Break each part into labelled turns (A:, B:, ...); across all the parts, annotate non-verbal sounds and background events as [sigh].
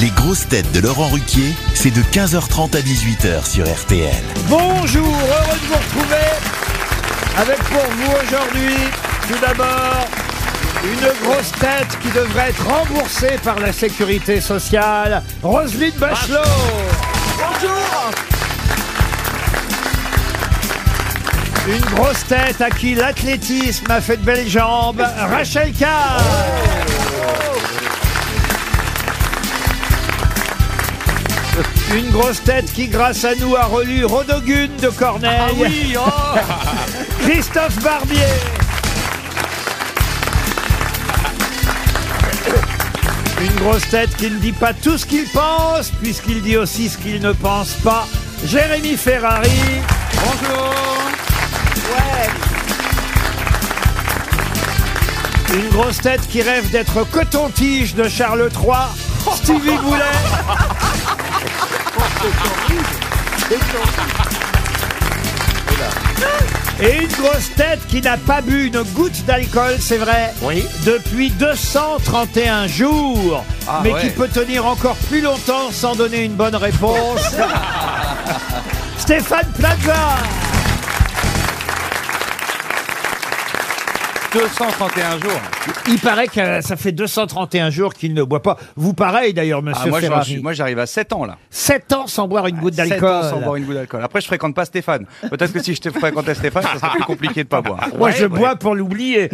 A: Les grosses têtes de Laurent Ruquier, c'est de 15h30 à 18h sur RTL.
B: Bonjour, heureux de vous retrouver avec pour vous aujourd'hui, tout d'abord, une grosse tête qui devrait être remboursée par la sécurité sociale, Roselyne Bachelot.
C: Bonjour
B: Une grosse tête à qui l'athlétisme a fait de belles jambes, Rachel Carr. [laughs] Une grosse tête qui, grâce à nous, a relu Rodogune de Corneille.
C: Ah oui, oh
B: [laughs] Christophe Barbier. Une grosse tête qui ne dit pas tout ce qu'il pense, puisqu'il dit aussi ce qu'il ne pense pas. Jérémy Ferrari. Bonjour. Une grosse tête qui rêve d'être coton-tige de Charles
C: [laughs]
B: III, Stevie Boulet. Et une grosse tête qui n'a pas bu une goutte d'alcool, c'est vrai, depuis 231 jours,
D: Ah,
B: mais
D: ouais.
B: qui peut tenir encore plus longtemps sans donner une
D: [laughs]
B: bonne réponse. Stéphane Plaza
D: 231 jours.
B: Il paraît que euh, ça fait 231 jours qu'il ne boit pas. Vous pareil d'ailleurs, monsieur
D: Ah, moi, j'en
B: Ferrari.
D: suis- moi, j'arrive à 7 ans là.
B: 7 ans sans boire une goutte
D: 7 ans sans boire
B: d'alcool.
D: une goutte d'alcool. Après, je fréquente pas Stéphane. Peut-être que si je te fréquentais Stéphane, ça serait plus compliqué de pas boire.
B: [laughs] Moi, je bois pour
D: [laughs]
B: l'oublier.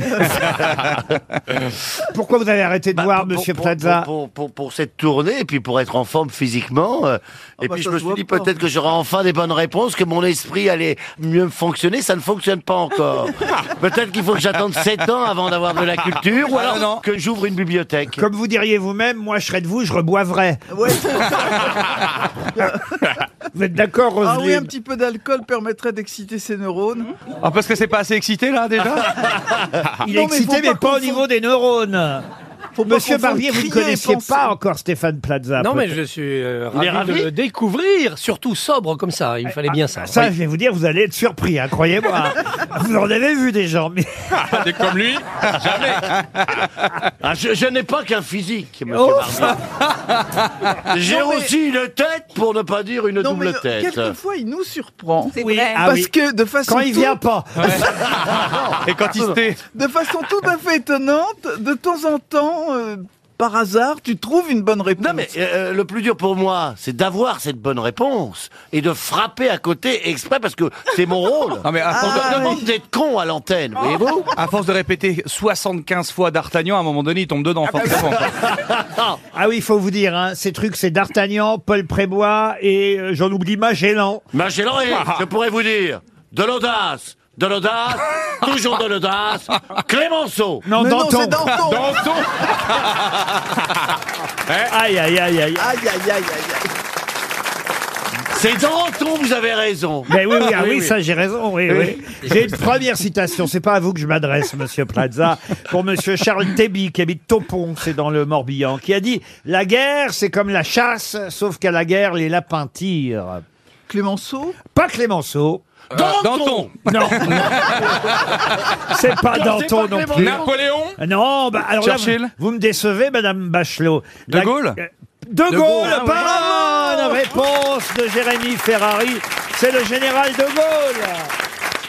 B: Pourquoi vous avez arrêté de boire,
E: Bah, pour-
B: monsieur
E: pour,
B: Plaza
E: pour, pour, pour- pour cette tournée et puis pour être en forme physiquement. euh,
C: Ah
E: et
C: bah,
E: puis je me suis dit peut-être que j'aurai enfin des bonnes réponses, que mon esprit allait mieux fonctionner. Ça ne fonctionne pas
C: [laughs]
E: encore. peut-être qu'il faut que j'attende 7 ans avant d'avoir de la culture ou
D: Ah,
E: alors
D: non, non.
E: que j'ouvre une bibliothèque.
B: Comme vous diriez vous-même, moi, je serais de vous, je reboivrais.
D: [laughs]
B: vous êtes d'accord,
C: Ah oui, un
B: Roselyne
C: petit peu d'alcool permettrait d'exciter ses neurones.
D: Ah, parce que c'est pas assez excité là déjà
B: Ah. Il est
C: Non, mais
B: excité,
C: faut
B: mais
C: pas
B: pas, au
C: confondre-
B: niveau des neurones.
C: Faut pas
B: Monsieur
C: confondre
B: Barbier, vous ne
C: crier et
B: connaissiez
C: penser.
B: pas encore Stéphane Plaza.
F: Non, mais
B: peut-être.
F: je suis euh,
E: Il est
F: ravi,
E: ravi
F: de le découvrir, surtout sobre comme ça. Il me fallait bien ça.
B: Ça, je vais vous dire, vous allez être surpris, hein,
F: [laughs]
B: croyez-moi. vous en avez vu des gens, mais...
G: comme lui.
E: Ah, je je n'ai pas qu'un physique, monsieur
C: [laughs]
E: Barbier. J'ai
C: Oh. Non, mais-
E: aussi une tête pour ne pas dire une
C: Non, mais euh,
E: double tête.
C: quelquefois, il nous surprend.
B: Oui, ah
C: Parce
B: oui.
C: que de façon,
B: Quand il
C: tout-
B: vient pas.
E: [laughs]
D: Et quand il se tait.
C: de façon tout à fait étonnante, de temps en temps, euh, par hasard, tu trouves une bonne réponse.
E: Non mais euh, le plus dur pour moi, c'est d'avoir cette bonne réponse et de frapper à côté exprès parce que c'est mon rôle. Ah,
D: Non, mais à
E: On
D: force,
E: me
D: de,
E: demande d'être con à l'antenne, voyez-vous
D: à force de répéter 75 fois d'Artagnan, à un moment donné, il tombe
B: bah
D: dedans, forcément. quoi.
B: Ah oui, il faut vous dire, hein, ces trucs, c'est D'Artagnan, Paul Prébois et euh, j'en oublie Magellan.
E: Magellan, et je pourrais vous dire, de l'audace, de [laughs] l'audace, toujours de l'audace, Clémenceau.
B: Non,
C: Mais non,
B: Danton.
C: c'est Danton.
E: [laughs] Eh,
B: Aïe, aïe, aïe, aïe.
C: Aïe, aïe, aïe, aïe, aïe.
E: C'est Danton, vous avez raison.
B: Ben oui, oui, ah oui, ça j'ai raison, oui, oui. J'ai
E: [laughs]
B: une première citation, c'est pas à vous que je m'adresse, monsieur Plaza, pour monsieur Charles Tébi, qui habite Topon, c'est dans le Morbihan, qui a dit « La guerre, c'est comme la chasse, sauf qu'à la guerre, les lapins tirent.
C: Clémenceau »
B: Pas Clémenceau,
E: Danton,
D: Danton.
B: non. c'est pas
E: Non, c'est
B: Danton
E: pas
B: non plus.
E: Clémenceau.
G: Napoléon
B: Non, bah, alors là,
D: Churchill.
B: vous, vous me décevez, Madame Bachelot.
D: De Gaulle
B: Euh, De Gaulle,
D: Gaulle,
E: ah
B: bonne réponse de Jérémy Ferrari. C'est le général de Gaulle.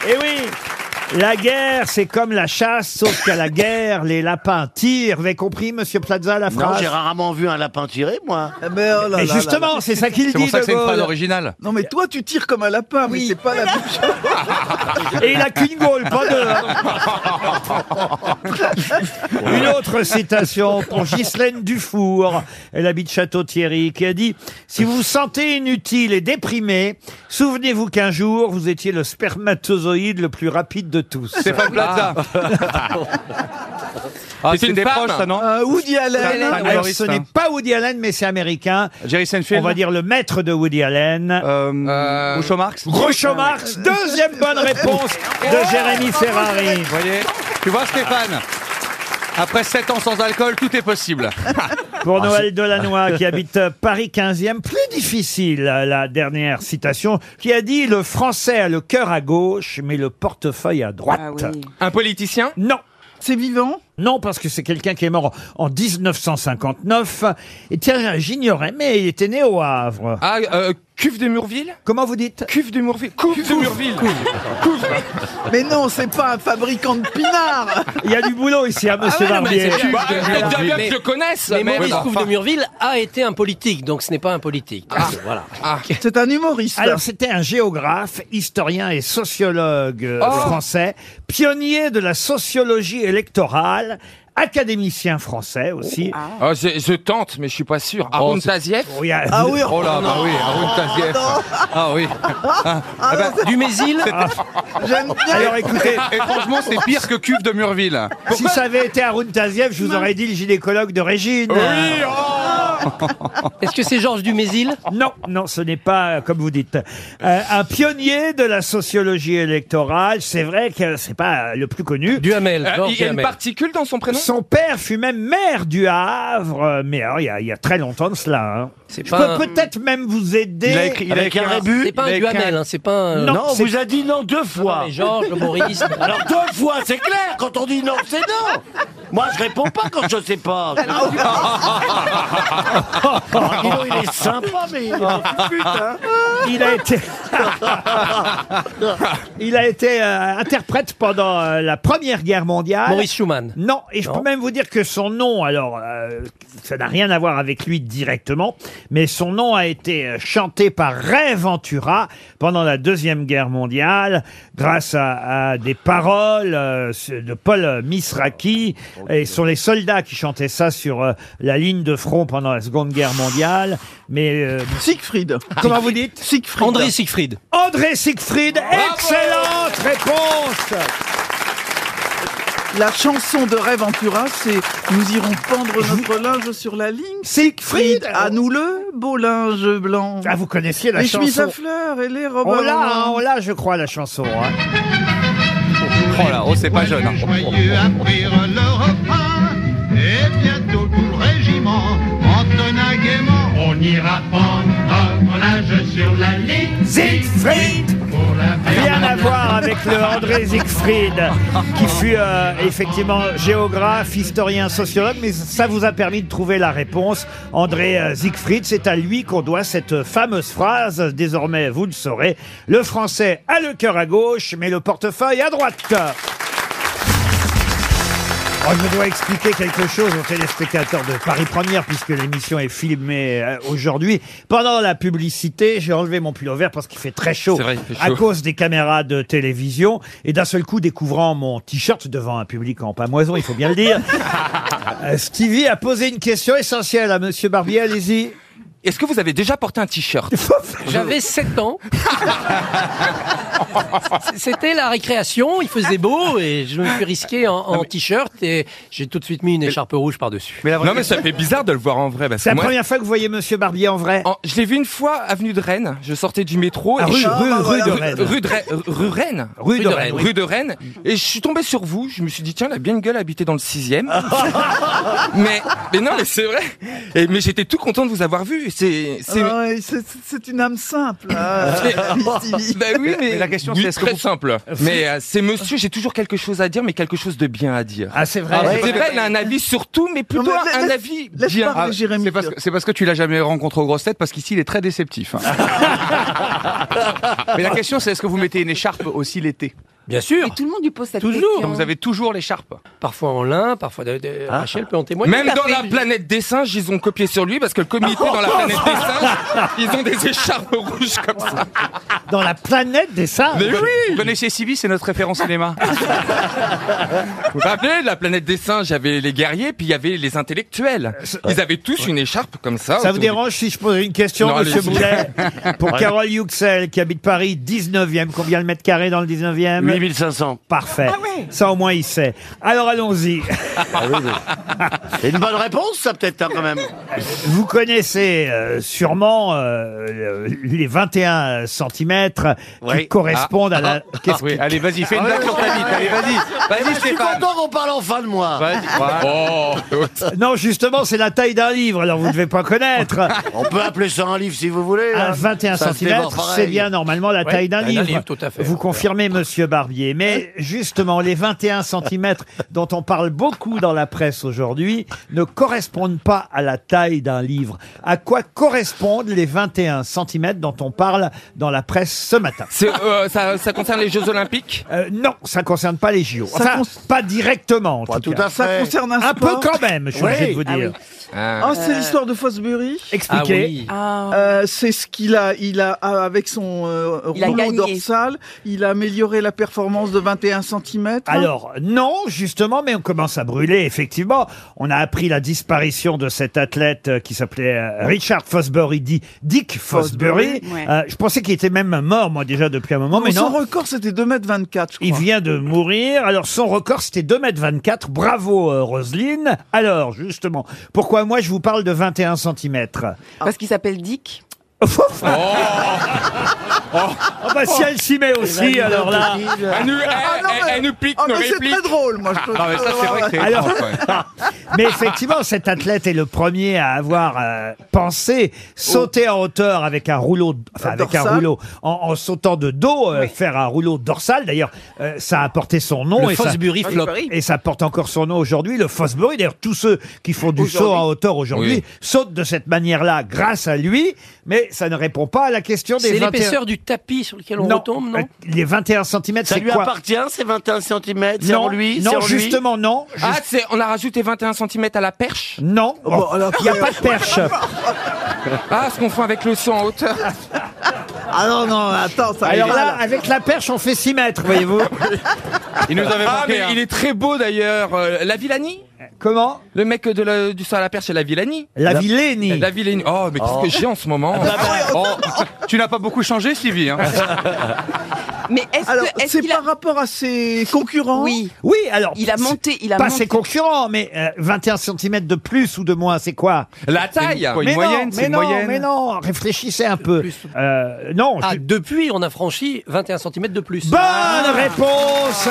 B: Eh oui, la guerre, c'est comme la chasse, sauf qu'à la guerre, les lapins tirent. Vous avez compris, Monsieur Plaza, la
E: Non,
B: phrase Eh ben,
E: j'ai rarement vu un lapin tirer, moi.
C: Ah, mais oh là
B: Et
C: là là là.
B: justement, c'est ça qu'il
D: C'est pour
B: dit,
D: ça que
B: de
D: c'est une phrase
B: Gaulle.
D: originale.
C: euh, Non, mais toi, tu tires comme un lapin, mais c'est pas la même chose.
D: [laughs]
B: Et il a qu'une Gaulle, pas deux. hein. Une autre citation pour Ghislaine Dufour, elle habite Château-Thierry, qui a dit « Si vous vous sentez inutile et déprimé, souvenez-vous qu'un jour, vous étiez le spermatozoïde le plus rapide de tous.
D: Stéphane Plaza. Ah,
G: C'est
D: c'est
G: une
D: des
G: femme.
D: proches, ça, non
C: Euh, Woody Allen.
D: Allen. »
B: Alors, ce n'est pas Woody Allen, mais c'est américain.
D: hein. Jerry Seinfeld
B: On va dire le maître de Woody Allen.
D: Euh,
G: Euh,
D: Groucho Marx Vous
B: Groucho Marx, deuxième bonne réponse de Jérémy Ferrari.
D: voyez Tu vois, Stéphane Après 7 ans sans alcool, tout est possible. Ah,
B: Pour Noël
D: [laughs]
B: Delannoy, qui habite euh, Paris 15e, plus difficile, euh, la dernière citation, qui a dit Le français a le cœur à gauche, mais le portefeuille à droite.
G: Un politicien
B: Non,
C: C'est vivant
B: Non, parce que c'est quelqu'un qui est mort en 1959. Et tiens, j'ignorais, mais il était né au Havre.
D: Ah, euh, Cuve de Murville
B: Comment vous dites
D: Cuve de Murville Cuve de Murville Cuve
C: Mais non, c'est pas un fabricant de pinards Ah
B: Il y a du boulot ici,
F: Ah
B: à Monsieur Barbier.
D: Bah, peut-être bien que je le connaisse
F: Mais Maurice
D: bon,
F: Couve
D: enfin. Ah.
F: de Murville a été un politique, donc ce n'est pas un politique. Voilà.
C: C'est un humoriste.
B: Alors, c'était un géographe, historien et sociologue euh,
D: Oh.
B: français, pionnier de la sociologie électorale, académicien français aussi.
C: Oh,
D: Ah, je, je tente, mais je suis pas sûr. Arun Taziev
B: Oh, il y a-
C: ah oui,
D: Oh là, bah oui, Arun Taziev. Ah bah, oui.
F: Dumézil
C: j'aime bien.
B: Alors, écoutez,
D: Et franchement,
H: Oh.
D: c'est pire que Cuve de Murville.
B: si ça avait été Arun Taziev, je vous aurais dit le gynécologue de Régine.
F: oh.
D: oh.
F: Est-ce que c'est Georges Dumézil
B: Non, non, ce n'est pas, euh, comme vous dites, euh, un pionnier de la sociologie électorale. C'est vrai que c'est pas euh, le plus connu.
F: Duhamel.
D: Euh,
F: Georges
D: il y a une
F: Duhamel.
D: particule dans son prénom
B: Son père fut même maire du Havre, euh, mais alors, il y, a, il y a très longtemps de cela. hein. Je
F: C'est pas
B: peux
F: un-
B: peut-être même vous aider.
D: Il a écrit- il a
E: Avec
D: écrit
E: un
D: un-
E: rébut.
F: C'est pas un
D: Mais
F: Duhamel,
D: qu'un-
F: hein, c'est pas un... Ah
B: Non,
E: Non, on
B: c'est-
E: vous a dit non deux fois.
F: Mais Georges, le Maurice...
E: [laughs] Alors deux fois, c'est clair. Quand on dit non, c'est non. Moi, je réponds pas quand je sais
B: [laughs]
E: pas. Alors, dis donc, il est sympa, mais il est putain.
B: Il a été, [laughs] il a été euh, interprète pendant euh, la Première Guerre mondiale.
F: Maurice Schumann.
B: Non, et je
F: Non.
B: peux même vous dire que son nom, alors, euh, ça n'a rien à voir avec lui directement, mais son nom a été euh, chanté par Ray Ventura pendant la Deuxième Guerre mondiale, grâce à, à des paroles euh, de Paul Misraki, et ce sont les soldats qui chantaient ça sur euh, la ligne de front pendant la Seconde Guerre mondiale, mais... euh,
C: Siegfried.
B: Comment vous dites
C: Siegfried.
F: André Siegfried.
B: André Siegfried, excellente réponse
C: La chanson de Rêve Ventura, c'est Nous irons pendre notre linge sur la ligne.
B: Siegfried
C: à nous le beau linge blanc.
B: Ah, vous connaissiez la
C: les chemises
B: chanson
C: à fleurs et les robes.
B: On
C: à
B: l'a,
C: l'envers.
B: hein, on l'a, je crois, la chanson. hein.
D: Oh là, oh, c'est pas jeune. hein.
G: joyeux à prirent leur repas. Et bientôt tout le régiment, en tenant gaiement, on ira prendre notre linge sur la ligne.
B: Siegfried
G: Pour la
B: Rien à voir avec le André Siegfried, qui fut euh, effectivement géographe, historien, sociologue, mais ça vous a permis de trouver la réponse. André euh, Siegfried, c'est à lui qu'on doit cette fameuse phrase, désormais vous le saurez, le français a le cœur à gauche, mais le portefeuille à droite. Oh, je dois expliquer quelque chose aux téléspectateurs de Paris Première puisque l'émission est filmée euh, aujourd'hui. Pendant la publicité, j'ai enlevé mon pull vert parce qu'il fait très chaud,
D: C'est vrai, il fait
B: à
D: chaud.
B: cause des caméras de télévision. Et d'un seul coup, découvrant mon t-shirt devant un public en pamoison, il faut bien
D: [laughs]
B: le dire, euh, Stevie a posé une question essentielle à Monsieur Barbier. Allez-y.
D: Est-ce que vous avez déjà porté un t-shirt
F: J'avais 7
D: [laughs]
F: ans. C'était la récréation, il faisait beau et je me suis risqué en, en t-shirt et j'ai tout de suite mis une écharpe rouge par-dessus.
D: Non, mais ça fait bizarre de le voir en vrai. Parce
B: C'est
D: que
B: la
D: moi,
B: première fois que vous voyez Monsieur Barbier en vrai.
D: en- je l'ai vu une fois avenue de Rennes. Je sortais du métro.
B: Ah,
D: et
B: rue,
D: je-
B: rue, rue de
D: Rue-
B: Rennes.
D: Rue de Rennes. Rue Rennes.
B: Rue de Rennes, oui.
D: Rue de Rennes. Et je suis tombé sur vous. Je me suis dit, tiens, elle a bien une gueule à habiter dans le
B: [laughs]
D: sixième. mais, mais non, mais c'est vrai. Et, mais j'étais tout content de vous avoir vu. C'est, c'est,
C: Ah ouais, c'est- c'est- c'est une âme simple.
B: [laughs]
C: hein,
B: Ah.
C: Stevie.
D: Bah oui, mais,
H: la question,
D: oui,
H: c'est est-ce que
D: très
H: vous-
D: simple. Mais euh, c'est monsieur, j'ai toujours quelque chose à dire, mais quelque chose de bien à dire.
B: Ah, c'est vrai.
D: c'est vrai, il a un avis sur tout, mais plutôt
C: Non, mais
D: un
C: laisse-
D: avis
C: laisse
D: bien.
C: parler.
D: Ah,
C: Jérémy
H: C'est parce, que- c'est parce que tu l'as jamais rencontré aux grosses têtes, parce qu'ici il est très déceptif. hein. Mais la question c'est est-ce que vous mettez une écharpe aussi l'été
F: Bien sûr,
I: Tout le monde lui pose cette
F: Toujours.
I: question.
H: Vous avez toujours l'écharpe.
F: parfois en lin, parfois de, de- Ah, Rachel peut en témoigner.
D: Ah, Même
F: Tout à
D: dans
F: fait.
D: la planète des singes, ils ont copié sur lui parce que le comité dans la planète des
B: [laughs]
D: singes, ils ont des écharpes rouges comme ça.
B: Ah, Dans la planète des singes.
H: Vous connaissez Sibi, c'est notre référence cinéma.
D: Vous vous rappelez, la planète des singes, il y avait les guerriers, puis il y avait les intellectuels. Ils avaient tous une écharpe comme ça.
B: Euh, Ça
D: autour
B: vous
D: du-
B: dérange si je pose une question,
D: Non,
B: monsieur
D: allez-y.
B: Boulet
D: [laughs]
B: Pour Carole Yuxel, qui habite Paris, 19e. Combien de mètres carrés dans le 19e
E: 8500.
H: Ah
B: Parfait. Ça, au moins, il sait. Alors, allons-y.
E: C'est une bonne réponse, ça, peut-être, hein, quand même.
B: Vous connaissez euh, sûrement euh, le- les 21 cm qui
E: Oui.
B: correspondent
H: Ah.
B: à la... Ah. Qu'est-ce
H: Oui, allez, vas-y, fais une blague sur ta bite. Allez, vas-y. Vas-y,
E: Eh ben, Je suis
H: Stéphane.
E: content qu'on parle enfin de moi. Oh.
H: Vas-y. Voilà.
B: Non, justement, c'est la taille d'un livre, alors vous ne devez pas connaître.
E: On peut appeler ça un livre si vous voulez.
B: À
E: hein.
B: 21
E: Ça se fait
B: cm,
E: voir pareil.
B: c'est bien normalement la taille
H: bah,
B: d'un
F: d'un
B: livre.
F: livre, tout à fait.
B: Vous
F: Voilà.
B: confirmez, monsieur Barbier. Mais justement, les 21 cm dont on parle beaucoup dans la presse aujourd'hui ne correspondent pas à la taille d'un livre. À quoi correspondent les 21 cm dont on parle dans la presse ce matin
D: C'est, euh, ça, ça concerne les Jeux Olympiques
B: Euh, Non, ça ne concerne pas les JO.
C: Ça
B: Enfin,
C: cons-
B: pas directement, en
E: Pas
B: tout
E: tout
B: cas.
E: à
C: Ça
E: fait.
C: concerne un,
B: Un peu
C: sport.
B: quand même, je suis
E: Oui.
B: obligé de vous dire.
D: Ah.
C: Ah, c'est l'histoire de Fosbury.
F: Ah
B: Expliquez.
F: oui.
C: Euh, c'est ce qu'il a, il a ah, avec son euh,
I: Il a
C: rouleau
I: gagné.
C: dorsal, il a amélioré la performance de 21 cm.
B: Alors, non, justement, mais on commence à brûler, effectivement. On a appris la disparition de cet athlète euh, qui s'appelait euh, Richard Fosbury, dit Dick Fosbury.
I: Fosbury, ouais.
B: Euh, je pensais qu'il était même mort, moi, déjà, depuis un moment, mais
C: Oh, son
B: non.
C: record c'était 2m24 je
B: Il
C: crois.
B: vient de mourir. Alors, son record, c'était 2m24. Bravo, euh, Roselyne. Alors, justement, pourquoi moi, je vous parle de 21 cm
I: Parce qu'il
B: [laughs]
I: s'appelle Dick.
B: Oh,
D: Oh.
G: Oh.
E: Oh,
B: Ah bah, si elle s'y met aussi, alors là...
D: Elle, nous, elle,
C: Ah, non,
D: elle-
C: mais-
D: elle nous pique
C: Ah
D: nos
C: mais c'est
D: répliques.
C: très drôle moi je trouve.
H: Non, mais Ah, ça, c'est vrai que c'est
B: Alors- ah,
H: étrange, quand
B: [laughs]
H: même.
B: Mais effectivement, cet athlète est le premier à avoir euh, pensé sauter en hauteur avec un rouleau, enfin
C: Un
B: avec un
C: dorsal.
B: rouleau, en, en sautant de dos, euh, faire un rouleau dorsal. D'ailleurs, euh, ça a porté son nom
F: Le
B: et ça,
F: Fosbury flop.
B: et ça porte encore son nom aujourd'hui, le Fosbury. D'ailleurs, tous ceux qui font du saut en hauteur aujourd'hui
D: Oui.
B: sautent de cette manière-là grâce à lui, mais ça ne répond pas à la question des
F: C'est
B: 21
F: l'épaisseur du tapis sur lequel on
B: Non. Euh,
F: retombe, non
B: Les 21 cm,
E: Ça
B: c'est
E: lui
B: quoi
E: appartient, ces 21 cm C'est
B: Non,
E: en lui c'est
B: non,
E: en lui
B: justement, non.
D: Ah, c'est, on a rajouté 21 cm à la perche
B: Non,
C: Bon, alors,
B: il n'y a pas de perche.
D: Ah, ce qu'on fait avec le saut en hauteur
C: Ah non non attends ça
B: Alors
C: rigole.
B: là, avec la perche, on fait 6 mètres, voyez-vous.
H: [laughs] Il nous avait
D: Ah,
H: manqué.
D: mais
H: hein.
D: il est très beau d'ailleurs. Euh, la Villani
B: Comment
D: Le mec de la- du saut à la perche, c'est la Villani
B: [laughs] La Villenie. Ah, bah,
D: La Villani. Oh, mais qu'est-ce que j'ai en ce moment
H: Oh, tu n'as pas beaucoup changé, Sylvie.
B: [laughs]
H: Hein.
I: Mais est-ce
C: Alors,
I: que est-ce
C: c'est
I: qu'il a...
C: par rapport à ses concurrents
I: Oui,
B: Oui, alors.
I: il a
B: c'est
I: monté, il a
B: Pas
I: monté.
B: ses concurrents, mais euh, 21 cm de plus ou de moins, c'est quoi
D: La taille
H: Quoi, une
B: mais
H: moyenne,
B: non,
H: c'est
B: mais
H: une
B: non,
H: moyenne.
B: mais non, réfléchissez un peu. Euh, non.
F: Ah,
B: je-
F: depuis, on a franchi 21 cm de plus.
B: Bonne réponse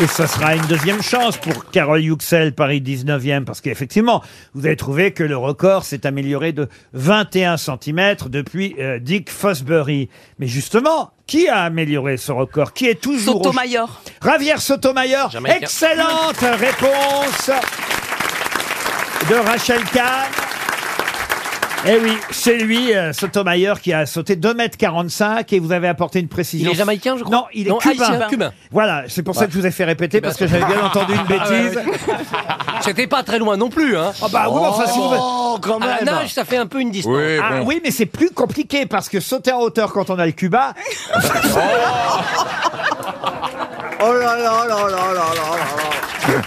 B: Et ce sera une deuxième chance pour Carole Yüksel, Paris 19e, parce qu'effectivement, vous avez trouvé que le record s'est amélioré de 21 cm depuis euh, Dick Fosbury. Mais justement, qui a amélioré ce record Qui est toujours... au-
I: Sotomayor.
B: Javier Sotomayor.
F: Jamaïcain.
B: Excellente réponse de Rachel Kahn. Eh oui, c'est lui, euh, Sotomayor, qui a sauté 2m45 et vous avez apporté une précision.
F: Il est jamaïcain, je crois
B: Non, il est
F: Non,
B: cubain.
F: haïtien, cubain.
B: Voilà, c'est pour ça que je vous ai fait répéter parce que
F: Cubain.
B: j'avais
H: [laughs]
B: bien entendu une
H: Ah
F: Ah,
B: bêtise.
F: [laughs] C'était pas très loin non plus, hein.
B: Ah bah oui, enfin, si vous-
E: Oh, quand
F: Ah, À la
E: même
F: nage, ça fait un peu une distance.
D: Oui,
B: Ah
D: bon.
B: oui, mais c'est plus compliqué parce que sauter en hauteur quand on a le
H: [laughs]
B: Cuba,
C: Oh là là là là là là là là.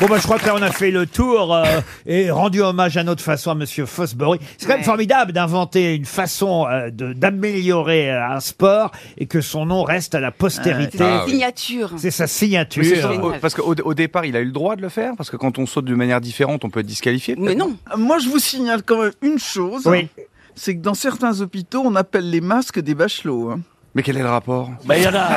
B: Bon bah je crois que là on a fait le tour euh, et rendu hommage à notre façon à Monsieur Fosbury. C'est quand même
I: Ouais.
B: formidable d'inventer une façon euh, de- d'améliorer euh, un sport et que son nom reste à la postérité.
D: Ah, oui.
I: Signature.
B: C'est sa
H: Mais c'est
B: signature.
H: surtout- parce qu'au au départ, il a eu le droit de le faire, parce que quand on saute de manière différente, on peut être disqualifié.
I: Mais non.
C: Moi, je vous signale quand même une chose.
B: Oui.
C: C'est que dans certains hôpitaux, on appelle les masques des bachelots. hein.
H: Mais quel est le rapport
B: Bah,
E: Mais il y
H: [laughs]
E: en a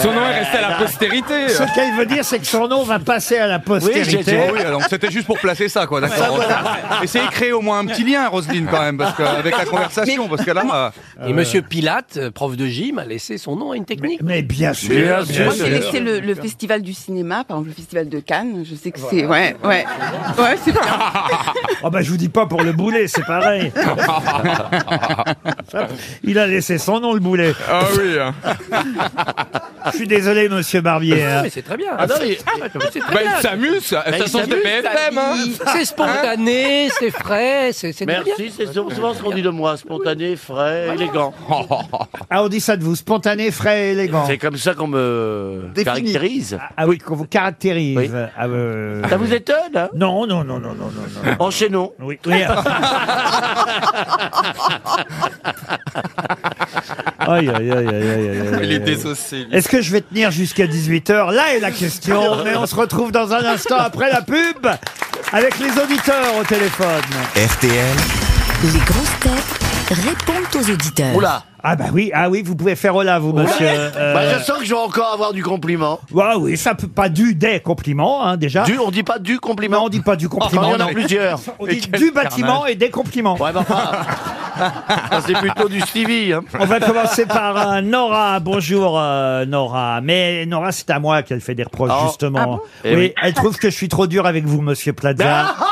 D: Son nom est resté à la postérité.
B: Ce qu'elle veut dire, c'est que son nom va passer à la
H: J'ai
B: postérité.
H: dit, oh oui, alors c'était juste pour placer ça, quoi, d'accord.
B: Ah.
H: Essayez de créer au moins un petit lien, Roselyne, quand même, parce que, avec la conversation, parce que là, euh,
F: Et Monsieur Pilate, euh, prof de gym, a laissé son nom à une technique.
B: Mais bien sûr.
I: Moi, j'ai laissé le, le
F: Ah,
I: festival du cinéma, par exemple le festival de Cannes. Je sais que c'est. Ouais, ouais. Ouais, c'est bien.
B: [laughs] Oh bah je vous dis pas pour le boulet, c'est
D: [laughs]
B: pareil. Il a laissé son nom le boulet.
D: Ah oui. hein.
B: Je suis désolé, Monsieur Barbier.
F: Ah,
B: hein.
I: euh.
F: mais c'est très bien. Ah, C'est très
D: Bah,
F: bien.
D: il s'amuse. Ça
E: il
D: sent
E: s'amuse,
D: le PFM. Hein.
F: C'est spontané, c'est frais, c'est c'est très bien.
E: Merci, c'est souvent ce qu'on dit de moi, spontané, frais, élégant.
F: Oh,
B: Ah on dit ça de vous, spontané, frais, et élégant.
E: C'est comme ça qu'on me
C: Défini.
E: caractérise.
B: Ah oui, qu'on vous caractérise.
E: Oui.
B: Ah, euh,
E: Ça vous étonne, hein
B: Non, non, non, non, non, non, non.
E: Enchaînons.
B: Oui. [laughs] oui. aïe, aïe, aïe, aïe, aïe, aïe, aïe.
D: Il est désossé. lui.
B: Euh, Est-ce que je vais tenir jusqu'à 18h Là est
E: [laughs]
B: la question, mais on se retrouve dans un instant après la pub avec les auditeurs au téléphone.
A: RTL,
J: Les grosses têtes répondent aux auditeurs.
E: Oula
B: Ah bah oui, ah oui, vous pouvez faire Ola, vous, monsieur. Euh,
E: Bah, Je sens que je vais encore avoir du compliment.
B: bah oui, ça peut pas du des compliments, hein, déjà.
E: Du, on dit pas du
B: Non,
E: compliment.
B: on dit pas du
E: Enfin,
B: compliment.
E: il y en a plusieurs.
B: [laughs] on dit du bâtiment et des compliments.
E: Ouais, bah, enfin, ça, c'est plutôt du Stevie. Hein.
B: On va commencer par euh, Nora. Bonjour euh, Nora. Mais Nora, c'est à moi qu'elle fait des reproches
E: Oh.
B: justement.
I: Ah bon
E: Eh
B: oui,
E: oui.
B: elle trouve que je suis trop dur avec vous, Monsieur Plaza.
E: Ah,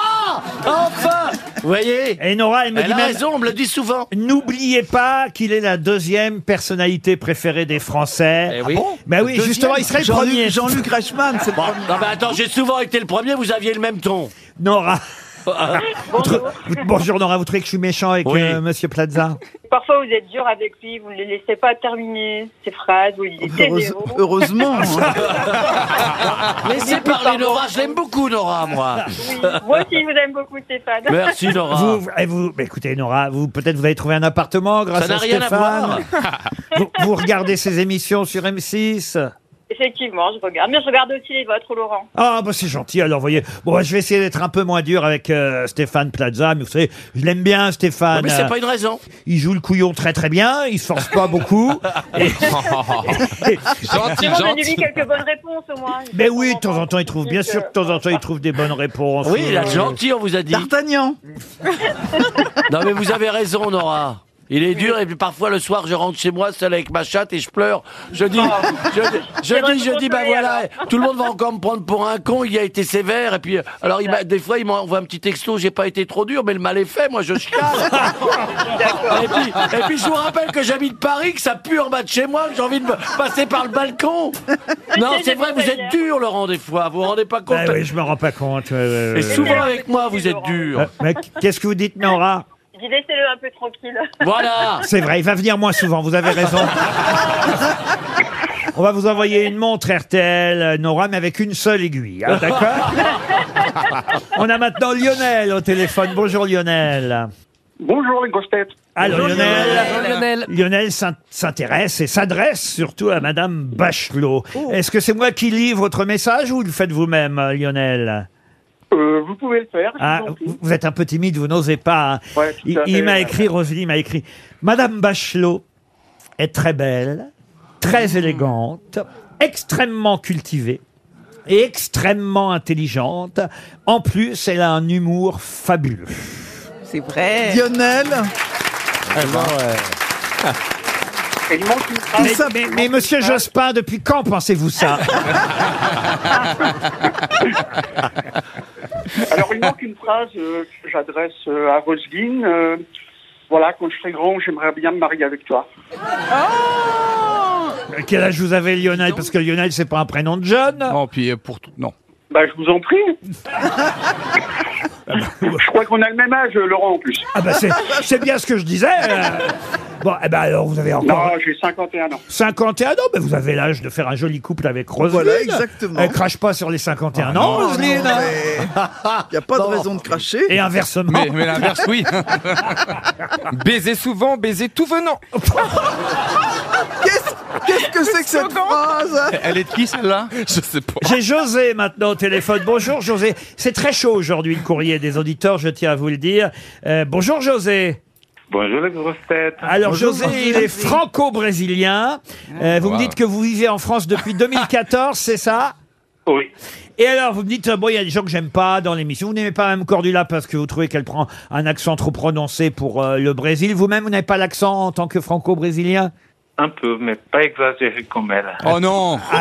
E: enfin Vous voyez
B: Et Nora, elle me
E: Elle
B: dit
E: a
B: même.
E: raison, on me le dit souvent.
B: N'oubliez pas qu'il est la deuxième personnalité préférée des Français.
D: Eh oui. Ah bon
B: Ben oui, justement, il serait le
C: Jean-Luc-
B: premier.
C: Jean-Luc Reichmann, c'est le
E: Bon,
C: premier.
E: non, mais attends, j'ai souvent été le premier, vous aviez le même ton. [laughs]
B: Nora. Vous trou- vous- Bonjour. Nora, vous trouvez que je suis méchant avec
E: Oui.
B: euh, Monsieur Plaza
K: Parfois, vous êtes dur avec lui, vous ne le laissez pas terminer ses phrases, vous lui dites des
C: Heureuse-
K: zéros.
C: heureusement.
B: hein.
K: [laughs]
E: [laughs] Laissez parler Nora, je l'aime beaucoup Nora, moi.
K: Oui. Moi aussi, je vous aime beaucoup, Stéphane.
E: Merci Nora.
B: Vous, et vous- mais écoutez Nora, vous peut-être vous avez trouvé un appartement grâce
E: Ça n'a
B: à
E: rien à
B: Stéphane.
E: voir.
B: vous, vous regardez ses émissions sur M6.
K: Effectivement, je regarde. Mais je regarde aussi les vôtres,
E: [laughs]
K: Laurent.
B: Ah bah c'est gentil. Alors voyez, bon bah, je vais essayer d'être un peu moins dur avec euh, Stéphane Plaza, mais vous savez, je l'aime bien
E: Non,
B: Stéphane.
E: mais c'est
B: Euh,
E: pas une raison.
B: Il joue le couillon très très bien, il se force pas beaucoup.
E: [laughs]
B: Et-
K: Je Ah,
D: Gentil,
K: Donnez-lui
D: gentil.
K: quelques bonnes réponses, au moins.
B: mais ben oui, de temps en temps il trouve bien sûr, de temps en temps il trouve des bonnes réponses. Euh,
E: Oui, la gentil, on vous a dit.
C: D'Artagnan.
E: Non, mais vous avez raison, Nora. Il est dur et puis parfois le soir je rentre chez moi seul avec ma chatte et je pleure. Je dis, je, je
K: C'est vrai,
E: dis, je
K: vous
E: dis, bah
K: consolez,
E: voilà, tout le monde va encore me prendre pour un con. Il a été sévère et puis euh, alors il m'a- des fois il m'envoie un petit texto, j'ai pas été trop dur, mais le mal est fait. Moi je chicane. et puis et puis je vous rappelle que j'habite Paris, que ça pue en bas de chez moi, que j'ai envie de me passer par le balcon. Non, c'est vrai, vous êtes dur, Laurent, des fois. Vous vous rendez pas compte.
B: Bah oui, je me rends pas compte. euh,
E: Et
B: euh,
E: souvent avec moi, vous êtes
B: euh,
E: dur.
B: mais qu'est-ce que vous dites Nora
K: Je dis, laissez-le un peu tranquille. [laughs]
E: Voilà.
B: C'est vrai, il va venir moins souvent, vous avez raison. On va vous envoyer une montre RTL, euh, Nora, mais avec une seule aiguille, hein, d'accord On a maintenant Lionel au téléphone. Bonjour Lionel.
G: Bonjour les grosses têtes.
B: Alors Lionel,
F: Lionel.
B: Lionel s'in- s'intéresse et s'adresse surtout à Madame Bachelot. Est-ce que c'est moi qui lis votre message ou le faites vous-même, euh, Lionel
G: Euh, vous pouvez le faire.
B: Ah,
G: je vous en prie.
B: vous vous êtes un peu timide, vous n'osez pas. hein.
G: Ouais, tout
B: il
G: à
B: il
G: fait,
B: m'a
G: ouais.
B: écrit, Roselyne m'a écrit Madame Bachelot est très belle,
G: Mmh.
B: très élégante, extrêmement cultivée et extrêmement intelligente. En plus, elle a un humour fabuleux.
I: C'est vrai. Ah
C: Lionel.
G: Il manque une phrase.
B: Ah. Mais, mais- mais monsieur Jospin, depuis quand
H: [laughs]
B: pensez-vous ça
G: [laughs] Alors, il manque une phrase euh, que j'adresse euh, à Roselyne. euh, voilà, quand je serai grand, j'aimerais bien me marier avec toi.
B: Ah
H: Euh,
B: Quel âge vous avez, Lionel Parce que Lionel, c'est pas un prénom de jeune.
H: Non, puis euh, pour tout. Non.
G: Bah, je vous en prie. je crois qu'on a le même âge, euh, Laurent, en plus.
B: Ah bah, c'est- c'est bien ce que je disais. euh. Bon, eh ben alors, vous avez encore.
G: Non, j'ai 51 ans.
B: 51 ans, mais vous avez l'âge de faire un joli couple avec Roselyne.
C: Voilà, exactement. Ah
B: Elle crache pas sur les 51 ans, Roselyne. hein.
C: [laughs] Il n'y a pas de raison de cracher.
B: Et inversement.
H: Mais, mais l'inverse,
B: [laughs]
H: oui.
D: Baiser souvent, baiser tout venant.
C: Qu'est-ce qu'est-ce que c'est que cette phrase
H: Elle est de qui celle-là
D: Je sais pas.
B: J'ai José maintenant au téléphone. Bonjour José. C'est très chaud aujourd'hui le courrier des auditeurs, je tiens à vous le dire. Euh, bonjour José.
G: Bonjour les grosses têtes.
B: Alors José, il est franco-brésilien. Euh, vous me
D: Wow.
B: dites que vous vivez en France depuis 2014, c'est ça
G: Oui.
B: Et alors, vous me dites, euh, bon, il y a des gens que j'aime pas dans l'émission. Vous n'aimez pas même Cordula parce que vous trouvez qu'elle prend un accent trop prononcé pour euh, le Brésil. Vous-même, vous n'avez pas l'accent en tant que franco-brésilien
G: Un peu, mais pas exagéré comme elle.
H: Oh non [laughs] Oh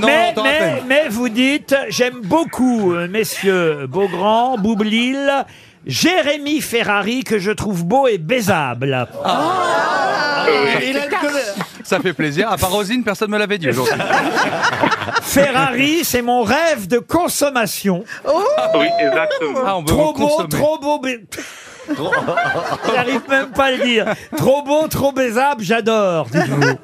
H: non,
B: Ah mais,
H: t'en rappelles.
B: mais, mais vous dites, j'aime beaucoup, euh, messieurs Beaugrand, Boublil, Jérémy Ferrari, que je trouve beau et baisable.
H: Ah.
G: Euh,
B: Ah,
H: Ça fait plaisir. À part Rosine, personne ne me l'avait dit aujourd'hui.
B: Ferrari, c'est mon rêve de consommation.
G: Oh Oui, exactement.
H: Ah, on veut en
B: Trop beau,
H: consommer.
B: trop beau, bais- J'arrive même pas à le dire. Trop beau, trop baisable, j'adore. dites-vous.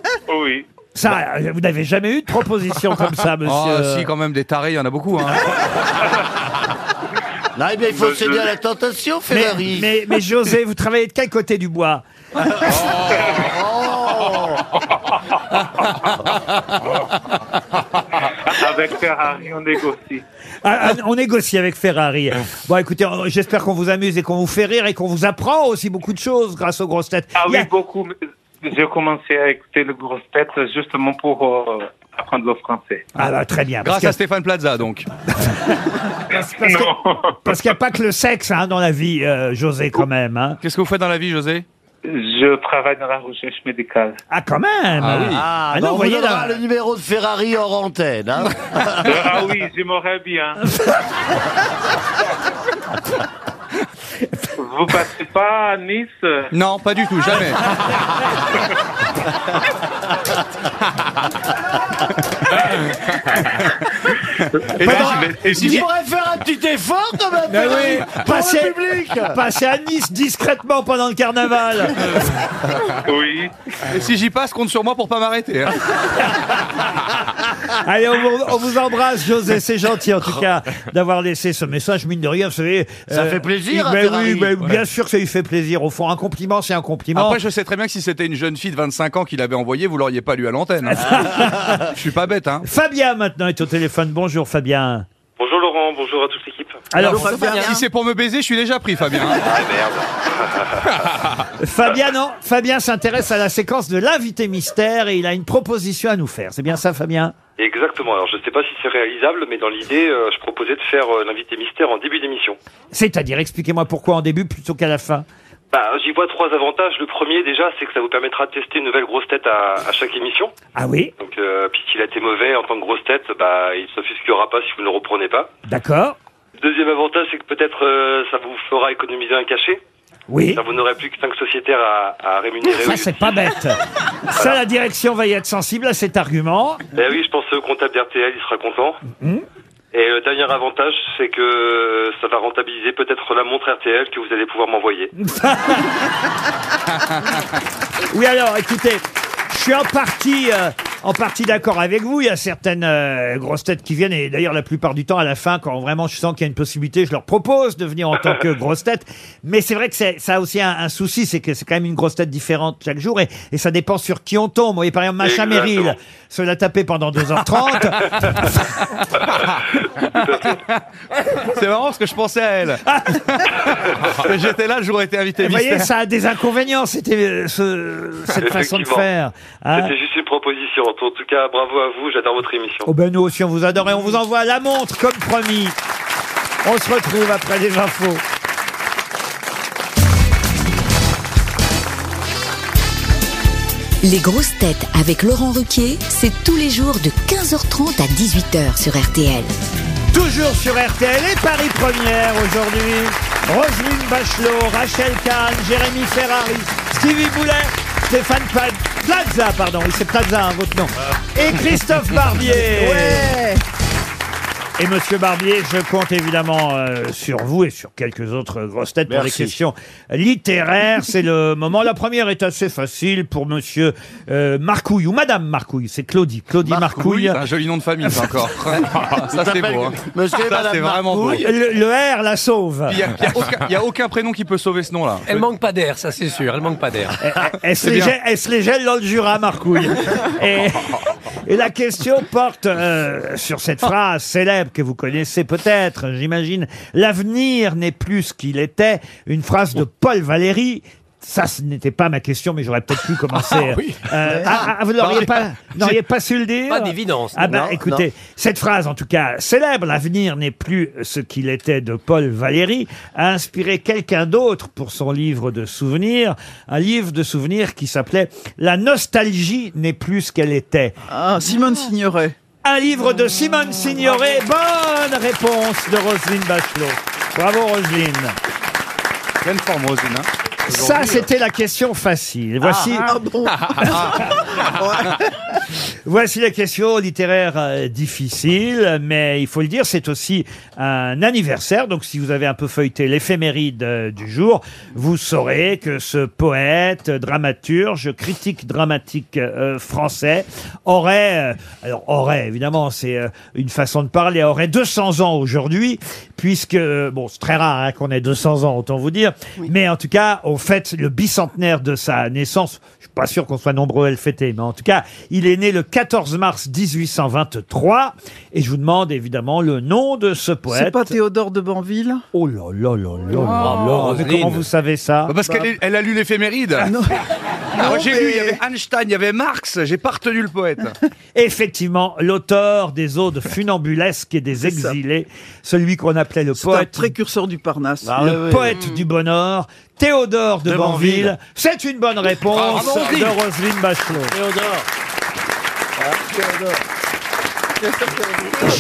G: Oui.
B: Ça, euh, vous n'avez jamais eu de proposition comme
H: [laughs]
B: ça, monsieur.
H: Ah, si, quand même, des tarés, il y en a beaucoup. Hein.
E: Non, eh bien, il faut
G: Bah,
E: céder
G: je-
E: à la tentation,
B: mais,
E: Ferrari. Ah,
B: mais, mais
E: [laughs]
B: José, vous travaillez de quel côté du bois
G: Oh.
L: Avec Ferrari, on négocie.
B: Ah, ah, on négocie avec Ferrari. Bon, écoutez, euh, j'espère qu'on vous amuse et qu'on vous fait rire et qu'on vous apprend aussi beaucoup de choses grâce aux grosses têtes.
L: Ah
B: Il y
L: oui,
B: a-
L: beaucoup. mais J'ai commencé à écouter le gros tête justement pour euh, apprendre le français.
B: Ah bah, très bien.
H: Grâce
B: parce
H: à Stéphane Plaza, donc.
B: Parce qu'il n'y a pas que le sexe hein, dans la vie, euh, José, quand même. hein.
H: Qu'est-ce que vous faites dans la vie, José
L: Je travaille dans la recherche médicale.
B: Ah, quand même
L: Ah oui.
E: Ah,
L: Ah non,
E: bah, on
L: voyez
E: vous donnera
L: là.
E: le numéro de Ferrari hors antenne.
L: [laughs]
E: hein.
L: ah oui, j'aimerais
B: [laughs]
L: bien. Vous passez pas à Nice
H: Non, pas du tout,
M: [laughs]
H: jamais.
L: Et là,
E: Faudra-
L: je vais- et je
E: Il
L: vais-
E: pourrait faire un petit effort quand même,
B: Mais
E: Ferrari,
B: oui,
E: pour
B: passez,
E: le public.
B: passez à Nice discrètement pendant le
E: [laughs]
B: carnaval.
L: Oui.
H: Et si j'y passe, compte sur moi pour pas m'arrêter. hein.
B: Allez, on vous, on vous embrasse, José. C'est gentil, en tout cas, d'avoir laissé ce message, mine de rien. Vous savez.
E: Ça fait plaisir,
B: il-
E: hein,
B: ben
E: Ferrari.
B: oui, ben,
E: Ouais.
B: bien sûr que ça lui fait plaisir. Au fond, un compliment, c'est un compliment.
H: Après, je sais très bien que si c'était une jeune fille de 25 ans qui l'avait envoyé, vous l'auriez pas lu à l'antenne. hein. Je suis pas bête, hein.
B: Fabien, maintenant, est au téléphone. Bonjour, Fabien.
M: [laughs] Bonjour Laurent, bonjour à toute l'équipe.
B: Alors,
H: si c'est pour me baiser, je suis déjà pris, Fabien. hein.
M: Ah merde.
B: [laughs] Fabien, non. Fabien s'intéresse à la séquence de l'invité mystère et il a une proposition à nous faire. C'est bien ça, Fabien
M: Exactement, alors je ne sais pas si c'est réalisable, mais dans l'idée, euh, je proposais de faire euh, l'invité mystère en début d'émission.
B: C'est-à-dire, expliquez-moi pourquoi en début plutôt qu'à la fin.
M: Bah, J'y vois trois avantages. Le premier déjà, c'est que ça vous permettra de tester une nouvelle grosse tête à, à chaque émission.
B: Ah oui
M: Donc, euh, puis s'il a été mauvais en tant que grosse tête, bah, il ne s'offusquera pas si vous ne le reprenez pas.
B: D'accord.
M: Deuxième avantage, c'est que peut-être euh, ça vous fera économiser un cachet.
B: Oui.
M: Ça, vous n'aurez plus que cinq sociétaires à, à rémunérer.
B: Ça, c'est pas bête. Ça, la direction va y être sensible à cet argument.
M: Eh oui, je pense au comptable d'RTL, il sera content.
B: Hmm.
M: Et le dernier avantage, c'est que ça va rentabiliser peut-être la montre RTL que vous allez pouvoir m'envoyer.
B: Oui, alors, écoutez, je suis en partie, euh, en partie d'accord avec vous. Il y a certaines euh, grosses têtes qui viennent, et d'ailleurs, la plupart du temps, à la fin, quand vraiment je sens qu'il y a une possibilité, je leur propose de venir en tant que grosse tête. Mais c'est vrai que c'est- ça a aussi un, un souci, c'est que c'est quand même une grosse tête différente chaque jour, et, et ça dépend sur qui on tombe. Vous voyez, par exemple, Macha
M: Exactement.
B: Merrill, se l'a tapé pendant 2h30.
H: C'est marrant parce que je pensais à
B: [laughs]
H: elle. Et J'étais là, j'aurais été invité.
B: Vous voyez,
H: mystère.
B: ça a des inconvénients, c'était euh, ce- [laughs] cette façon de
M: Effectivement.
B: faire. hein.
M: C'était juste une proposition. En tout cas, bravo à vous, j'adore votre émission.
B: Oh ben nous aussi, on vous adore et on vous envoie la montre comme promis. On se retrouve après les infos.
J: Les grosses têtes avec Laurent Ruquier, c'est tous les jours
C: Ah
J: de 15h30 à 18h sur RTL.
B: Toujours sur RTL et Paris Première aujourd'hui. Roselyne Bachelot, Rachel Kahn, Jérémy Ferrari, Stevie Boulet, Stéphane Pa- Plaza, pardon, oui c'est Plaza hein, votre nom. Et Christophe Barbier.
C: Ouais.
B: Et Monsieur Barbier, je compte évidemment euh, sur vous et sur quelques autres grosses têtes pour les
E: Merci.
B: questions littéraires. C'est le moment. La première est assez facile pour Monsieur euh, Marcouille ou Madame Marcouille. C'est Claudie. Claudie
H: Oui,
B: Marcouille.
H: c'est un joli [laughs] nom de famille, ça encore. ça, c'est beau. hein.
E: Monsieur
H: ça,
E: et Madame
H: c'est vraiment beau.
B: Oui, Le, le R la sauve.
H: Il n'y a, [laughs] il y a aucun- il y a aucun prénom qui peut sauver ce nom-là.
F: Elle manque pas d'air, ça c'est sûr, elle manque pas
B: Eh,
F: d'air.
B: Elle se,
H: C'est
B: les
H: bien.
B: gèle, elle se les gèle dans le Jura, Marcouille. Et, et la question porte euh, sur cette phrase célèbre que vous connaissez peut-être, j'imagine. L'avenir n'est plus ce qu'il était. Une phrase de Paul Valéry. Ça, ce n'était pas ma question, mais j'aurais peut-être pu commencer.
F: Ah, oui. Bah,
B: euh, ah, ah, vous n'auriez pas, n'auriez pas su le dire
F: Pas d'évidence,
B: Ah
F: non.
B: bah
F: Non,
B: écoutez,
F: non.
B: cette phrase, en tout cas célèbre, l'avenir n'est plus ce qu'il était de Paul Valéry, a inspiré quelqu'un d'autre pour son livre de souvenirs, un livre de souvenirs qui s'appelait La nostalgie n'est plus ce qu'elle était.
C: Ah, Simone Signoret.
B: Un livre de Simone Signoret. Bonne réponse de Roselyne Bachelot. Bravo Roselyne.
H: Quelle forme, Rosine hein. euh,
B: Ça,
C: hein.
B: c'était la question facile. Voici.
H: Ah,
C: Ah,
G: Ah.
B: Voici la question littéraire euh, difficile, mais il faut le dire, c'est aussi un anniversaire. Donc, si vous avez un peu feuilleté l'éphéméride euh, du jour, vous saurez que ce poète, euh, dramaturge, critique dramatique euh, français aurait, euh, alors aurait évidemment, c'est euh, une façon de parler, aurait 200 ans aujourd'hui, puisque euh, bon, c'est très rare hein, qu'on ait 200 ans, autant vous dire. Mais en tout cas, on fête le bicentenaire de sa naissance. Je suis pas sûr qu'on soit nombreux à le fêter. daté, mais en tout cas, il est né le 14 mars 1823. Et je vous demande évidemment le nom de ce poète.
C: C'est pas Théodore de Banville Oh.
B: Oh là là là là là là. Mais comment vous savez ça
H: Bah, Parce qu'elle est- elle a lu l'éphéméride. Ah, moi, J'ai lu, il y avait Einstein, il y avait Marx, j'ai pas retenu le poète.
B: [laughs] Effectivement, l'auteur des odes funambulesques et des exilés, celui qu'on appelait le
C: C'est un
B: poète, Bah,
C: précurseur du Parnasse.
B: le poète du bonheur, Théodore de,
C: De
B: Banville.
C: Banville. Ah,
B: C'est une bonne réponse
C: Bravo, Roselyne.
B: de Roselyne Bachelot.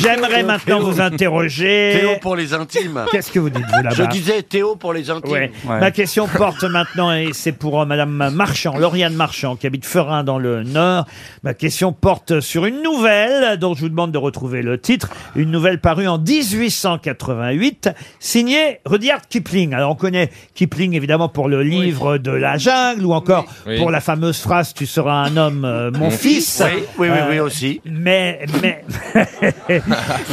B: J'aimerais maintenant vous interroger.
E: Théo pour les intimes.
B: Qu'est-ce que vous dites, vous, là-bas
E: Je disais Théo pour les intimes.
B: Ouais. Bah, Ma question porte maintenant, et c'est pour euh, Madame Marchand, Lauriane Marchand, qui habite Ferin dans le Nord. Ma question porte sur une nouvelle dont je vous demande de retrouver le titre. Une nouvelle parue en 1888, signée Rudyard Kipling. Alors on connaît Kipling évidemment pour le livre de la jungle ou encore
E: Oui.
B: pour la fameuse phrase Tu seras un homme, euh, mon
E: Mon
B: fils. Euh,
E: fils. Oui, oui, oui, oui, aussi.
B: Mais,
E: [laughs]
B: mais, [laughs]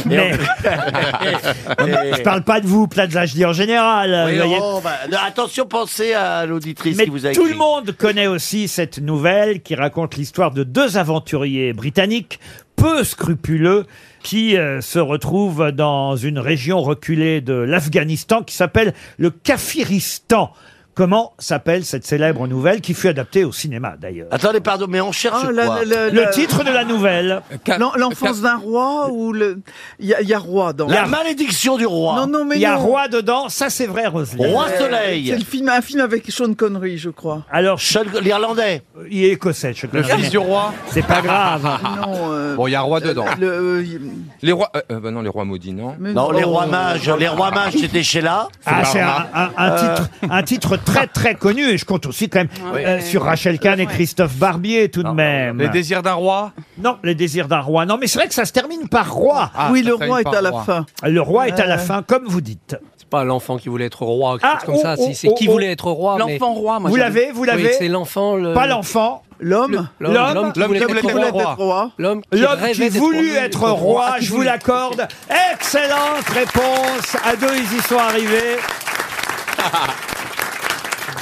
B: mais-
E: [laughs]
B: [laughs] je parle pas de vous, Plaza, je dis en général.
E: Oui,
B: vous Euh, voyez.
E: oh, bah, non, attention, pensez à l'auditrice
B: Mais
E: qui vous a
B: tout
E: écrit.
B: le monde connaît aussi cette nouvelle qui raconte l'histoire de deux aventuriers britanniques peu scrupuleux qui euh, se retrouvent dans une région reculée de l'Afghanistan qui s'appelle le Kafiristan. Comment s'appelle cette célèbre nouvelle qui fut adaptée au cinéma d'ailleurs
E: Attendez, pardon, mais on cherche
B: Oh
C: Ah, la-
E: quoi
C: la- la-
B: Le
C: la-
B: titre de la nouvelle.
C: L'en- L'enfance d'un roi ou le. Il y, a- il y a roi dans.
E: La malédiction du roi.
C: Non, non, mais
B: Il y a
C: non.
B: roi dedans, ça c'est vrai, Roselyne.
C: Euh, C'est le film, un film avec Sean Connery, je crois.
B: Alors,
E: l'Irlandais.
B: Il est écossais, je
H: Le fils du roi.
B: C'est
D: [laughs]
B: pas grave.
C: Non, euh,
H: Bon, il y a roi dedans.
C: le- euh, y-
D: Les rois. euh, euh, bah non, les rois maudits, non.
C: Mais
E: Non, les rois mages, les rois mages, c'était Euh, chez là.
B: Ah, c'est un, un- un
D: Euh.
B: titre, un titre très très connu et je compte aussi quand même euh, sur Rachel Kahn et Christophe Barbier tout de même.
H: Les désirs d'un roi
B: Non, les désirs d'un roi. Non, mais c'est vrai que ça se termine par roi. Ah,
H: Ah, Oui, ça le se termine roi est par à la Euh. roi. fin.
B: Le roi est à la
F: Ouais.
B: fin, comme vous dites.
F: C'est pas l'enfant qui voulait être roi, quelque
B: Ah,
F: chose comme
B: oh,
F: ça.
B: oh,
F: si, c'est
B: oh,
F: qui
B: oh.
F: voulait être roi. mais-
B: L'enfant roi, moi, Vous j'avais- l'avez, vous
F: Oui,
B: l'avez
F: c'est l'enfant. le-
B: Pas l'enfant.
C: L'homme
F: L'homme l'homme qui voulait être roi. L'homme qui
B: L'homme
F: rêvait
B: qui
F: d'être
B: voulut
F: roi.
B: être roi,
F: Ah, qui
B: je vous
F: voulait-
B: l'accorde. Excellente réponse. À deux, ils y sont arrivés.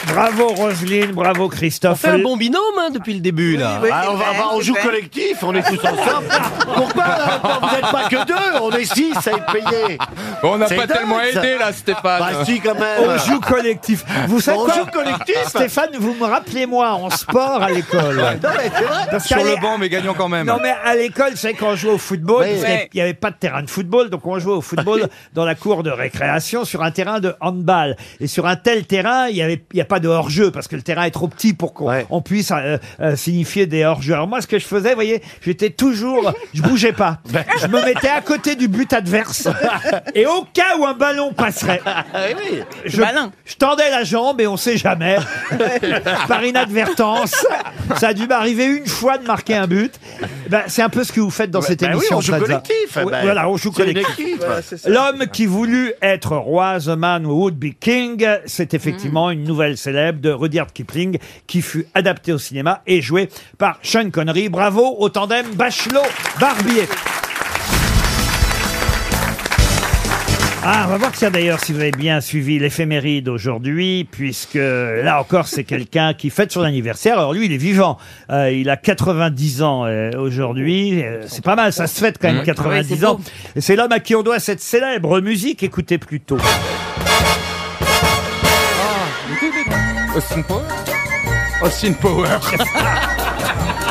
B: Bravo Roselyne, bravo
F: On
B: Christophe.
F: fait un bon binôme hein, depuis le début là.
E: oui, Ah, on va- c'est vrai, on joue c'est vrai. collectif, on est
B: [laughs]
E: tous ensemble. Pourquoi euh, attends, vous n'êtes pas que deux On est six à être payés.
H: On n'a
E: C'est
H: pas
E: dingue,
H: tellement
E: ça.
H: aidé là, Stéphane.
E: Bah si, quand même.
B: On joue collectif. Vous savez
E: On
B: quoi
E: joue collectif
B: Stéphane, vous me rappelez moi en sport à l'école.
H: [laughs] Non, mais c'est vrai.
B: Parce
H: Sur
B: qu'à l'é-
H: le banc, mais gagnant quand même.
B: Non mais à l'école, c'est quand on jouait au football,
H: Oui.
B: parce qu'il y a-
H: Ouais.
B: il n'y avait pas de terrain de football, donc on jouait au football dans la cour de récréation sur un terrain de handball. Et sur un tel terrain, il n'y avait, il y a pas de hors-jeu, parce que le terrain est trop petit pour qu'on on puisse euh, euh, signifier des hors-jeux. Alors moi, ce que je faisais, vous voyez, j'étais toujours... Je
H: [laughs]
B: bougeais pas.
H: Ben.
B: Je me mettais à côté du but adverse. Et au cas où un ballon passerait, je, je tendais la jambe et on sait jamais. [laughs] Par inadvertance, ça a dû m'arriver une fois de marquer un but. Ben, c'est un peu ce que vous faites dans
E: Bah,
B: cette
E: bah oui,
B: émission.
E: on joue
B: Plaza.
E: collectif,
B: Oui,
E: bah,
B: voilà, on joue
E: c'est une
B: collectif.
E: équipe. Voilà, c'est ça.
B: L'homme qui voulut être roi, The Man Who Would Be King, c'est
E: Mm.
B: effectivement une nouvelle célèbre de Rudyard Kipling qui fut adaptée au cinéma et jouée par Sean Connery. Bravo au tandem Bachelot-Barbier. Ah, on va voir tiens d'ailleurs si vous avez bien suivi l'éphéméride aujourd'hui, puisque là encore c'est quelqu'un qui fête son anniversaire. Alors lui, il est vivant. Euh, il a 90 ans euh, aujourd'hui. Euh, c'est pas mal, ça se fête quand même
F: Mmh.
B: 90
F: Ouais, c'est
B: ans.
F: beau.
B: Et c'est l'homme à qui on doit cette célèbre musique. Écoutez plutôt.
H: Austin Power Austin Power.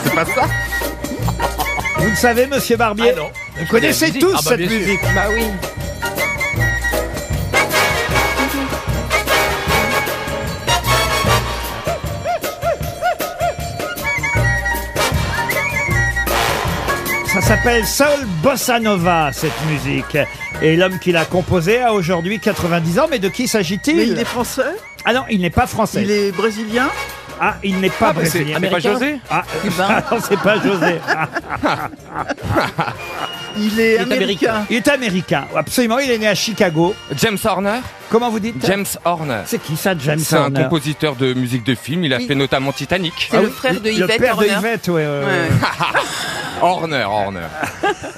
H: c'est pas ça
B: Vous le savez, Monsieur Barbier. Vous connaissez
F: musique.
B: tous
F: Ah bah,
B: cette
F: bien sûr.
B: musique.
F: Bah oui.
B: Ça s'appelle Soul Bossa Nova, cette musique. Et l'homme qui l'a composée a aujourd'hui 90 ans. Mais de qui s'agit-il
C: Mais il est français
B: Ah non, il n'est pas français.
C: Il est brésilien
B: Ah, il n'est pas
C: Ah, mais c'est-
B: brésilien.
C: c'est pas Américain José
B: Ah,
C: Eh ben.
B: ah [laughs] non, c'est pas José.
C: [laughs] Il est américain.
B: Il est américain, absolument. Il est né à Chicago.
D: James Horner
B: Comment vous dites
D: James Horner.
B: C'est qui ça, James
D: C'est un
B: Horner
D: compositeur de musique de film. Il a
I: Oui.
C: Ah
D: fait notamment Titanic. Ah
I: C'est le frère de Yvette
B: Le père
I: Horner.
B: de Yvette, ouais. ouais, ouais.
D: Horner,
C: [laughs]
D: Horner.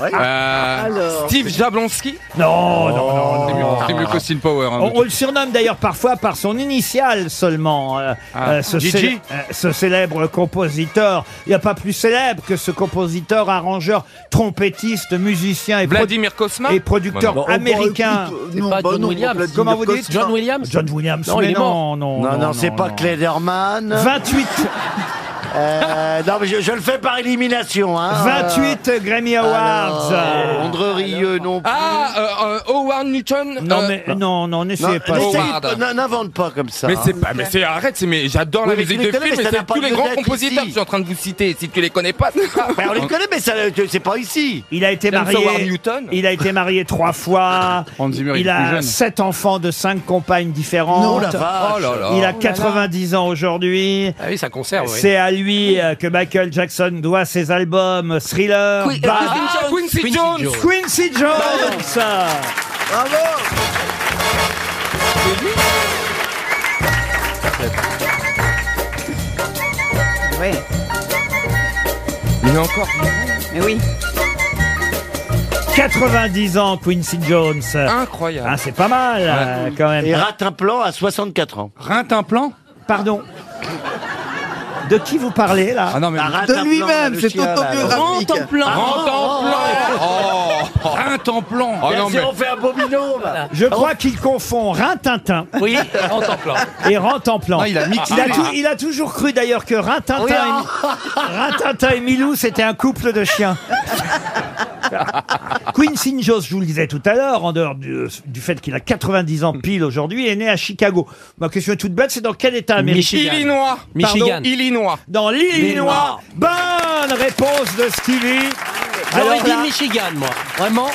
D: Euh,
B: Alors.
D: Steve Jablonski Oh.
B: Non, non, non, non.
D: C'est mieux qu'Austin Power. hein, de
B: On, on le surnomme d'ailleurs parfois par son initiale seulement. euh,
D: Ah.
B: euh, ce,
D: Gigi
B: célè- euh, ce célèbre compositeur. Il n'y a pas plus célèbre que ce compositeur, arrangeur, trompettiste, musicien et, pro-
D: Vladimir Cosma
B: et producteur
D: Bah non.
B: américain.
D: Bah,
E: euh,
D: écoute, C'est non, pas bah John non, Williams. Vladimir
B: Comment vous dites
D: Cosma. John Williams
B: John Williams.
D: Non,
B: mais
D: il est
B: non,
D: mort.
B: non,
E: Non, non, c'est pas
B: non.
E: Klederman.
B: 28.
E: [laughs] Euh, non, mais je, je le fais par élimination. Hein.
B: 28 Grammy Awards.
E: Alors, Andrerieux non plus.
D: Ah, euh, euh, Howard Newton.
B: Non,
D: euh,
B: mais non, non, n'essayez pas.
E: n'essaye
D: Howard.
E: pas, n- N'invente pas comme ça.
D: Mais c'est
E: hein.
D: pas, mais c'est arrête, c'est mais j'adore
E: Oui,
D: la
E: mais
D: musique
E: tu
D: de
E: les connais,
D: film,
E: mais
D: mais
E: ça n'a
D: c'est
E: pas
D: tous
E: de
D: les grands
E: vedette
D: compositeurs
E: ici.
D: que je suis en train de vous citer. Si tu les connais pas, [laughs] c'est grave.
E: Mais on les connaît, mais ça, c'est pas ici.
B: Il a été
D: James
B: marié.
D: Howard Newton.
B: Il a été marié trois fois.
E: [laughs]
D: il
B: il
D: est plus
B: a
D: jeune.
B: sept enfants de cinq compagnes différentes.
E: Non, la vache. Oh là là.
B: Ah, Il
E: Oh là
B: a 90 ans aujourd'hui.
F: Ah oui, ça conserve. oui.
B: C'est à lui euh, que Michael Jackson doit ses albums Thriller,
I: euh,
B: Bah.
F: Qui-
B: Bad,
D: Ah,
F: Bah,
D: Quincy,
F: Quincy
D: Jones.
F: Jones.
B: Quincy Jones.
C: Bravo
I: Ouais.
D: Il est encore.
I: Mais oui.
B: 90 ans, Quincy Jones.
D: Incroyable.
B: Ah, c'est pas mal euh, quand même.
E: Et rate un plan à 64 ans.
D: Rate un plan
B: Pardon. De qui vous parlez là
D: Ah non, mais-
E: Ah, rate
C: De
E: un plan,
C: lui-même,
E: là,
C: c'est
E: Lucia, là.
C: autobiographique.
D: Rate un plan. Oh, rate un plan. Oh, non,
E: Merci,
D: mais-
E: on fait un beau binôme.
B: Je crois qu'il confond Rintintin
F: Oui, en temps plein.
B: et Rantanplan.
H: Non, il a mixé les-
B: tou- il a toujours cru d'ailleurs que Rintintin,
E: Oui,
B: et,
E: hein.
F: oh.
B: Mi- Rintintin et Milou, c'était un couple
F: [laughs]
B: de chiens. Quincy Jones, je vous le disais tout à l'heure, en dehors du, du fait qu'il a 90 ans pile aujourd'hui, est né à Chicago. Ma question est toute bête, c'est dans quel état américain
F: Michigan.
D: Illinois.
F: Michigan.
D: Pardon, Illinois.
B: Dans l'Illinois.
F: L'Illinois.
B: Bonne réponse de Stevie.
F: J'aurais
B: Alors
F: dit
B: là,
F: Michigan, moi. Vraiment.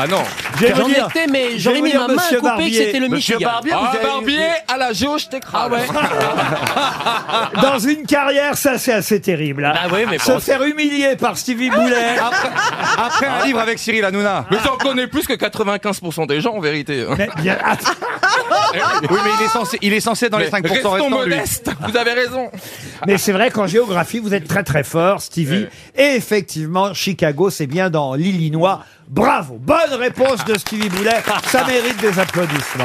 D: Ah non.
B: je vais vous
F: J'en
B: dire-
F: étais,
B: je vais
F: mais j'aurais
B: vous
F: mis
B: dire,
F: ma main à
B: monsieur
F: couper que
B: Barbier,
F: c'était le
E: Monsieur
F: Michigan.
E: Barbier, vous
D: Ah,
E: avez-
D: Barbier, à la jauge, t'es crade. [laughs]
B: Dans une carrière, ça c'est assez terrible. hein.
F: Ah oui, mais
B: Se
F: bon, Ah.
B: faire humilier par Stevie Boulet.
H: Après, après un livre avec Cyril Hanouna.
D: Mais j'en connais plus que 95% des gens, en vérité.
B: Mais bien-
D: [laughs]
B: ah,
H: Oui, mais il est censé, il est censé être dans les 5%
D: restons
H: restants, lui.
D: modestes, vous avez raison.
B: mais c'est vrai qu'en géographie, vous êtes très très fort, Stevie. Et effectivement, Chicago, c'est bien dans l'Illinois. Bravo Bonne réponse de Stevie Boulet. Ça mérite des applaudissements.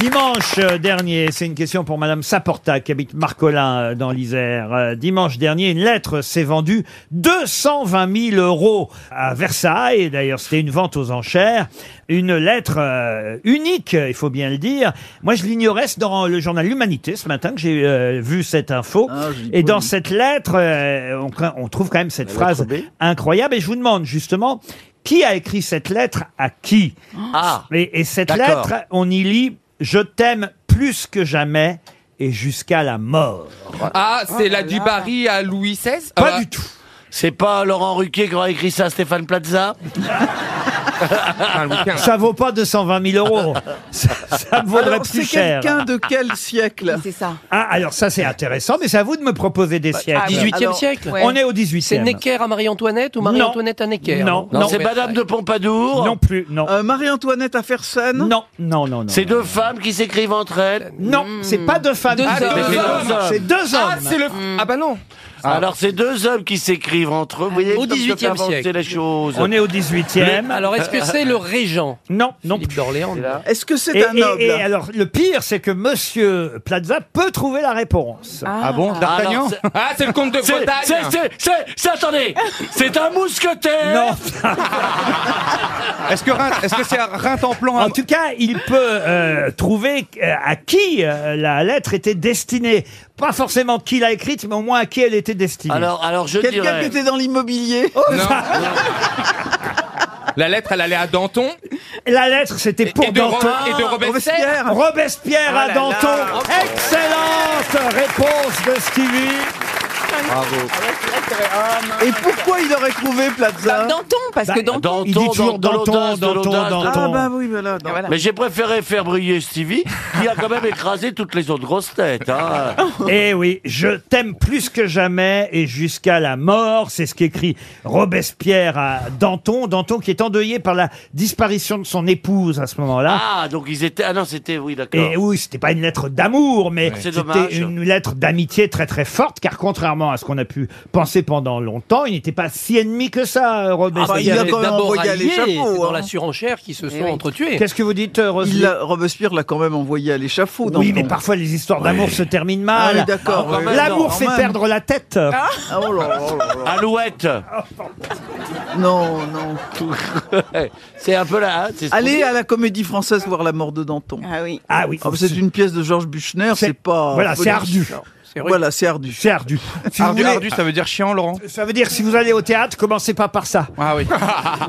B: Dimanche euh, dernier, c'est une question pour Madame Saporta qui habite Marcolin euh, dans l'Isère. Euh, Dimanche dernier, une lettre s'est vendue 220 000 euros à Versailles. D'ailleurs, c'était une vente aux enchères. Une lettre euh, unique, euh, il faut bien le dire. Moi, je l'ignorais. C'est dans le journal L'Humanité ce matin que j'ai euh, vu cette info.
C: Ah, je l'ai
B: Et
C: pas
B: dans
C: lu.
B: cette lettre, euh, on, cra- on trouve quand même cette
E: La
B: phrase
E: lettre B.
B: incroyable. Et je vous demande justement, qui a écrit cette lettre à qui
E: Ah.
B: et, et cette
E: D'accord.
B: lettre, on y lit Je t'aime plus que jamais et jusqu'à la mort.
D: Ah,
C: Oh
D: c'est la du Barry à Louis XVI
B: Pas
D: Ah,
B: du tout.
E: C'est pas Laurent Ruquier qui aura écrit ça à
D: [laughs]
E: Stéphane Plaza
D: ah, Louis XV.
B: Ça vaut pas 220
C: [laughs]
B: 000 euros. ça, ça me vaudrait
C: Alors, c'est
B: plus cher.
C: quelqu'un de quel siècle
I: C'est ça.
B: Ah, alors ça, c'est intéressant, mais c'est à vous de me proposer des siècles.
I: ah,
F: 18e
I: Alors,
F: Bah, siècle.
I: ouais.
B: On est au 18e.
F: C'est Necker à Marie-Antoinette ou Marie-Antoinette à Necker
B: Non, non.
E: C'est
F: mais-
E: Madame de Pompadour.
B: Non plus, non.
C: Euh, Marie-Antoinette à Fersen
B: non, non, non, non.
E: C'est deux femmes qui s'écrivent entre elles.
B: Non, c'est pas deux femmes.
F: Deux
B: Ah,
F: hommes.
B: c'est
D: Deux
E: hommes.
B: C'est deux hommes.
D: Ah, c'est le. Ah, bah non.
E: Alors c'est deux hommes qui s'écrivent entre eux. Vous voyez,
F: Au
E: comme ça fait
F: 18e
E: avancer
F: siècle.
E: les choses.
B: On est au 18e.
F: Alors, est-ce que c'est le régent
B: Non, non
F: Philippe d'Orléans.
C: Est-ce que c'est
B: Et,
C: un
B: et-
C: noble
B: et alors, le pire, c'est que Monsieur Plaza peut trouver la réponse.
H: Ah bon, D'Artagnan
E: Alors, c'est-
D: Ah, c'est le comte de
E: C'est,
D: Bretagne.
E: c'est, c'est, c'est, c'est- attendez, c'est un mousquetaire.
B: Non.
H: [laughs] Est-ce que Rhin- est-ce que c'est à Rhin-Templan à-
B: En tout cas, il peut euh, trouver euh, à qui euh, la lettre était destinée. Pas forcément qui l'a écrite, mais au moins à qui elle était destinée.
E: Alors, alors je
C: Quelqu'un qui
E: dirais.
C: était dans l'immobilier
D: Non. La lettre, elle allait à Danton.
B: La lettre, c'était pour
D: et de Ro-
B: Danton. Ah,
D: et de Robespierre.
C: Robespierre
B: Robespierre à
F: là
B: Danton.
F: là.
B: Excellente réponse de Stevie.
C: Et pourquoi il aurait trouvé Plaza
I: Danton, parce que
B: Bah,
I: Danton.
E: Danton,
B: Il dit toujours
E: Danton,
B: Danton,
E: l'audace, de
B: Danton,
E: l'audace, de
B: Danton.
C: Ah bah oui, voilà. non.
I: Voilà.
E: Mais j'ai préféré faire briller Stevie, qui a quand même écrasé toutes les autres grosses têtes. hein.
B: Eh oui, je t'aime plus que jamais et jusqu'à la mort, c'est ce qu'écrit Robespierre à Danton. Danton qui est endeuillé par la disparition de son épouse à ce moment-là.
E: Ah, donc ils étaient. Ah non, c'était. Oui, d'accord.
B: Et oui, c'était pas une lettre d'amour, mais
E: C'est
B: c'était
E: dommage.
B: une lettre d'amitié très très forte, car contrairement à à ce qu'on a pu penser pendant longtemps, il n'était pas si ennemi que
E: Ah bah,
B: ça, euh,
F: Ah,
B: Robespierre.
H: Bah,
F: d'abord allié, c'est
H: hein.
F: dans la surenchère qui
H: Eh
F: se sont entretués.
B: Qu'est-ce que vous dites, euh, Roselyne
C: Il l'a- Robespierre l'a quand même envoyé à l'échafaud.
B: Oui, mais parfois les histoires d'amour se terminent mal.
C: Ah oui, d'accord. oui,
B: L'amour
C: non,
B: fait
C: quand même.
B: perdre la tête.
C: Ah, oh là là, oh là là.
E: Alouette
C: Non, non.
E: Eh, c'est un peu là. c'est ce qu'on
C: Allez
B: euh,
E: dit.
C: à la Comédie Française voir La Mort de Danton.
I: Ah oui.
B: Ah oui.
C: c'est une pièce de Georges Büchner. C'est pas.
B: voilà, c'est ardu.
C: Voilà, c'est ardu. [laughs]
B: C'est ardu. Si vous
H: Ardu,
B: voulez-
H: ardu, ça veut dire chiant, Laurent
B: Ça veut dire si vous allez au théâtre, commencez pas par ça.
H: Ah oui.
B: [laughs]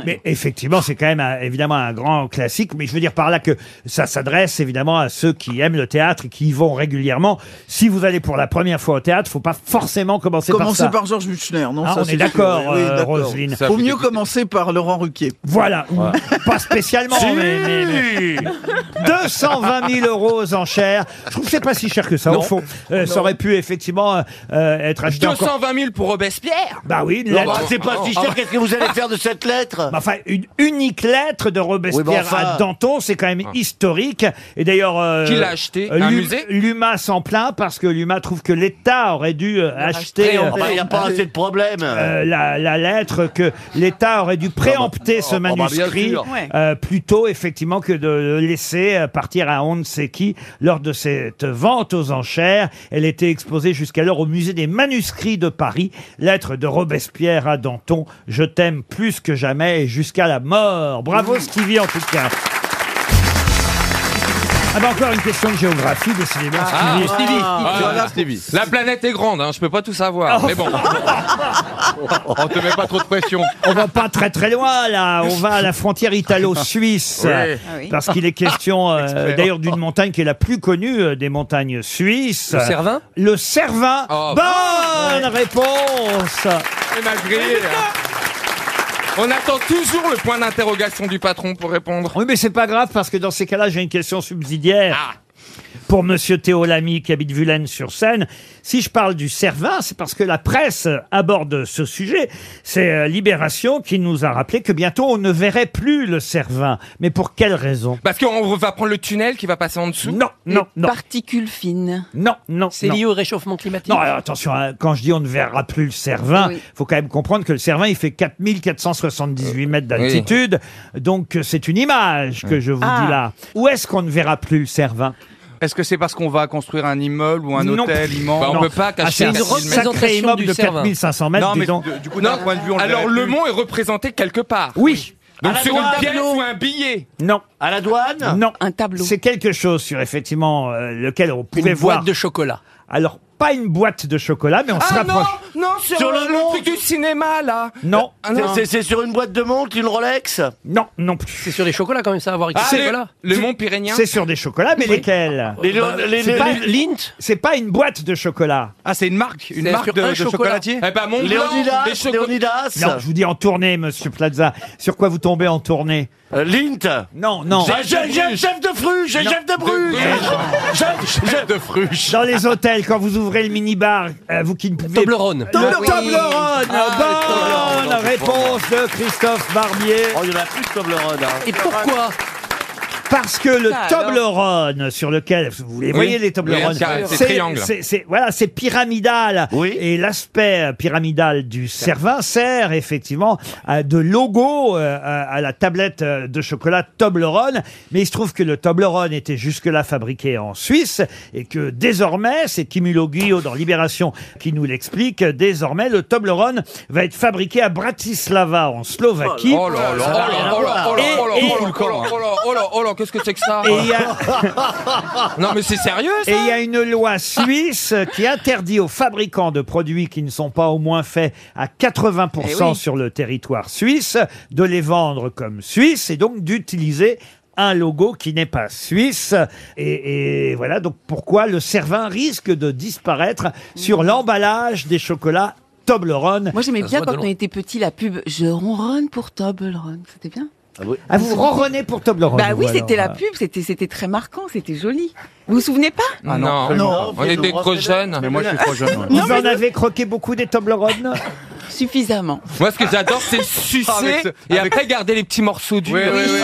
B: mais effectivement, c'est quand même un- évidemment un grand classique. Mais je veux dire par là que ça s'adresse évidemment à ceux qui aiment le théâtre et qui y vont régulièrement. Si vous allez pour la première fois au théâtre, faut pas forcément commencer par
C: Commencez
B: ça.
C: par, Georges Büchner, non
B: Ah,
C: ça,
B: on
C: c'est
B: est
C: sûr.
B: d'accord,
C: Oui,
B: euh,
C: d'accord.
B: Roselyne. Ça
C: Vaut
B: fait
C: mieux commencer par Laurent Ruquier.
B: Voilà. [laughs] Pas spécialement.
C: Si
B: mais- mais- mais-
C: [laughs]
B: 220 000 euros aux enchères. Je trouve que c'est pas si cher que ça, au
D: Non.
B: fond. Euh, ça
D: Non.
B: aurait pu effectivement euh, euh, être acheté encore-
D: 220 000 pour Robespierre
B: Bah oui, une
D: Non,
B: lettre.
D: bah, c'est pas si cher,
B: Ah.
D: qu'est-ce que vous allez faire
E: de cette lettre
B: Bah, Enfin, une unique lettre de Robespierre
D: Oui, mais enfin.
B: à Danton, c'est quand même historique. Et d'ailleurs... euh,
D: Ah. Qui l'a acheté
B: euh,
D: Un
B: Lu-
D: musée
B: Luma s'en plaint parce que Luma trouve que l'État aurait dû euh, acheter... euh,
E: Ah bah, Il n'y a pas assez de problème.
B: euh, la, la lettre que l'État aurait dû préempter ce
E: ah bah, bien
B: manuscrit
E: sûr. Ouais.
B: euh, plutôt effectivement que de le laisser euh, partir à on ne sait qui lors de cette vente aux enchères. Elle était exposée jusqu'alors au musée des manuscrits de Paris. Lettre de Robespierre à Danton. Je t'aime plus que jamais et jusqu'à la mort. Bravo Stevie en tout cas. Ah bah encore une question de géographie, décidément.
D: Ah,
B: Stevie.
D: Ah,
H: Voilà.
D: Stevie. La planète est grande, hein, je peux pas tout savoir.
B: Ah.
D: Mais
B: [laughs]
D: bon. On te met pas trop de pression.
B: On va pas très très loin là, on va à la frontière italo-suisse.
D: Oui.
B: euh,
D: Ah oui.
B: Parce qu'il est question euh, d'ailleurs d'une montagne qui est la plus connue euh, des montagnes suisses.
F: Le Cervin
B: Le Cervin.
D: Oh.
B: Bonne réponse
D: Et malgré,
B: euh,
D: On attend toujours le point d'interrogation du patron pour répondre.
B: Oui mais c'est pas grave parce que dans ces cas-là j'ai une question subsidiaire.
D: Ah.
B: Pour Monsieur Théo Lamy qui habite Vulaine-sur-Seine, si je parle du Cervin, c'est parce que la presse aborde ce sujet. C'est euh, Libération qui nous a rappelé que bientôt on ne verrait plus le Cervin. Mais pour quelle raison
D: Parce qu'on va prendre le tunnel qui va passer en dessous.
B: Non, non, non.
I: Particules fines.
B: Non, non.
F: C'est
B: non.
F: lié au réchauffement climatique.
B: Non, alors, attention, hein, quand je dis on ne verra plus le Cervin, faut quand même comprendre que le Cervin, il fait 4478 mètres d'altitude. Donc, euh, c'est une image que je vous
H: Ah.
B: dis là. Où est-ce qu'on ne verra plus le Cervin
H: Est-ce que c'est parce qu'on va construire un immeuble ou un
B: Non.
H: hôtel immense
B: Bah, on Non. peut pas cacher Ah, c'est un une représentation sacré immeuble du de Cervin. 4500 mètres,
H: Non, mais
B: disons.
H: du- du coup, d'un point de vue, on le
D: Alors
H: verrait
D: le
H: plus.
D: mont est représenté quelque part.
B: Oui.
D: Donc
B: À la
D: sur
B: douane.
D: une pièce ou un billet.
B: Non.
E: À la douane
B: Non. Un tableau. C'est quelque chose sur, effectivement, euh, lequel on pouvait
F: boîte
B: voir.
F: de chocolat.
B: Alors, pas une boîte de chocolat, mais on se
D: Ah non,
B: rapproche.
D: non, sur,
E: Sur
D: le,
E: le
D: le
E: mont.
D: truc du cinéma là.
B: Non.
D: Ah non.
E: C'est- C'est sur une boîte de montre, une Rolex
B: Non, non plus.
F: C'est sur les chocolats quand même, ça a à voir avec
D: Ah,
F: les
D: le-
F: chocolats.
D: le mont Pyrénéen.
B: C'est sur des chocolats, mais lesquels
E: Les- les-
B: C'est
E: les-
B: pas-
E: les-
B: C'est pas une boîte de chocolat.
H: Ah, c'est une marque, une
F: C'est
H: marque
F: sur
H: de,
F: un
H: de
F: chocolat.
H: chocolatier.
D: Eh ben Mont Blanc,
E: Léonidas,
D: des chocolats.
E: Léonidas,
B: Non, je vous dis en tournée, monsieur Plaza. Sur quoi vous tombez en tournée
E: euh, Lint.
B: Non, non.
E: J'ai- j'ai- j'ai- Chef de Fruge, j'ai chef de Bruges. Chef- chef-
D: de fruche.
B: Dans les hôtels, quand vous ouvrez le minibar, euh, vous qui ne pouvez
F: Toblerone.
B: Le
F: Toblerone.
B: Toblerone.
E: Ah, le
B: Bonne
E: Toblerone.
B: Oh, réponse de Christophe Barbier.
E: Oh, il y en a plus de Toblerone. hein.
F: Et pourquoi
B: Parce que le
F: Ça, alors.
B: Toblerone sur lequel vous les
D: Oui.
B: voyez les Toblerone,
D: Oui, c'est- c'est triangle.
B: c'est- c'est- voilà, c'est pyramidal. Et l'aspect pyramidal du Cervin sert effectivement à de logo euh, à, à la tablette euh, de chocolat Toblerone. Mais il se trouve que le Toblerone était jusque-là fabriqué en Suisse et que désormais, c'est Kimulo Guillot dans Libération qui nous l'explique. Désormais, le Toblerone va être fabriqué à Bratislava en Slovaquie.
D: Oh là là, oh là là, oh là, oh là, oh là,
B: Et- et-
D: oh là, oh là, oh là, oh là, oh là, qu'est-ce que c'est que ça
B: Et il y a-
H: Ah
D: Non mais c'est sérieux ça
B: Et il y a une loi suisse qui interdit aux fabricants de produits qui ne sont pas au moins faits à 80%
F: Eh oui.
B: sur le territoire suisse de les vendre comme suisses et donc d'utiliser un logo qui n'est pas suisse. Et, et voilà donc pourquoi le Cervin risque de disparaître sur l'emballage des chocolats Toblerone.
I: Hmm. Moi, j'aimais
B: Ça se
I: bien
B: voit de
I: quand on
B: loin.
I: était petit la pub Je ronronne pour Toblerone. C'était bien.
B: Ah, vous ronronnez pour Toblerone
I: Bah oui,
B: vous,
I: c'était la
B: alors. euh
I: pub, c'était c'était très marquant, c'était joli. Vous vous souvenez pas
H: Ah non,
D: Non,
H: absolument
D: non,
H: pas.
D: on était trop jeunes.
H: Mais moi, je suis trop jeune. ouais.
B: Vous en avez croqué beaucoup des Toblerone
I: [laughs] Suffisamment.
D: [laughs] Moi, ce que j'adore, c'est sucer
H: Avec ce-
D: et
H: avec-
D: après garder les petits morceaux du. Ah
H: Oui, Ah, oui, oui, oui.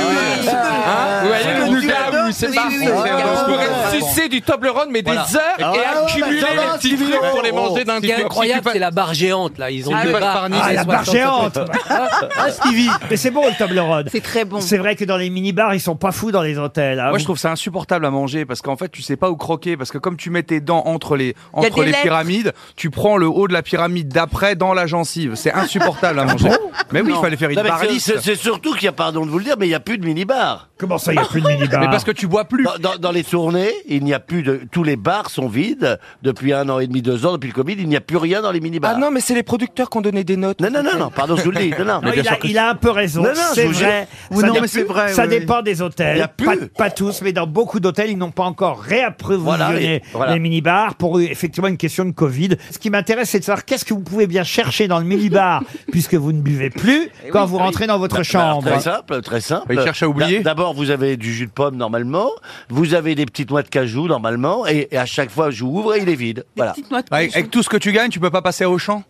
D: Hein Vous voyez,
H: Ouais.
D: le nougat, oui,
H: ah,
D: c'est ça. Je pourrais sucer du Toblerone, mais des
F: Voilà. Ah
D: heures
H: Ah
D: et accumuler les petits trucs pour les
F: Oh,
D: manger d'un
F: Ce qui est
D: coup.
F: incroyable, c'est la barre géante, là. Ils ont
B: Ah,
F: deux
B: oui.
F: barres.
B: Ah, la barre géante
F: Ah,
H: [laughs]
F: Stevie
B: Mais c'est bon le Toblerone
I: C'est très bon.
B: C'est vrai que dans les mini-bars, ils sont pas fous dans les hôtels. hein.
H: Moi, je trouve ça insupportable à manger parce qu'en fait, tu sais pas où croquer parce que comme tu mets tes dents entre les
B: y a
H: entre
B: des
H: les
B: lettres.
H: pyramides, tu prends le haut de la pyramide d'après dans la gencive. C'est insupportable à manger. Mais oui, il fallait faire une
E: Non, mais
H: barre
E: c'est-
H: lisse.
E: c'est- C'est surtout qu'il y a, pardon de vous le dire, mais il n'y a plus de minibar.
B: Comment ça, il n'y a plus de minibar
H: Mais parce que tu bois plus.
E: Dans, dans- dans les tournées, il n'y a plus de. Tous les bars sont vides depuis un an et demi, deux ans, depuis le Covid, il n'y a plus rien dans les minibars. Ah non,
D: mais c'est les producteurs qui ont donné des notes.
E: Non, non, non, non, pardon, je vous le dis. Non, non.
B: Non, il, a, il a un peu raison,
E: Non, non, je
B: c'est
E: vous jure.
B: vrai.
E: Oui,
B: ça
E: non,
B: dé-
E: mais c'est vrai,
B: Ça
E: oui, oui.
B: dépend des
E: Il y a
B: hôtels.
E: plus.
B: Pas, pas tous, mais dans beaucoup d'hôtels, ils n'ont pas encore réapprovisionné
E: Voilà, et- voilà.
B: les minibars pour euh, effectivement une question de Covid. Ce qui m'intéresse, c'est de savoir qu'est-ce que vous pouvez bien chercher dans le
E: [laughs]
B: minibar, puisque vous ne buvez plus quand vous rentrez dans votre
E: Eh Bah, bah,
B: chambre.
E: Très simple, très simple.
H: Il cherche à oublier.
E: D'a- D'abord, vous avez du jus de pomme normalement, vous avez des petites noix de cajou normalement, et, et à chaque fois, j'ouvre et il est vide. Voilà.
H: Avec, avec tout ce que tu gagnes, tu peux pas passer au champ.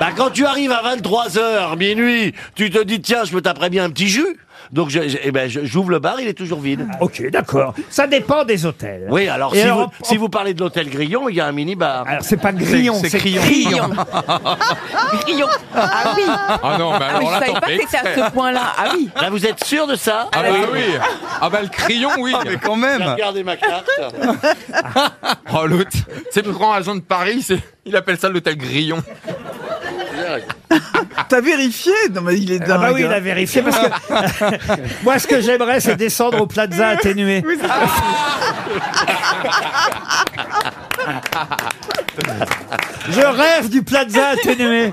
E: Bah, quand tu arrives à 23h, minuit, tu te dis, tiens, je me taperais bien un petit jus. Donc, je- je- eh ben, je- j'ouvre le bar, il est toujours vide.
B: Ah, Ok, d'accord. Ça dépend des hôtels.
E: Oui, alors,
B: Et
E: si,
B: alors,
E: vous, si vous parlez de l'hôtel Grillon, il y a un mini-bar.
B: Alors, c'est pas Grillon, c'est
H: [laughs]
B: Crillon.
I: Grillon. Ah oui.
E: Ah non, mais
I: Ah
E: alors là,
I: oui, je savais
E: t'en
I: pas
E: fais
I: que c'était à
E: exprès.
I: ce point-là. Ah oui.
E: Là, vous êtes sûr de ça
I: Ah Ah, bah bah oui. oui.
D: Ah bah le crayon, oui. mais quand
E: Regardez ma carte.
D: [laughs] Oh l'autre, c'est le grand agent de Paris, c'est- il appelle ça l'hôtel Grillon.
C: [laughs] T'as vérifié Non, mais il est dingue.
B: Ah bah oui, il a vérifié
C: [laughs]
B: parce que moi, ce que j'aimerais, c'est descendre au Plaza atténué.
G: [laughs]
B: Je rêve du Plaza atténué.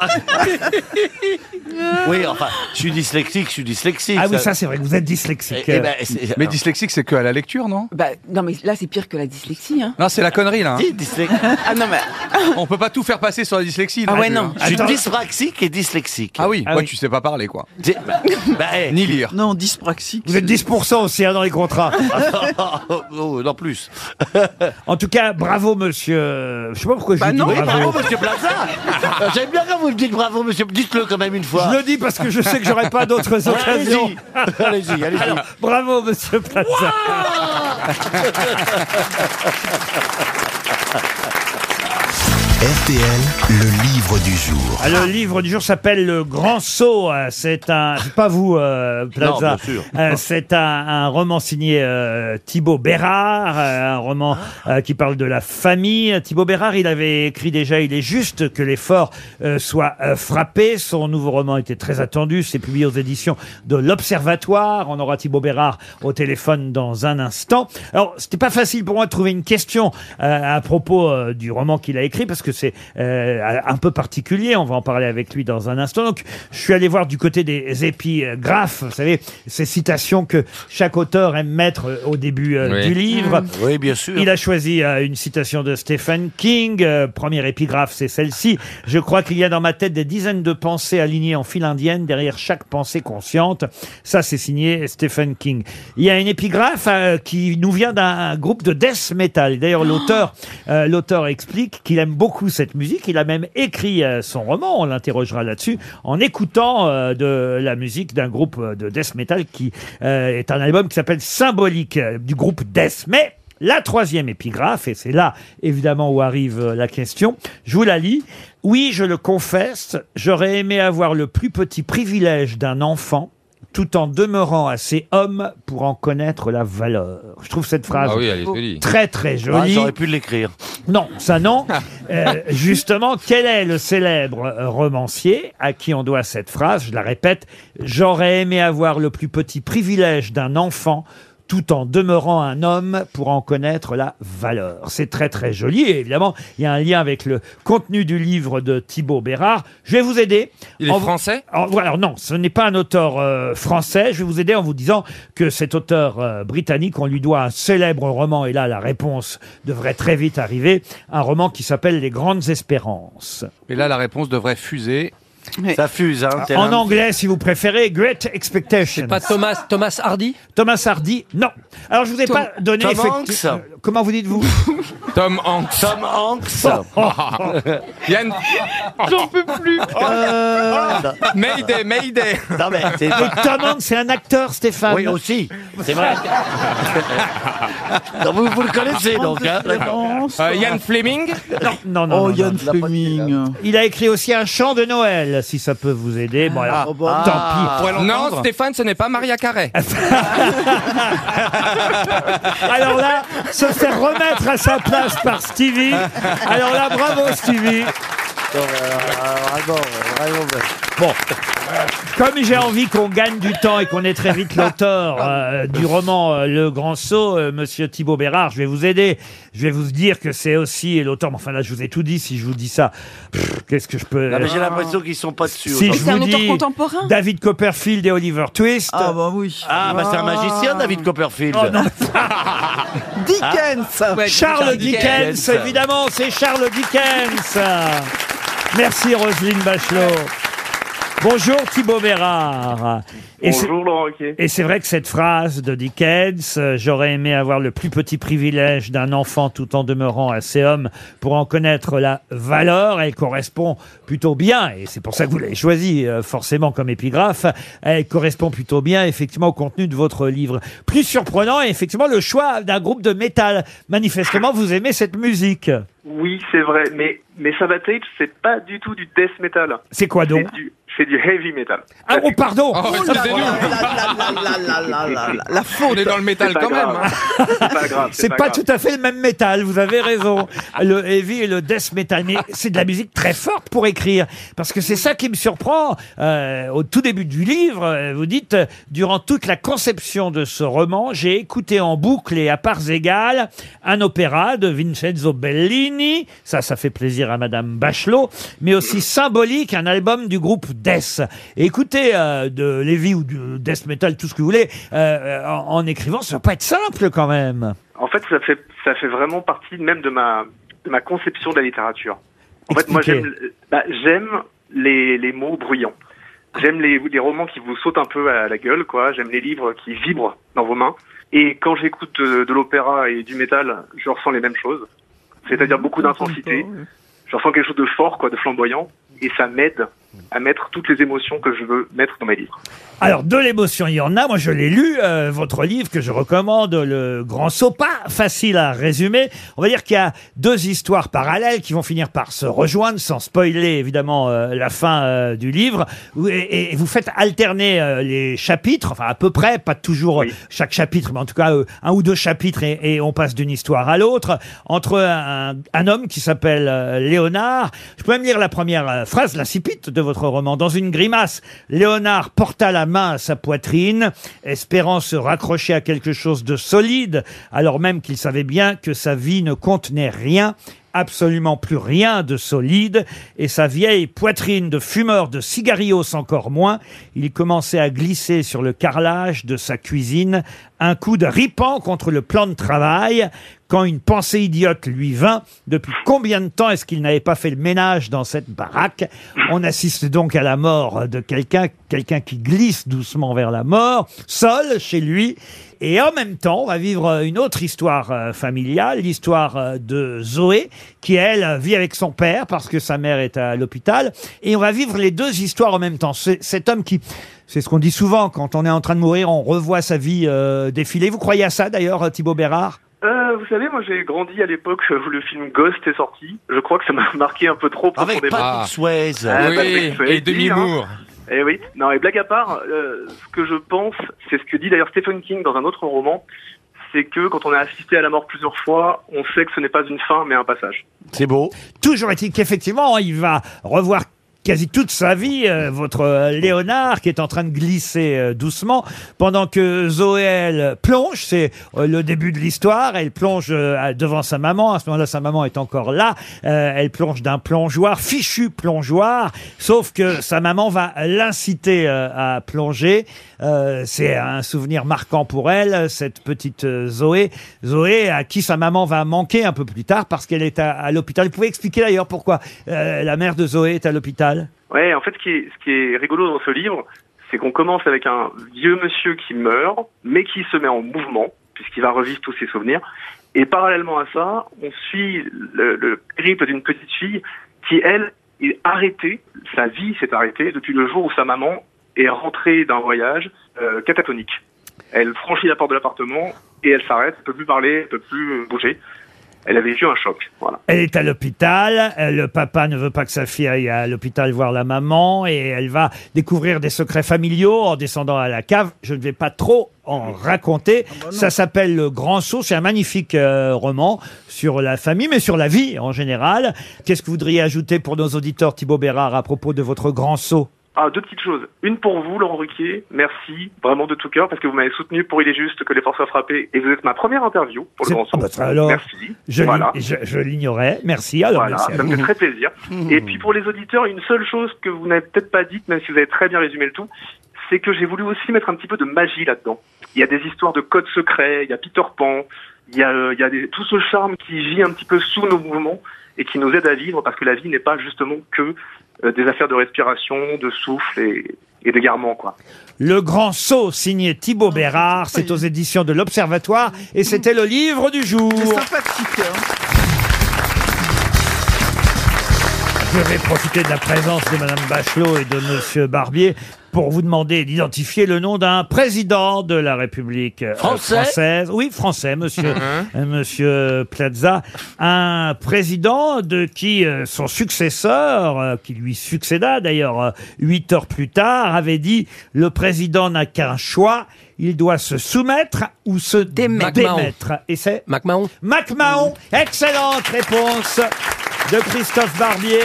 E: Oui, enfin, je suis dyslexique, je suis dyslexique.
B: Ah oui, ça, c'est vrai que vous êtes dyslexique.
E: Eh- eh ben, c'est-
H: Mais dyslexique, c'est que à la lecture, non
I: Bah, non, mais là, c'est pire que la dyslexie. Hein.
H: Non, c'est la connerie là. hein.
E: Si, dyslexique.
I: Ah non, mais.
H: [laughs] On peut pas tout faire passer sur la dyslexie.
I: Ah ouais,
H: plus,
I: non.
H: hein.
E: Je suis dyspraxique et dyslexique.
H: Ah oui,
E: Ah
H: moi
E: oui.
H: tu sais pas parler quoi.
E: Ni
H: lire.
C: Non, dyspraxique.
B: Vous êtes 10% aussi hein, dans les contrats.
E: oh, Ah, oh, non plus.
B: En tout cas, bravo, monsieur. Je sais pas pourquoi je
C: Bah
B: vous dis
E: non,
B: Bah bravo.
E: bravo, monsieur
B: [laughs]
E: Plaza. Euh, J'aime bien quand vous me dites bravo, monsieur. Dites-le quand même une fois.
B: Je le dis parce que je sais que j'aurai pas d'autres
E: Ouais,
B: occasions.
E: Allez-y, allez-y. allez-y.
B: Alors, bravo, monsieur Plaza.
A: RTL, le livre du jour.
B: Ah, Le livre du jour s'appelle Le Grand Saut. Euh, C'est un, c'est pas vous, euh, Plaza.
E: Non, bien sûr.
B: Euh, c'est un, un roman signé euh, Thibaut Bérard, euh, un roman euh, qui parle de la famille. Thibaut Bérard, il avait écrit déjà Il est juste que les forts euh, soient euh, frappés. Son nouveau roman était très attendu. C'est publié aux éditions de l'Observatoire. On aura Thibaut Bérard au téléphone dans un instant. Alors, c'était pas facile pour moi de trouver une question euh, à propos euh, du roman qu'il a écrit parce que c'est euh, un peu particulier. On va en parler avec lui dans un instant. Donc, je suis allé voir du côté des épigraphes. Vous savez, ces citations que chaque auteur aime mettre euh, au début euh,
E: Oui. Mm.
B: du livre.
E: Oui, bien sûr.
B: Il a choisi euh, une citation de Stephen King. Euh, première épigraphe, c'est celle-ci. Je crois qu'il y a dans ma tête des dizaines de pensées alignées en file indienne derrière chaque pensée consciente. Ça, c'est signé Stephen King. Il y a une épigraphe euh, qui nous vient d'un groupe de death metal. D'ailleurs, l'auteur, euh, l'auteur explique qu'il aime beaucoup cette musique. Il a même écrit euh, son roman. On l'interrogera là-dessus en écoutant euh, de la musique d'un groupe euh, de death metal qui euh, est un album qui s'appelle Symbolique euh, du groupe Death. Mais la troisième épigraphe, et c'est là évidemment où arrive euh, la question, je vous la lis. Oui, je le confesse, j'aurais aimé avoir le plus petit privilège d'un enfant tout en demeurant assez homme pour en connaître la valeur. Je trouve cette phrase
D: Ah oui, elle est jolie.
B: très très
E: Ah,
B: jolie.
E: J'aurais pu l'écrire.
B: Non, ça non. Euh, justement, quel est le célèbre euh, romancier à qui on doit cette phrase Je la répète, j'aurais aimé avoir le plus petit privilège d'un enfant tout en demeurant un homme pour en connaître la valeur. C'est très très joli et évidemment, il y a un lien avec le contenu du livre de Thibaut Bérard. Je vais vous aider.
D: Il est
B: En-
D: français
B: en- voilà, alors non, ce n'est pas un auteur euh, français. Je vais vous aider en vous disant que cet auteur euh, britannique, on lui doit un célèbre roman, et là la réponse devrait très vite arriver, un roman qui s'appelle Les Grandes Espérances.
H: Et là, la réponse devrait fuser.
E: Ça fuse,
H: Ah,
E: hein. t'es
B: Ah. En
E: là.
B: anglais, si vous préférez, Great Expectations.
F: Pas Thomas, Thomas Hardy
B: Thomas Hardy, non. Alors je vous ai
F: Tom-
B: pas donné...
E: Tom
B: effecti-
E: Hanks
B: euh, Comment vous dites-vous Oh,
D: Tom Hanks.
E: Tom
H: [laughs]
E: Hanks.
G: [laughs]
D: Yann. J'en peux plus.
B: Euh,
H: [laughs]
D: Mayday, Mayday.
E: Euh, Non, mais
B: Mais Tom Hanks, c'est un acteur, Stéphane.
E: Oui, aussi. C'est vrai. Non, vous, vous le connaissez donc. Hein
D: Euh, Yann Fleming
B: Non, non, non. non, non. Il a écrit aussi un chant de Noël, si ça peut vous aider. Ah, Bon, alors, tant pis.
D: Ah. Non, Stéphane, ce n'est pas Maria
B: [laughs]
D: Carré.
B: Alors là, se faire remettre à sa place par Stevie. Alors là, bravo Stevie.
E: euh,
B: Bon. Comme j'ai envie qu'on gagne du temps et qu'on ait très vite l'auteur euh, du roman euh, Le Grand Saut, euh, monsieur Thibaut Bérard, je vais vous aider. Je vais vous dire que c'est aussi l'auteur. mais Enfin là, je vous ai tout dit. Si je vous dis ça, pff, qu'est-ce que je peux.
E: Non, mais j'ai l'impression qu'ils sont pas dessus.
B: Ah. Si
E: aujourd'hui.
B: je vous dis David Copperfield et Oliver Twist.
E: Ah,
B: bah oui.
E: Ah, bah c'est un magicien, David Copperfield.
B: [laughs]
C: Dickens
E: Ouais,
B: Ah. Charles
E: Charles
B: Dickens,
E: Dickens.
B: évidemment, c'est Charles Dickens. Merci Roselyne Bachelot. Bonjour Thibaut Bérard. c'est-
L: Bonjour Laurent Ruquier.
B: Et c'est vrai que cette phrase de Dickens, euh, j'aurais aimé avoir le plus petit privilège d'un enfant tout en demeurant assez homme pour en connaître la valeur, elle correspond plutôt bien, et c'est pour ça que vous l'avez choisie euh, forcément comme épigraphe, elle correspond plutôt bien effectivement au contenu de votre livre. Plus surprenant est effectivement le choix d'un groupe de métal. Manifestement, vous aimez cette musique.
L: Oui, c'est vrai, mais, mais Savatage, c'est pas du tout du death metal.
B: C'est quoi donc
L: C'est du, c'est du heavy metal.
B: Ah oh pardon
C: La faute.
D: On est dans le métal
L: [laughs] C'est pas
D: quand même.
B: hein.
L: grave. C'est pas grave.
B: C'est pas, tout à fait le même métal, vous avez raison. le heavy et le death metal, mais c'est de la musique très forte pour écrire. Parce que c'est ça qui me surprend. Euh, au tout début du livre, euh, vous dites, euh, durant toute la conception de ce roman, j'ai écouté en boucle et à parts égales un opéra de Vincenzo Bellini, ça, ça fait plaisir à Madame Bachelot, mais aussi symbolique, un album du groupe Death. Et écoutez, euh, de Lévy ou du Death Metal, tout ce que vous voulez, euh, en, en écrivant, ça va pas être simple quand même.
L: En fait, ça fait, ça fait vraiment partie même de ma, de ma conception de la littérature. En fait, moi,
B: Expliquez.
L: j'aime bah, j'aime les, les mots bruyants. J'aime les, les romans qui vous sautent un peu à la gueule, quoi. J'aime les livres qui vibrent dans vos mains. Et quand j'écoute euh, de l'opéra et du métal, je ressens les mêmes choses. C'est-à-dire beaucoup d'intensité. Je ressens quelque chose de fort, quoi, de flamboyant. Et ça m'aide à mettre toutes les émotions que je veux mettre dans mes livres.
B: Alors, de l'émotion, il y en a. Moi, je l'ai lu, euh, votre livre que je recommande, Le Grand Saut. Pas facile à résumer. On va dire qu'il y a deux histoires parallèles qui vont finir par se rejoindre, sans spoiler, évidemment, euh, la fin euh, du livre. Où- Et, et vous faites alterner euh, les chapitres, enfin, à peu près, pas toujours euh, chaque chapitre, mais en tout cas, euh, un ou deux chapitres, et, et on passe d'une histoire à l'autre, entre un, un homme qui s'appelle euh, Léonard. Je peux même lire la première euh, phrase, l'incipit de votre roman. Dans une grimace, Léonard porta la main à sa poitrine, espérant se raccrocher à quelque chose de solide, alors même qu'il savait bien que sa vie ne contenait rien absolument plus rien de solide, et sa vieille poitrine de fumeur de cigarios encore moins, il commençait à glisser sur le carrelage de sa cuisine, un coup de ripant contre le plan de travail, quand une pensée idiote lui vint, depuis combien de temps est-ce qu'il n'avait pas fait le ménage dans cette baraque On assiste donc à la mort de quelqu'un, quelqu'un qui glisse doucement vers la mort, seul chez lui, et en même temps, on va vivre euh, une autre histoire euh, familiale, l'histoire euh, de Zoé, qui elle vit avec son père parce que sa mère est à l'hôpital. Et on va vivre les deux histoires en même temps. C'est- Cet homme qui, c'est ce qu'on dit souvent, quand on est en train de mourir, on revoit sa vie euh, défiler. Vous croyez à ça d'ailleurs, euh, Thibaut Bérard
L: Euh, vous savez, moi j'ai grandi à l'époque où le film Ghost est sorti. Je crois que ça m'a [laughs] marqué un peu trop
E: Avec
L: profondément.
E: Patrick Swayze.
L: Ah, Patrick Swayze,
D: et Demi
L: hein.
D: Moore.
L: Eh oui. Non, et blague à part, euh, ce que je pense, c'est ce que dit d'ailleurs Stephen King dans un autre roman, c'est que quand on a assisté à la mort plusieurs fois, on sait que ce n'est pas une fin, mais un passage.
B: C'est beau. Toujours est-il qu'effectivement, il va revoir quasi toute sa vie euh, votre euh, Léonard qui est en train de glisser euh, doucement pendant que Zoé elle plonge c'est euh, le début de l'histoire elle plonge euh, à- devant sa maman à ce moment-là sa maman est encore là Euh, elle plonge d'un plongeoir fichu plongeoir sauf que sa maman va l'inciter euh, à plonger Euh, c'est un souvenir marquant pour elle cette petite euh, Zoé Zoé à qui sa maman va manquer un peu plus tard parce qu'elle est à, à l'hôpital vous pouvez expliquer d'ailleurs pourquoi euh, la mère de Zoé est à l'hôpital
L: Ouais, en fait, ce qui est, ce qui est rigolo dans ce livre, c'est qu'on commence avec un vieux monsieur qui meurt, mais qui se met en mouvement, puisqu'il va revivre tous ses souvenirs. Et parallèlement à ça, on suit le, le périple d'une petite fille qui, elle, est arrêtée, sa vie s'est arrêtée depuis le jour où sa maman est rentrée d'un voyage euh, catatonique. Elle franchit la porte de l'appartement et elle s'arrête, elle peut plus parler, elle peut plus bouger. Elle a vécu un choc, voilà.
B: Elle est à l'hôpital, euh, le papa ne veut pas que sa fille aille à l'hôpital voir la maman et elle va découvrir des secrets familiaux en descendant à la cave. Je ne vais pas trop en raconter.
L: Ah bah
B: Ça s'appelle Le Grand Saut, c'est un magnifique euh, roman sur la famille mais sur la vie en général. Qu'est-ce que vous voudriez ajouter pour nos auditeurs Thibaut Bérard à propos de votre Grand Saut
L: Ah, deux petites choses. Une pour vous, Laurent Ruquier. Merci vraiment de tout cœur parce que vous m'avez soutenu pour Il est juste que les forces soient frappées et vous êtes ma première interview pour le
B: C'est-
L: Grand
B: Ah,
L: Saut.
B: bah, alors,
L: Merci.
B: Je,
L: Voilà.
B: l'ign- je, je l'ignorais. Merci. Alors,
L: Voilà,
B: merci à
L: ça me
B: vous.
L: fait très plaisir. Et puis pour les auditeurs, une seule chose que vous n'avez peut-être pas dite, même si vous avez très bien résumé le tout, c'est que j'ai voulu aussi mettre un petit peu de magie là-dedans. Il y a des histoires de codes secrets, il y a Peter Pan, il y a, euh, il y a des- tout ce charme qui gît un petit peu sous nos mouvements et qui nous aide à vivre parce que la vie n'est pas justement que euh, des affaires de respiration, de souffle et, et d'égarement, quoi.
B: Le Grand Saut, signé Thibaut Bérard. C'est aux éditions de l'Observatoire et c'était le livre du jour.
C: Sympathique, hein.
B: Je vais profiter de la présence de Madame Bachelot et de Monsieur Barbier pour vous demander d'identifier le nom d'un président de la République euh,
E: Français
B: française. Oui, français, Monsieur, euh, Monsieur Plaza. Un président de qui euh, son successeur, euh, qui lui succéda d'ailleurs euh, huit heures plus tard, avait dit le président n'a qu'un choix. Il doit se soumettre ou se démettre.
F: MacMahon.
B: Et c'est MacMahon. MacMahon. Excellente réponse de Christophe Barbier.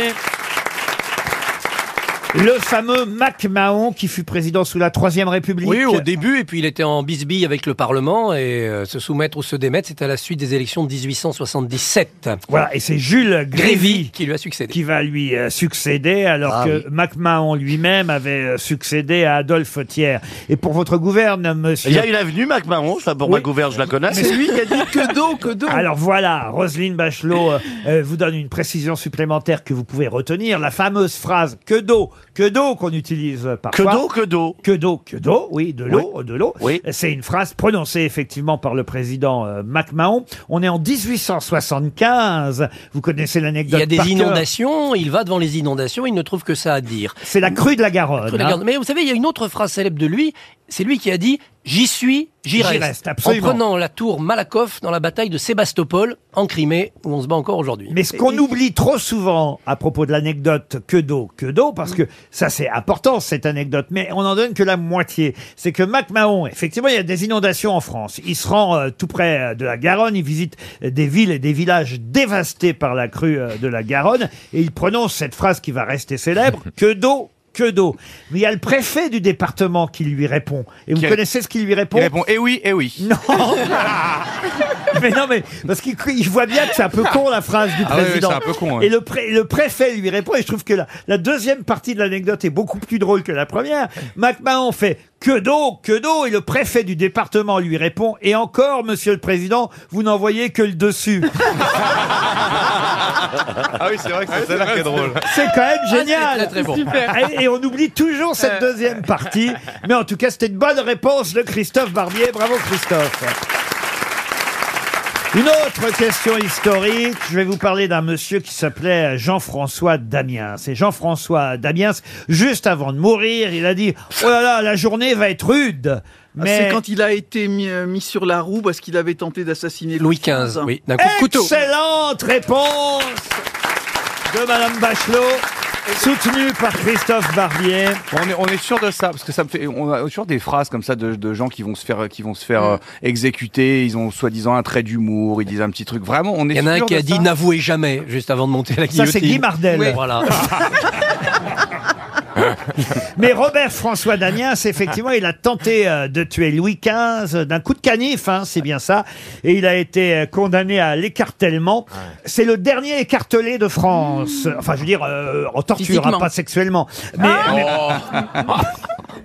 B: Le fameux MacMahon qui fut président sous la Troisième République.
F: Oui, au début, et puis il était en bisbille avec le Parlement, et euh, se soumettre ou se démettre, c'était à la suite des élections de 1877.
B: Voilà, et c'est Jules Grévy
F: qui lui a succédé.
B: qui va lui euh, succéder, alors
F: Ah
B: que MacMahon lui-même avait euh, succédé à Adolphe Thiers. Et pour votre gouverne, monsieur...
E: Il y a une avenue, Mac Marron, ça, pour ma gouverne, je la connais.
B: Mais c'est
E: [laughs]
B: lui qui a
C: dit que d'eau, que d'eau.
B: Alors voilà, Roselyne Bachelot euh, euh, vous donne une précision supplémentaire que vous pouvez retenir. La fameuse phrase que d'eau, que d'eau qu'on utilise euh, parfois.
E: Que d'eau,
B: que d'eau. Que d'eau, que d'eau, oui, de l'eau, de l'eau. C'est une phrase prononcée effectivement par le président euh, MacMahon. On est en 1875. Vous connaissez l'anecdote.
F: Il y a des
B: par cœur.
F: inondations, il va devant les inondations, il ne trouve que ça à dire.
B: C'est la crue de la Garonne.
F: Crue de la
B: hein.
F: Garonne. Mais vous savez, il y a une autre phrase célèbre de lui, c'est lui qui a dit « J'y suis, j'y
B: J'y
F: reste ».
B: reste, absolument.
F: En prenant la tour Malakoff dans la bataille de Sébastopol, en Crimée, où on se bat encore aujourd'hui.
B: Mais ce qu'on oublie trop souvent à propos de l'anecdote que d'eau, que d'eau, parce que ça c'est important cette anecdote, mais on n'en donne que la moitié. C'est que MacMahon, effectivement, il y a des inondations en France. Il se rend euh, tout près euh, de la Garonne, il visite euh, des villes et des villages dévastés par la crue euh, de la Garonne, et il prononce cette phrase qui va
H: [laughs]
B: rester célèbre, que d'eau, que d'eau. Mais il y a le préfet du département qui lui répond. Et vous
H: Qui-
B: connaissez ce qu'il lui répond
H: Il répond Eh oui, eh oui.
B: Non [laughs] mais non, mais parce qu'il il voit bien que c'est un peu con la phrase du
H: Ah ouais, ouais,
B: président.
H: c'est un peu con, ouais.
B: Et le, pré- le préfet lui répond, et je trouve que la, la deuxième partie de l'anecdote est beaucoup plus drôle que la première. MacMahon fait que d'eau, que d'eau, et le préfet du département lui répond, et encore, monsieur le président, vous n'en voyez que le dessus. [laughs]
H: Ah oui, c'est vrai que c'est celle-là qui est drôle.
B: C'est quand même génial.
H: Ah, c'est très, très bon. Euh. Super.
B: Et, et on oublie toujours cette deuxième partie. Mais en tout cas, c'était une bonne réponse de Christophe Barbier. Bravo Christophe. Une autre question historique. Je vais vous parler d'un monsieur qui s'appelait Jean-François Damiens. C'est Jean-François Damiens, juste avant de mourir, il a dit Oh là là, la journée va être rude.
C: C'est
B: Mais
C: quand il a été mis, euh, mis sur la roue parce qu'il avait tenté d'assassiner
F: Louis XV, oui,
C: eh,
F: d'un
B: Excellente réponse de Madame Bachelot, soutenue par Christophe Barbier.
H: On est, on est sûr de ça parce que ça me fait on a toujours des phrases comme ça de, de gens qui vont se faire qui vont se faire euh, exécuter, ils ont soi-disant un trait d'humour, ils disent un petit truc. Vraiment, on est
F: Il y en a un
H: sûr
F: qui
H: de
F: a dit
H: ça [laughs]
F: n'avouez jamais juste avant de monter à la
B: Ça,
F: guillotine.
B: c'est Guy Mardel.
F: Oui.
B: [laughs]
F: Voilà.
B: Mais Robert François Damiens, effectivement, il a tenté euh, de tuer Louis XV d'un coup de canif, hein, c'est bien ça. Et il a été euh, condamné à l'écartèlement. C'est le dernier écartelé de France. Enfin, je veux dire, euh, en torture, hein,
G: Physiquement. Ah oh.
B: pas sexuellement.
H: Ah.
B: Mais,
H: Oh.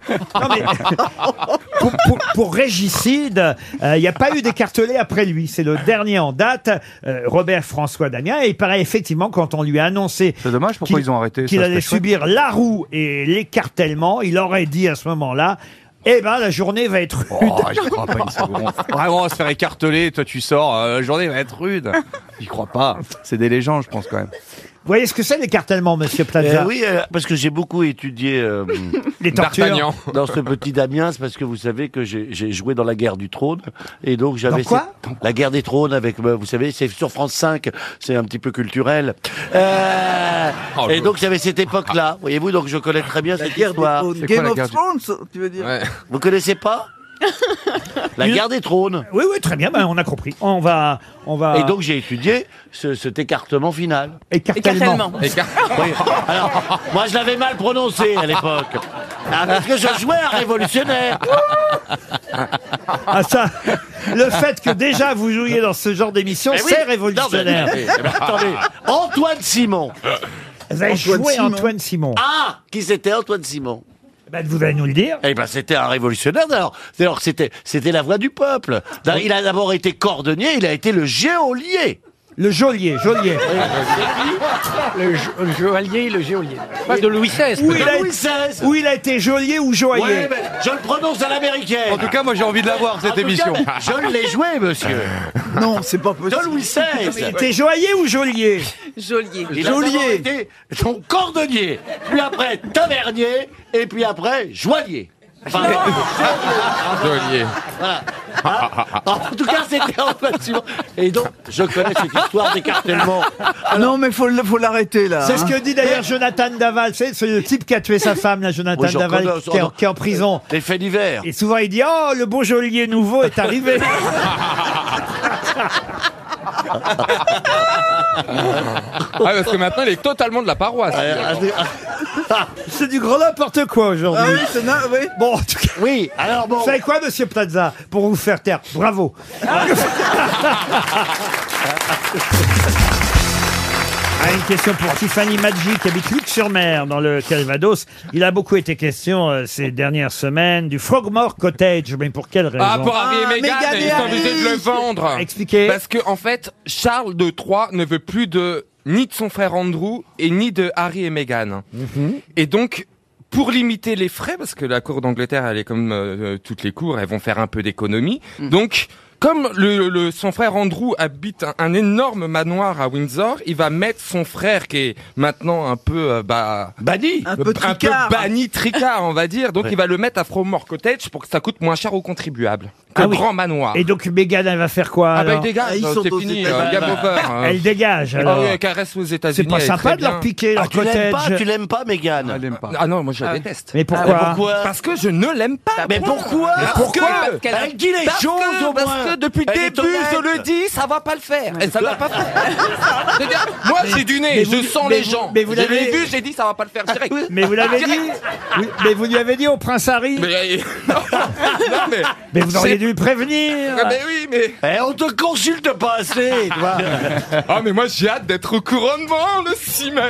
B: mais- Non, mais- [laughs] pour, pour- pour régicide, euh, il n'y a pas eu d'écartelé après lui. C'est le dernier en date, euh, Robert François Damiens. Et il paraît effectivement, quand on lui a annoncé
H: C'est dommage pourquoi
B: qu'il-
H: ils ont arrêté
B: qu'il
H: ça,
B: allait
H: c'était chouette.
B: subir la roue et l'écartèlement, il aurait dit à ce moment-là eh ben la journée va être rude.
H: Oh, j'y crois pas une seconde. Vraiment, on va se faire écarteler, toi tu sors, euh, la journée va être rude. J'y crois pas. C'est des légendes, je pense quand même.
B: [laughs] Vous voyez ce que c'est l'écartèlement, monsieur Plaza
E: Eh oui, euh, parce que j'ai beaucoup étudié euh,
B: [laughs] Les tortures. D'Artagnan.
E: dans ce petit Amiens, c'est parce que vous savez que j'ai j'ai joué dans la guerre du trône et donc j'avais
B: Dans quoi
E: cette- la guerre des trônes avec euh, vous savez c'est sur France 5, c'est un petit peu culturel. Euh,
G: Oh,
E: et
G: je-
E: donc j'avais cette époque-là, voyez-vous, donc je connais très bien
C: La
E: cette
C: guerre des
E: histoire.
C: trônes. Game of Thrones, tu veux dire
E: Vous connaissez
B: [laughs]
E: pas La guerre des trônes.
B: Oui, oui, très bien, ben, on a compris. On va, on va.
E: Et donc j'ai étudié ce- cet écartement final.
B: Écartèlement.
E: Oui. Alors, moi je l'avais mal prononcé à l'époque. Ah, parce que je jouais à révolutionnaire.
B: Ah ça, [laughs] le fait que déjà vous jouiez dans ce genre d'émission,
E: Eh oui.
B: c'est révolutionnaire.
E: Non, mais- Attendez, Antoine Simon.
B: Vous avez
E: Antoine
B: joué
E: Simon.
B: Antoine Simon.
E: Ah, [laughs] qui c'était Antoine Simon
B: ben, vous allez nous le dire.
E: Eh ben, c'était un révolutionnaire d'abord. D'ailleurs, c'était, c'était la voix du peuple. D'abord, Il a d'abord été cordonnier, il a été le géolier.
B: Le geôlier, geôlier.
F: Le, jo- le joaillier, le géolier. Pas de Louis XVI.
B: Où
F: peut-être.
B: il, a, où il a été geôlier ou joaillier
E: Ouais, mais je le prononce à l'américaine.
H: En tout cas, moi j'ai envie de la voir cette
E: En tout cas, ben,
H: émission.
E: je l'ai joué, monsieur.
C: Non, c'est pas possible.
E: De Louis
B: Il
E: XVI.
B: était joaillier ou geôlier
I: Jolier.
E: Il a d'abord été son cordonnier, puis après tavernier, et puis après joaillier. Enfin,
G: Geôlier.
E: [laughs] Voilà. Hein en tout cas, c'était Antoine Simon. Et donc, je connais cette histoire d'écartèlement.
C: non, mais faut, le- faut l'arrêter là.
B: C'est ce
C: hein.
B: que dit d'ailleurs Jonathan Daval. C'est c'est le type qui a tué sa femme, là, Jonathan
E: Oui, j'en
B: Daval,
E: connais,
B: qui est, en-
E: j'en-
B: qui est en prison.
E: Les faits divers.
B: Et souvent, il dit Oh, le beau geôlier nouveau
E: [laughs]
B: est arrivé.
D: Ah, parce que maintenant, il est totalement de la paroisse. Ah,
B: ah. C'est du grand n'importe quoi
C: Ah
B: aujourd'hui.
C: oui, c'est na- oui.
B: Bon, en tout cas.
E: Oui, alors bon.
B: Vous savez quoi, monsieur Plaza Pour vous faire taire, bravo. Ah, une question pour Tiffany Maggi qui habite Luc-sur-Mer dans le Calvados. Il a beaucoup été question euh, ces dernières semaines du Frogmore Cottage, mais pour quelle raison
D: Ah, pour Harry et Meghan,
C: Meghan et
D: ils sont obligés de le
C: Harry.
D: vendre.
B: Expliquez.
D: Parce que, en fait, Charles de Troyes ne veut plus de, ni de son frère Andrew, et ni de Harry et Meghan.
B: Mhm.
D: Et donc, pour limiter les frais, parce que la cour d'Angleterre, elle est comme euh, toutes les cours, elles vont faire un peu d'économie. Donc, comme le, le- son frère Andrew habite un, un énorme manoir à Windsor, il va mettre son frère qui est maintenant un peu euh, bah,
E: banni,
C: Un peu tricard.
D: banni, tricard, on va dire. Donc
E: Ouais.
D: il va le mettre à Fromore Cottage pour que ça coûte moins cher aux contribuables. Que
B: Ah oui.
D: grand manoir.
B: Et donc Meghan, elle va faire quoi
D: Ah bah
B: alors
D: ils dégagent,
C: Ah, ils sont
D: c'est
C: aux
D: fini,
C: États-Unis.
D: euh, game
E: Bah,
D: over.
B: [laughs]
D: hein.
B: Elle dégage
D: Ah
B: alors.
D: oui, elle caresse aux États-Unis.
B: C'est pas
D: elle est
B: sympa
D: très
B: de leur
D: bien.
B: piquer leur
E: Ah, tu l'aimes pas, tu
B: cottage.
E: l'aimes pas, Mégane
H: Elle aime pas.
D: Ah non, moi je la déteste.
B: Mais
E: Ah,
B: pourquoi
E: mais pourquoi
D: Parce que je ne l'aime pas.
E: Mais
D: point.
E: pourquoi
D: Mais
E: Pourquoi
D: pourquoi
E: Elle dit les
D: Parce
E: choses
D: que,
E: au moins.
D: parce que depuis le
E: Elle est
D: début, je
E: honnête.
D: le dis, ça va pas le faire. Et ça va pas [laughs] faire. C'est-à-dire, moi j'ai du nez,
B: mais
D: je
B: vous-
D: sens
B: mais
D: les
B: vous-
D: gens.
B: mais vous
D: je l'ai
B: l'avez- Ah,
D: vu, j'ai dit ça va pas le faire direct. Ah,
B: Mais vous l'avez dit
D: Direct.
B: Oui, Mais vous lui avez dit au prince Harry
D: Mais, euh, [laughs] non, mais,
B: Mais vous auriez
D: c'est-
B: dû le prévenir
D: Ah, mais oui, mais.
E: Eh, on te consulte pas
D: [laughs]
E: assez, tu vois. [laughs]
D: Ah, mais moi j'ai hâte d'être au couronnement le 6 mai.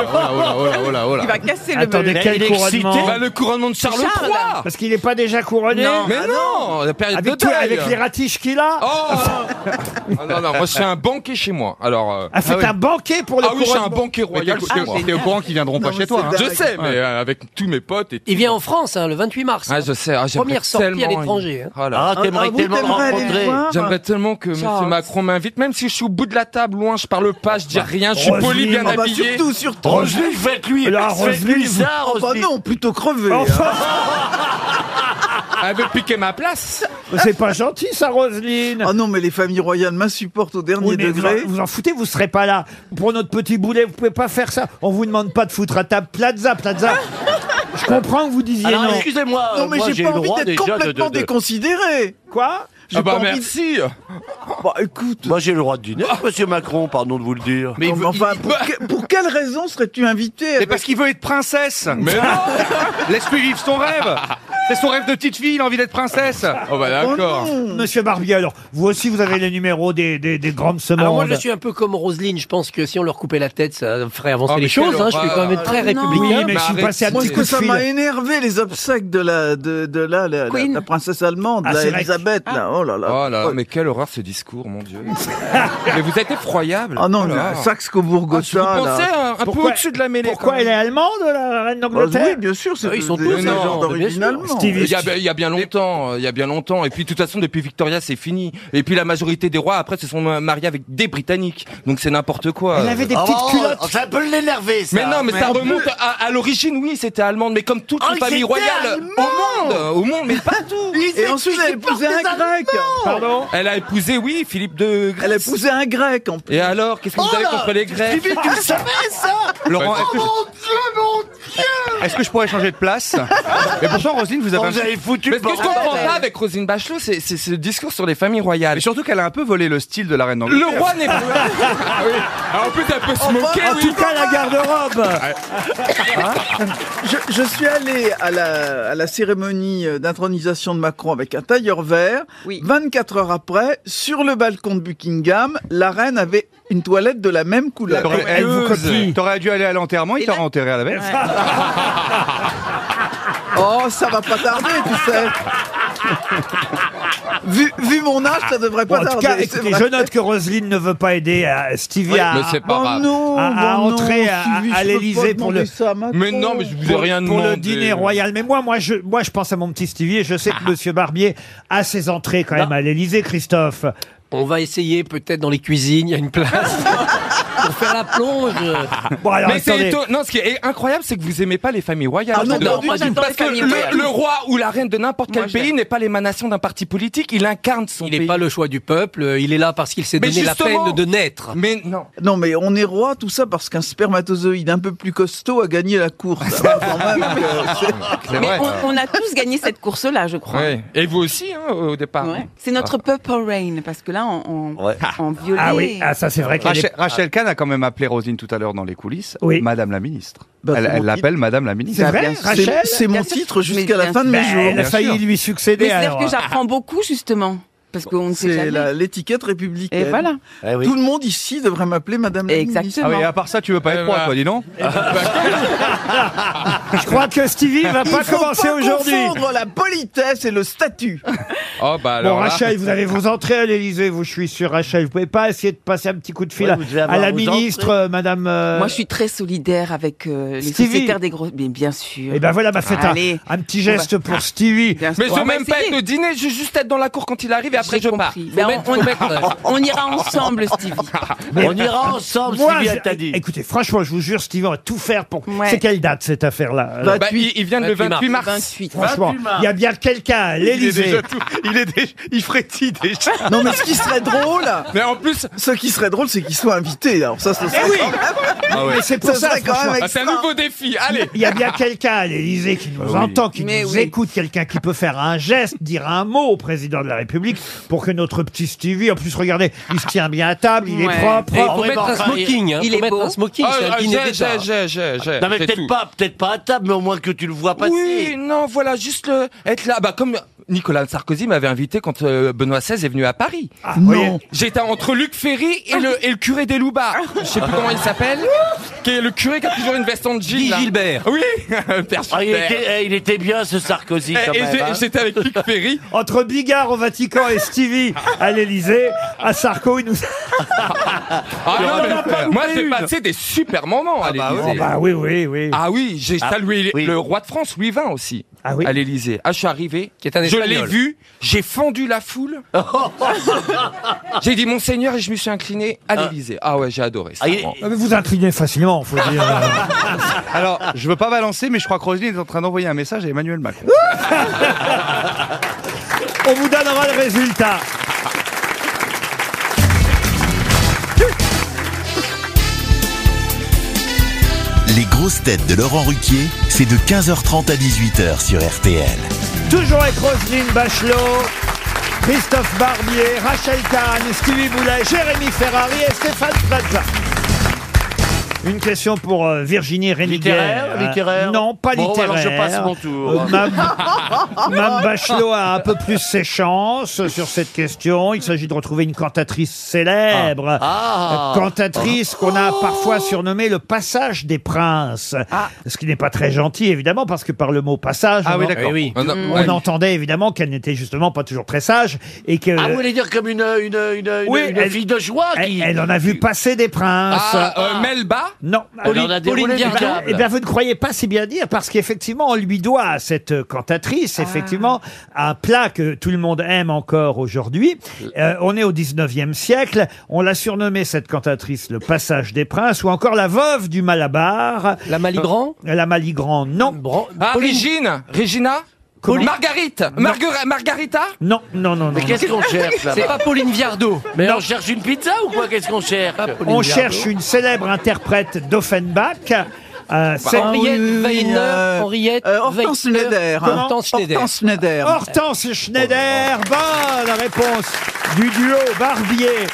D: Oh
I: Il va casser le
B: Attendez,
I: meuble.
B: quel
E: il est
B: couronnement
E: excité.
D: Bah, le couronnement de Charles
I: Charles.
D: III.
B: Parce qu'il n'est pas déjà couronné Ah
D: mais non, la période
B: avec,
D: de
B: tout-
D: deuil.
B: avec les ratiches qu'il a
D: Oh Ah non, non, moi je suis un banquet chez moi. Alors. euh,
B: Ah, c'est un banquet pour le
D: Ah oui, je suis un
B: couronnement.
D: banquet royal chez
H: T'es
D: moi.
H: au courant qu'ils viendront pas
C: Non,
H: chez toi.
C: c'est
H: hein.
C: dingue.
D: Je sais, mais euh, avec tous mes potes et tout.
F: Il vient en France hein, le 28 mars.
D: Ah, je sais. Ah, j'aimerais
F: Première sortie à
D: tellement-
F: l'étranger, hein.
D: Oh là.
E: Ah, t'aimerais
C: Ah, vous,
E: tellement le
C: t'aimerais aller
E: rencontrer.
C: le voir
D: J'aimerais tellement que
F: Charles.
D: M. Macron m'invite, même si je suis au bout de la table, loin, je parle pas, je dis rien, je suis
B: Roselyne,
D: poli, bien
C: Ah bah
D: habillé.
C: surtout, surtout.
E: Roselyne, faites-lui
B: Là,
E: Faites-lui
B: Roselyne,
E: ça,
C: Oh bah
E: Roselyne
C: non, plutôt crevé.
B: Enfin,
D: Elle veut Oh, piquer ma place.
B: c'est pas gentil ça, Roselyne
C: Ah non, mais les familles royales m'insupportent au dernier
B: Oui, mais vous,
C: degré.
B: en- vous en foutez, vous serez pas là. Pour notre petit boulet, vous pouvez pas faire ça. On vous demande pas de foutre à table
C: [laughs]
B: Plaza, Plaza. Je comprends que vous disiez
E: Alors,
B: non.
E: excusez-moi,
C: Non, mais
E: moi,
C: j'ai
E: eu
C: pas
E: le
C: envie
E: droit
C: d'être
E: déjà de-
C: complètement
E: de- de-
C: déconsidéré.
B: Quoi
C: J'ai
D: Ah
C: pas
D: bah
C: envie de-
D: merci.
C: Bah écoute. Ah.
E: Moi, j'ai le droit de dîner, monsieur Macron, pardon de vous le dire.
C: Non, mais
H: il veut-
C: enfin,
H: il-
C: pour, que- pour quelle raison serais-tu invité
H: Mais
C: avec-
H: parce qu'il veut être princesse. Mais non Laisse-lui vivre son rêve. C'est son rêve de petite fille, il a envie d'être princesse.
D: Oh bah
C: Oh
D: d'accord.
C: non.
B: Monsieur Barbier, alors, vous aussi, vous avez les numéros des, des, des grandes semaines.
F: Alors moi je suis un peu comme Roselyne, je pense que si on leur coupait la tête ça ferait avancer
C: Ah,
D: Oh, mais
F: les choses,
D: quelle
F: hein. je suis
D: horreur.
F: quand même très
I: Ah, non.
F: républicain. Bah,
B: Oui, mais je suis
C: Bah,
D: Arrête,
B: passé à
D: moi,
B: petit
C: Parce
B: coup
C: que
B: de
C: ça
B: fil.
C: m'a énervé les obsèques de la de, de la, la, la-
I: Queen.
C: la princesse allemande,
B: Ah,
C: la
B: c'est vrai que-
C: Elisabeth là. Oh là là.
D: Oh là, mais quelle horreur ce discours, mon dieu. mais vous êtes effroyable.
C: Ah non,
D: Oh là.
C: mais
D: Ah,
C: Saxe-Cobourg-Gotha
D: vous pensez
C: Ah, là.
D: à un peu au-dessus de la mêlée.
B: Pourquoi elle est allemande, la reine d'Angleterre
D: oui,
C: Bah bien sûr,
B: Ah,
D: c'est- Ils sont tous des
B: hein.
D: gens d'origine
C: allemande.
D: Il y, a, il y a bien longtemps, il y a bien longtemps. Et puis de toute façon, depuis Victoria, c'est fini. Et puis la majorité des rois après se sont mariés avec des Britanniques. Donc c'est n'importe quoi.
E: Elle avait des Oh, petites oh, culottes. ça peut l'énerver, ça.
D: Mais non, mais,
E: Mais
D: ça
E: en
D: remonte
E: plus-
D: à, à l'origine, oui, c'était allemande. Mais comme toute
E: Oh,
D: une
E: ils
D: famille
E: étaient
D: royale au monde, au monde, mais partout.
C: Et ensuite, elle a épousé un grec.
D: Pardon Elle a épousé, oui, Philippe de Grèce. Elle a épousé
C: un grec en
D: plus. Et alors, qu'est-ce que vous avez contre les Grecs
E: Vivi, tu le savais, ça
D: Laurent,
E: Oh
D: est-ce que-
E: mon Dieu, mon Dieu
H: Est-ce que je pourrais changer de
D: [laughs]
H: place Mais pourtant, Roselyne, vous avez. un-
D: Mais ce que je comprends pas avec Rosine Bachelot, c'est c'est ce discours sur les familles royales.
H: Mais surtout qu'elle a un peu volé le style de la reine d'Angleterre.
D: Le roi n'est pas. Ah oui. Ah, en plus, elle peut se moquer.
B: En
D: oui. Hein
B: tout cas, la garde-robe.
C: je, je suis allé à la, à la cérémonie d'intronisation de Macron avec un tailleur vert. 24 heures après, sur le balcon de Buckingham, la reine avait une toilette de la même couleur.
H: T'aurais- elle vous copie. T'aurais dû aller à l'enterrement, il t'aurait enterré à la veille.
C: Oh, ça va pas tarder, tu sais. Ah, Vu, vu mon âge, ça devrait
B: Bon,
C: pas
B: en tout
C: tarder.
B: cas,
C: c'est
B: écoutez,
C: vrai.
B: je note que Roselyne ne veut pas aider à Stevie
D: Oui,
B: à,
D: mais c'est pas
B: à-
D: grave.
C: Oh non,
B: à- à
C: bon, non,
B: entrer à,
C: Stevie,
B: à
C: je peux
B: l'Élysée
C: pas
B: pour
C: demander
B: le
C: ça à Macron.
D: Mais non, mais je vous ai
B: pour-
D: rien
B: pour le
D: demandé.
B: dîner royal. Mais moi, moi, je, moi, je pense à mon petit Stevie et je sais que
D: Ah.
B: Monsieur Barbier a ses entrées quand même à l'Élysée, Christophe.
F: On va essayer peut-être dans les cuisines, il y a une [laughs] place pour faire la plonge.
B: Bon,
D: mais c'est éton- non, ce qui est incroyable, c'est que vous aimez pas les familles royales.
F: Ah non,
D: De-
F: non, moi, j'adore
D: parce
F: les
D: que
F: familles royales.
D: le, le roi ou la reine de n'importe quel pays n'est pas l'émanation d'un parti politique. Il incarne son
F: Il n'est pas le choix du peuple, il est là parce qu'il s'est
D: Mais
F: donné la
D: justement.
F: peine de naître.
D: Mais non.
C: Non, mais on est roi, tout ça, parce qu'un spermatozoïde un peu plus costaud a gagné la course. Alors, quand même, euh, c'est-
I: Mais on, on a tous gagné cette course-là, je crois.
D: Ouais. Et vous aussi, hein, au départ.
I: Ouais. C'est notre
C: Ah.
I: Purple Rain, parce que là, on,
C: [laughs]
I: on, on violet.
H: Ah.
B: Ah
H: Rachel, Rachel Kahn a quand même appelé Roselyne tout à l'heure dans les coulisses, Madame la ministre.
C: c'est
H: elle
C: mon
H: elle l'appelle Madame la ministre.
C: C'est vrai, C'est- Rachel c'est mon Bien sûr. titre jusqu'à la fin de mes jours.
B: Bah, Elle a
C: Bien
B: failli
C: sûr.
B: lui succéder.
I: Mais c'est-à-dire
B: alors. hein.
I: que j'apprends beaucoup, justement. Parce qu'on ne sait
C: C'est
I: jamais.
C: la- l'étiquette républicaine.
I: Et voilà.
E: Eh oui.
C: Tout le monde ici devrait m'appeler Madame la ministre.
H: Ah oui, à part ça, tu veux
C: Eh
H: pas être
C: ben.
H: roi, toi,
C: [laughs]
H: dis non
B: Je crois que Stevie va
C: Il
B: pas
C: faut
B: commencer
C: pas
B: aujourd'hui.
C: confondre la politesse et le statut.
D: Oh, bah
B: Bon,
D: alors. là-
B: Rachel, vous allez vous entrer à l'Elysée, vous, je suis sûr, Rachel. Vous pouvez pas essayer de passer un petit coup de fil
I: Ouais,
B: à-
I: vous devez
B: à,
I: avoir
B: la
I: vos
B: ministre,
I: entrées.
B: euh, madame. euh,
I: Moi, je suis très solidaire avec euh, les
B: Stevie.
I: sociétaires des gros. Mais bien sûr.
B: Eh ben voilà, m'a fait un,
I: Allez.
B: un petit geste
I: On va-
B: pour Stevie.
D: Mais
I: On
D: je veux
I: va
D: même pas être au dîner, je veux juste être dans la cour quand il arrive et après je pars.
I: Ben, on, on- on ira ensemble,
D: [laughs]
I: Stevie.
B: Mais- Moi,
I: Stevie,
B: je-
I: elle t'a dit.
B: Écoutez, franchement, je vous jure, Stevie, on va tout faire pour.
I: Ouais.
B: C'est quelle date cette affaire-là euh
D: Bah, il, il vient le 28 mars.
B: Franchement, il y a bien quelqu'un à l'Elysée.
H: il est déjà, il frétille déjà.
C: Non, mais ce qui serait drôle.
D: Mais en plus.
C: Ce qui serait drôle, c'est qu'il soit invité. Alors, ça, ce serait.
B: Eh oui.
C: quand même-
B: Ah ouais. Mais c'est pour
C: Ce
B: ça,
C: serait quand
B: franchement.
C: même
D: Ah, c'est un
C: extra.
D: nouveau défi, allez.
B: Il y a bien quelqu'un à l'Elysée qui
F: Ah
B: nous entend, qui nous écoute, quelqu'un qui peut faire un geste, dire un mot au président de la République pour que notre petit Stevie, en plus, regardez, il se tient bien à table, il est propre.
F: Et faut mettre un smoking, hein, faut mettre un smoking,
D: Ah,
F: c'est un
D: ah,
F: dîner
D: j'ai,
F: d'État.
D: j'ai, j'ai, j'ai,
E: Non mais
D: c'est
E: peut-être
D: tout.
E: pas, peut-être pas à table, mais au moins que tu le vois passer.
D: Oui, non, voilà, juste le, être là. Bah, comme Nicolas Sarkozy m'avait invité quand euh, Benoît XVI est venu à Paris.
E: Ah,
C: non.
D: J'étais entre Luc Ferry et le, et le curé des Loubards. Je sais plus comment il s'appelle. Qui est le curé qui a toujours une veste en jean.
F: Guy
D: là.
F: Gilbert.
D: Oui, [laughs] Père
E: Ah, il,
D: Gilbert.
E: était, eh, il était bien ce Sarkozy
D: Et-
E: quand
D: Eh, et
E: même.
D: j'ai-
E: hein.
D: j'étais avec Luc Ferry.
B: Eh ben. [laughs] Entre Bigard au Vatican et Stevie à l'Elysée, à Sarko, il nous. [laughs]
D: Ah
B: Il
D: non,
B: en a
D: mais
B: pas
D: moi
B: loupé
D: j'ai
B: une.
D: passé des super moments à l'Élysée.
B: Oh, bah oui, oui, oui.
D: Ah oui, j'ai
B: Ah,
D: salué
B: oui.
D: le roi de France Louis XX aussi à l'Élysée. Ah, je suis arrivé,
F: Qui est un
D: je l'ai
F: Espagnol.
D: vu, j'ai fendu la
B: [laughs]
D: foule. j'ai dit monseigneur et je me suis incliné à l'Élysée. Ah ouais, j'ai adoré ça. vraiment.
B: Ah, mais Vous inclinez facilement, faut
D: [laughs]
B: dire.
H: Alors, je veux pas balancer, mais je crois que Roselyne est en train d'envoyer un message à Emmanuel Macron.
B: On vous donnera le résultat.
A: Les grosses têtes de Laurent Ruquier, c'est de 15h30 à 18h sur RTL.
B: Toujours avec Roselyne Bachelot, Christophe Barbier, Rachel Kahn, Stevie Boulet, Jérémy Ferrari et Stéphane Plaza. Une question pour euh, Virginie Réniguer.
E: Littéraire,
B: Euh,
E: littéraire
B: Non, pas
E: Bon,
B: littéraire.
E: alors je passe mon tour.
B: Euh, Mme,
E: [laughs]
B: Mme Bachelot a un peu plus ses chances sur cette question. Il s'agit de retrouver une cantatrice célèbre.
E: Ah. Oh.
B: Euh, Cantatrice qu'on a parfois surnommée le passage des princes. Ce qui n'est pas très gentil, évidemment, parce que par le mot passage,
E: Ah
B: on
E: oui,
B: en-
E: d'accord. Oui, oui.
B: on
E: Mm.
B: on entendait évidemment qu'elle n'était justement pas toujours très sage et que.
E: Ah, vous voulez dire comme une, une, une, une-
B: Oui,
E: une
B: elle-
E: fille de joie
B: elle,
E: qui...
B: elle en a vu passer des princes.
D: Ah, euh, Melba
B: Non.
E: Elle en a déroulé du câble.
B: Eh bien, vous ne croyez pas si bien dire, parce qu'effectivement, on lui doit à cette euh,
C: Ah.
B: cantatrice, effectivement, un plat que tout le monde aime encore aujourd'hui. Euh, on est au 19e siècle. On l'a surnommée, cette cantatrice, le passage des princes, ou encore la veuve du Malabar. La Maligrand La Maligrand, non.
D: Ah, Régine Régina
B: Comment
D: Marguerite Marguerite Margarita
B: Non, non, non, non.
D: Mais qu'est-ce qu'on cherche, là-bas C'est pas
B: Pauline Viardot.
E: Mais on cherche une pizza ou quoi Qu'est-ce qu'on cherche
B: On cherche une célèbre interprète d'Offenbach. Euh, c'est-
F: Bah, Henriette Weiner, Henriette
C: euh, Hortense
F: Weiner.
C: Schneider, hein.
F: Hortense Schneider.
C: Hortense Schneider.
B: Hortense Schneider,
E: Oh.
B: bonne réponse du duo Barbier.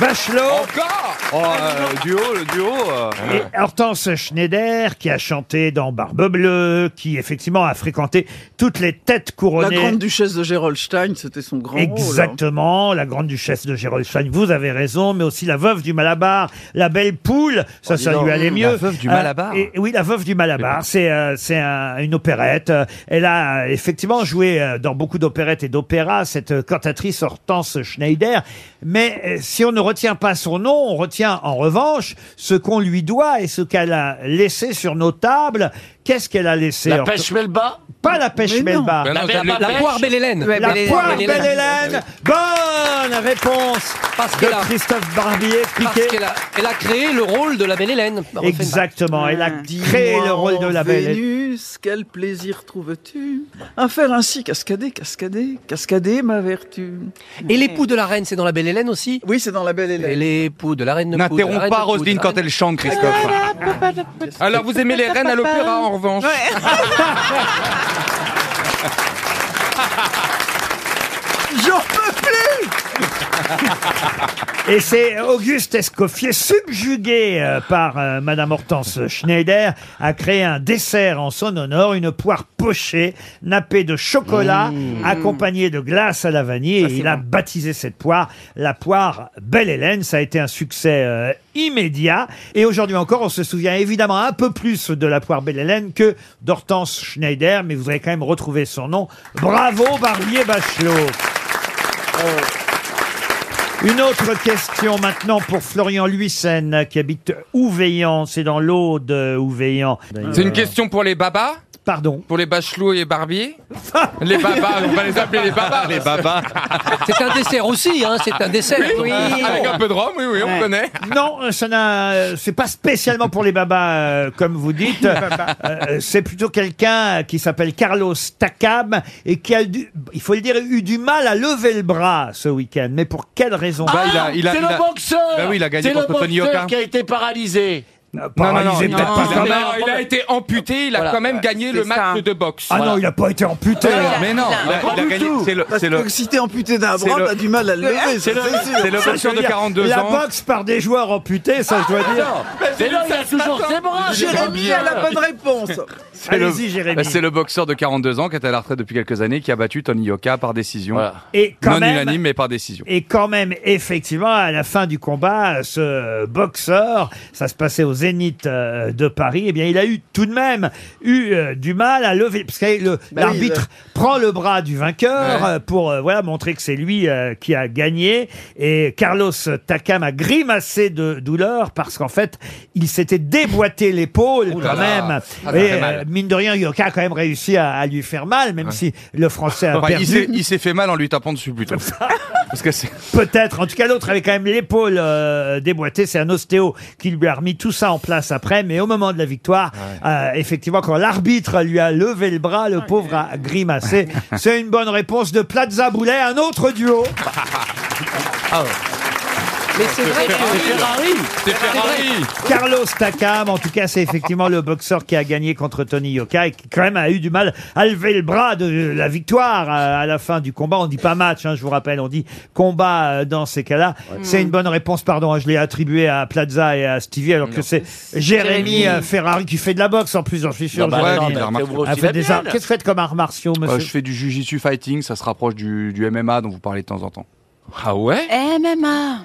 B: Bachelot.
D: Encore
H: Oh, euh, duo, le duo. euh.
B: Et Hortense Schneider, qui a chanté dans Barbe Bleue, qui effectivement a fréquenté toutes les têtes
C: La
B: couronnées.
C: grande duchesse de Gerolstein, c'était son grand rôle. hein.
B: Exactement, la grande duchesse de Gerolstein, vous avez raison, mais aussi la veuve du Malabar, la belle poule, ça,
H: Oh, dis
B: ça
H: donc,
B: lui allait
H: la
B: mieux.
H: veuve du
B: Euh,
H: Malabar.
B: et- oui, la veuve du Malabar, c'est euh, c'est un- une opérette. Euh, Elle a euh, effectivement joué euh, dans beaucoup d'opérettes et d'opéras, cette euh, cantatrice Hortense Schneider. Mais euh, si on ne retient pas son nom, on retient en revanche ce qu'on lui doit et ce qu'elle a laissé sur nos tables. Qu'est-ce qu'elle a laissé
E: La
B: Horten-
E: pêche melba
B: Pas bah, la pêche
E: Mais non.
B: melba.
E: Ben non, La- la- la la poire pêche. Belle-Hélène. Ouais,
B: La
E: Belle-Hélène.
B: poire
E: Belle-Hélène.
B: Belle-Hélène.
D: [laughs]
B: Bonne réponse de
F: qu'elle a-
B: Christophe Barbier.
F: Parce
B: Piquet.
F: qu'elle a, elle a créé le rôle de la belle Hélène. par Offenbach.
B: Exactement,
E: Ah.
B: elle a créé le rôle de la belle. Hélène.
C: Oh, Vénus, quel plaisir trouves-tu à faire ainsi cascader, cascader, cascader ma vertu.
F: Et l'époux de la reine, c'est dans la belle Hélène aussi
C: Oui, c'est dans la belle Hélène.
F: Et l'époux de la reine ne poudre, la
H: N'interromps
F: reine
H: pas
F: ne poudre,
H: Roselyne
F: la
H: quand
F: reine-
H: elle chante, Christophe.
D: Alors, vous aimez les reines à l'opéra, en revanche [laughs]
C: J'en peux plus
B: Et c'est Auguste Escoffier, subjugué euh, par euh, Madame Hortense Schneider, a créé un dessert en son honneur, une poire pochée, nappée de chocolat, accompagnée de glace à la vanille. et il a baptisé cette poire la poire Belle Hélène. Ça a été un succès euh, immédiat. Et aujourd'hui encore, on se souvient évidemment un peu plus de la poire Belle Hélène que d'Hortense Schneider, mais vous avez quand même retrouvé son nom. Bravo, Barbier Bachelot Euh. une autre question maintenant pour Florian Luyssen qui habite Ouveillan, c'est dans l'Aude, euh, Ouveillan.
D: C'est une question pour les babas
B: Pardon
D: Pour les bachelots et
B: [laughs]
D: barbiers Les babas, on va les appeler les babas. Les [laughs] babas.
F: C'est un dessert aussi, hein, c'est un dessert.
D: Oui. Avec un peu de rhum, oui, oui, on
B: Ouais.
D: connaît.
B: Non, euh, ça n'a, euh, c'est pas spécialement pour les babas, euh, comme vous dites. Euh, c'est plutôt quelqu'un qui s'appelle Carlos Takam et qui a dû, il faut le dire, eu du mal à lever le bras ce week-end. Mais pour quelle raison
E: Ah, c'est le boxeur
H: Bah oui, il a gagné
E: C'est le
H: contre Tony
E: boxeur
H: Yoka.
E: qui a été paralysé.
B: paralysé, peut-être pas
D: il,
B: quand
D: a,
B: même.
D: il a été amputé, il a
B: Voilà.
D: quand même gagné
B: C'est
D: le
B: ça.
D: match de boxe.
B: Ah non, il a pas été amputé.
D: Mais non, mais
B: alors.
D: non, il a- il a
C: Pas du
D: gagné,
C: tout.
D: c'est le-
C: Parce
D: c'est le-
C: que si t'es amputé d'un
D: c'est
C: bras,
D: le-
C: t'as du mal à le lever.
D: C'est le-
C: sûr.
D: c'est le
C: Ça,
D: boxeur
C: je veux
D: de
C: dire,
D: 42
B: la
D: ans.
B: boxe par des joueurs amputés, ça je dois dire.
E: Mais non, il a toujours ses bras.
C: Jérémy a la bonne réponse.
H: C'est le- Bah,
B: Allez-y, Jérémy.
H: C'est le boxeur de 42 ans qui est à la retraite depuis quelques années qui a battu Tony Yoka par décision.
B: Et quand
H: non
B: même-
H: unanime, mais par décision.
B: Et quand même, effectivement, à la fin du combat, ce boxeur, ça se passait au Zénith euh, de Paris, eh bien, il a eu tout de même eu euh, du mal à lever, parce que eh, le-
C: Bah oui,
B: l'arbitre prend le bras du vainqueur
C: Ouais.
B: euh, pour euh, voilà montrer que c'est lui euh, qui a gagné. Et Carlos Takam a grimacé de douleur parce qu'en fait, il s'était déboîté l'épaule
D: Ouh là
B: quand
D: là.
B: même.
D: Ah, ça
B: et
D: fait mal.
B: euh, mine de rien, Yoka a quand même réussi à, à lui faire mal, même si le Français a
H: Enfin, il
B: perdu.
H: s'est- il s'est fait mal en lui tapant dessus plutôt. Parce que c'est.
B: Peut-être. En tout cas, l'autre avait quand même l'épaule euh, déboîtée. C'est un ostéo qui lui a remis tout ça en place après. Mais au moment de la victoire, euh, effectivement, quand l'arbitre lui a levé le bras, le pauvre a grimacé. C'est une bonne réponse de Plaza Boulet, un autre duo.
D: Ah
F: Mais c'est vrai que...
D: C'est Ferrari.
B: Carlos Takam, en tout cas, c'est effectivement le boxeur qui a gagné contre Tony Yoka et qui quand même a eu du mal à lever le bras de la victoire euh, à la fin du combat. On dit pas match, hein, je vous rappelle, on dit combat euh, dans ces cas-là. C'est une bonne réponse, pardon, hein, je l'ai attribué à Plaza et à Stevie alors que c'est Jérémy,
E: Jérémy.
B: euh, Ferrari qui fait de la boxe en plus, j'en suis sûr.
H: Non, bah,
B: Jérémy.
H: attends, mais
B: Ah,
H: remarquez, vous
B: vous
H: aussi
B: faites
H: la
B: des
H: mienne.
B: arts- Qu'est-ce que vous faites comme arts martiaux,
H: Euh,
B: monsieur
H: je fais du jujitsu fighting, ça se rapproche du, du MMA dont vous parlez de temps en temps.
D: Ah ouais
I: MMA.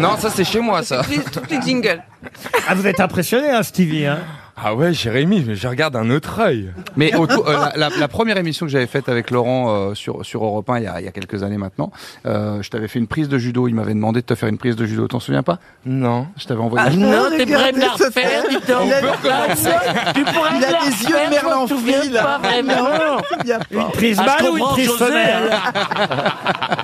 D: Non, ça c'est chez moi, ça.
I: J'ai Tous les jingles.
B: Ah, vous êtes impressionné, hein, Stevie hein
D: Ah ouais, Jérémy, mais je regarde un autre œil.
H: Mais au tout- euh, la, la- la première émission que j'avais faite avec Laurent euh, sur, sur Europe 1 il y a, il y a quelques années maintenant, euh, je t'avais fait une prise de judo. Il m'avait demandé de te faire une prise de judo. T'en souviens pas
D: Non.
H: Je t'avais envoyé.
E: Ah non, t'es prêt de la
H: Regardez cette
E: refaire,
H: tête.
E: dis donc.
H: On peut
E: recommencer. Tu pourrais
C: Il
E: me la
C: a des yeux
E: refaire,
C: de merlan
E: je m'en souviens
C: frit, là.
E: pas vraiment.
B: Une prise
E: Ah, je
B: balle ou une
E: comprends,
B: prise
E: José, [laughs]
B: [laughs] femelle
E: hein.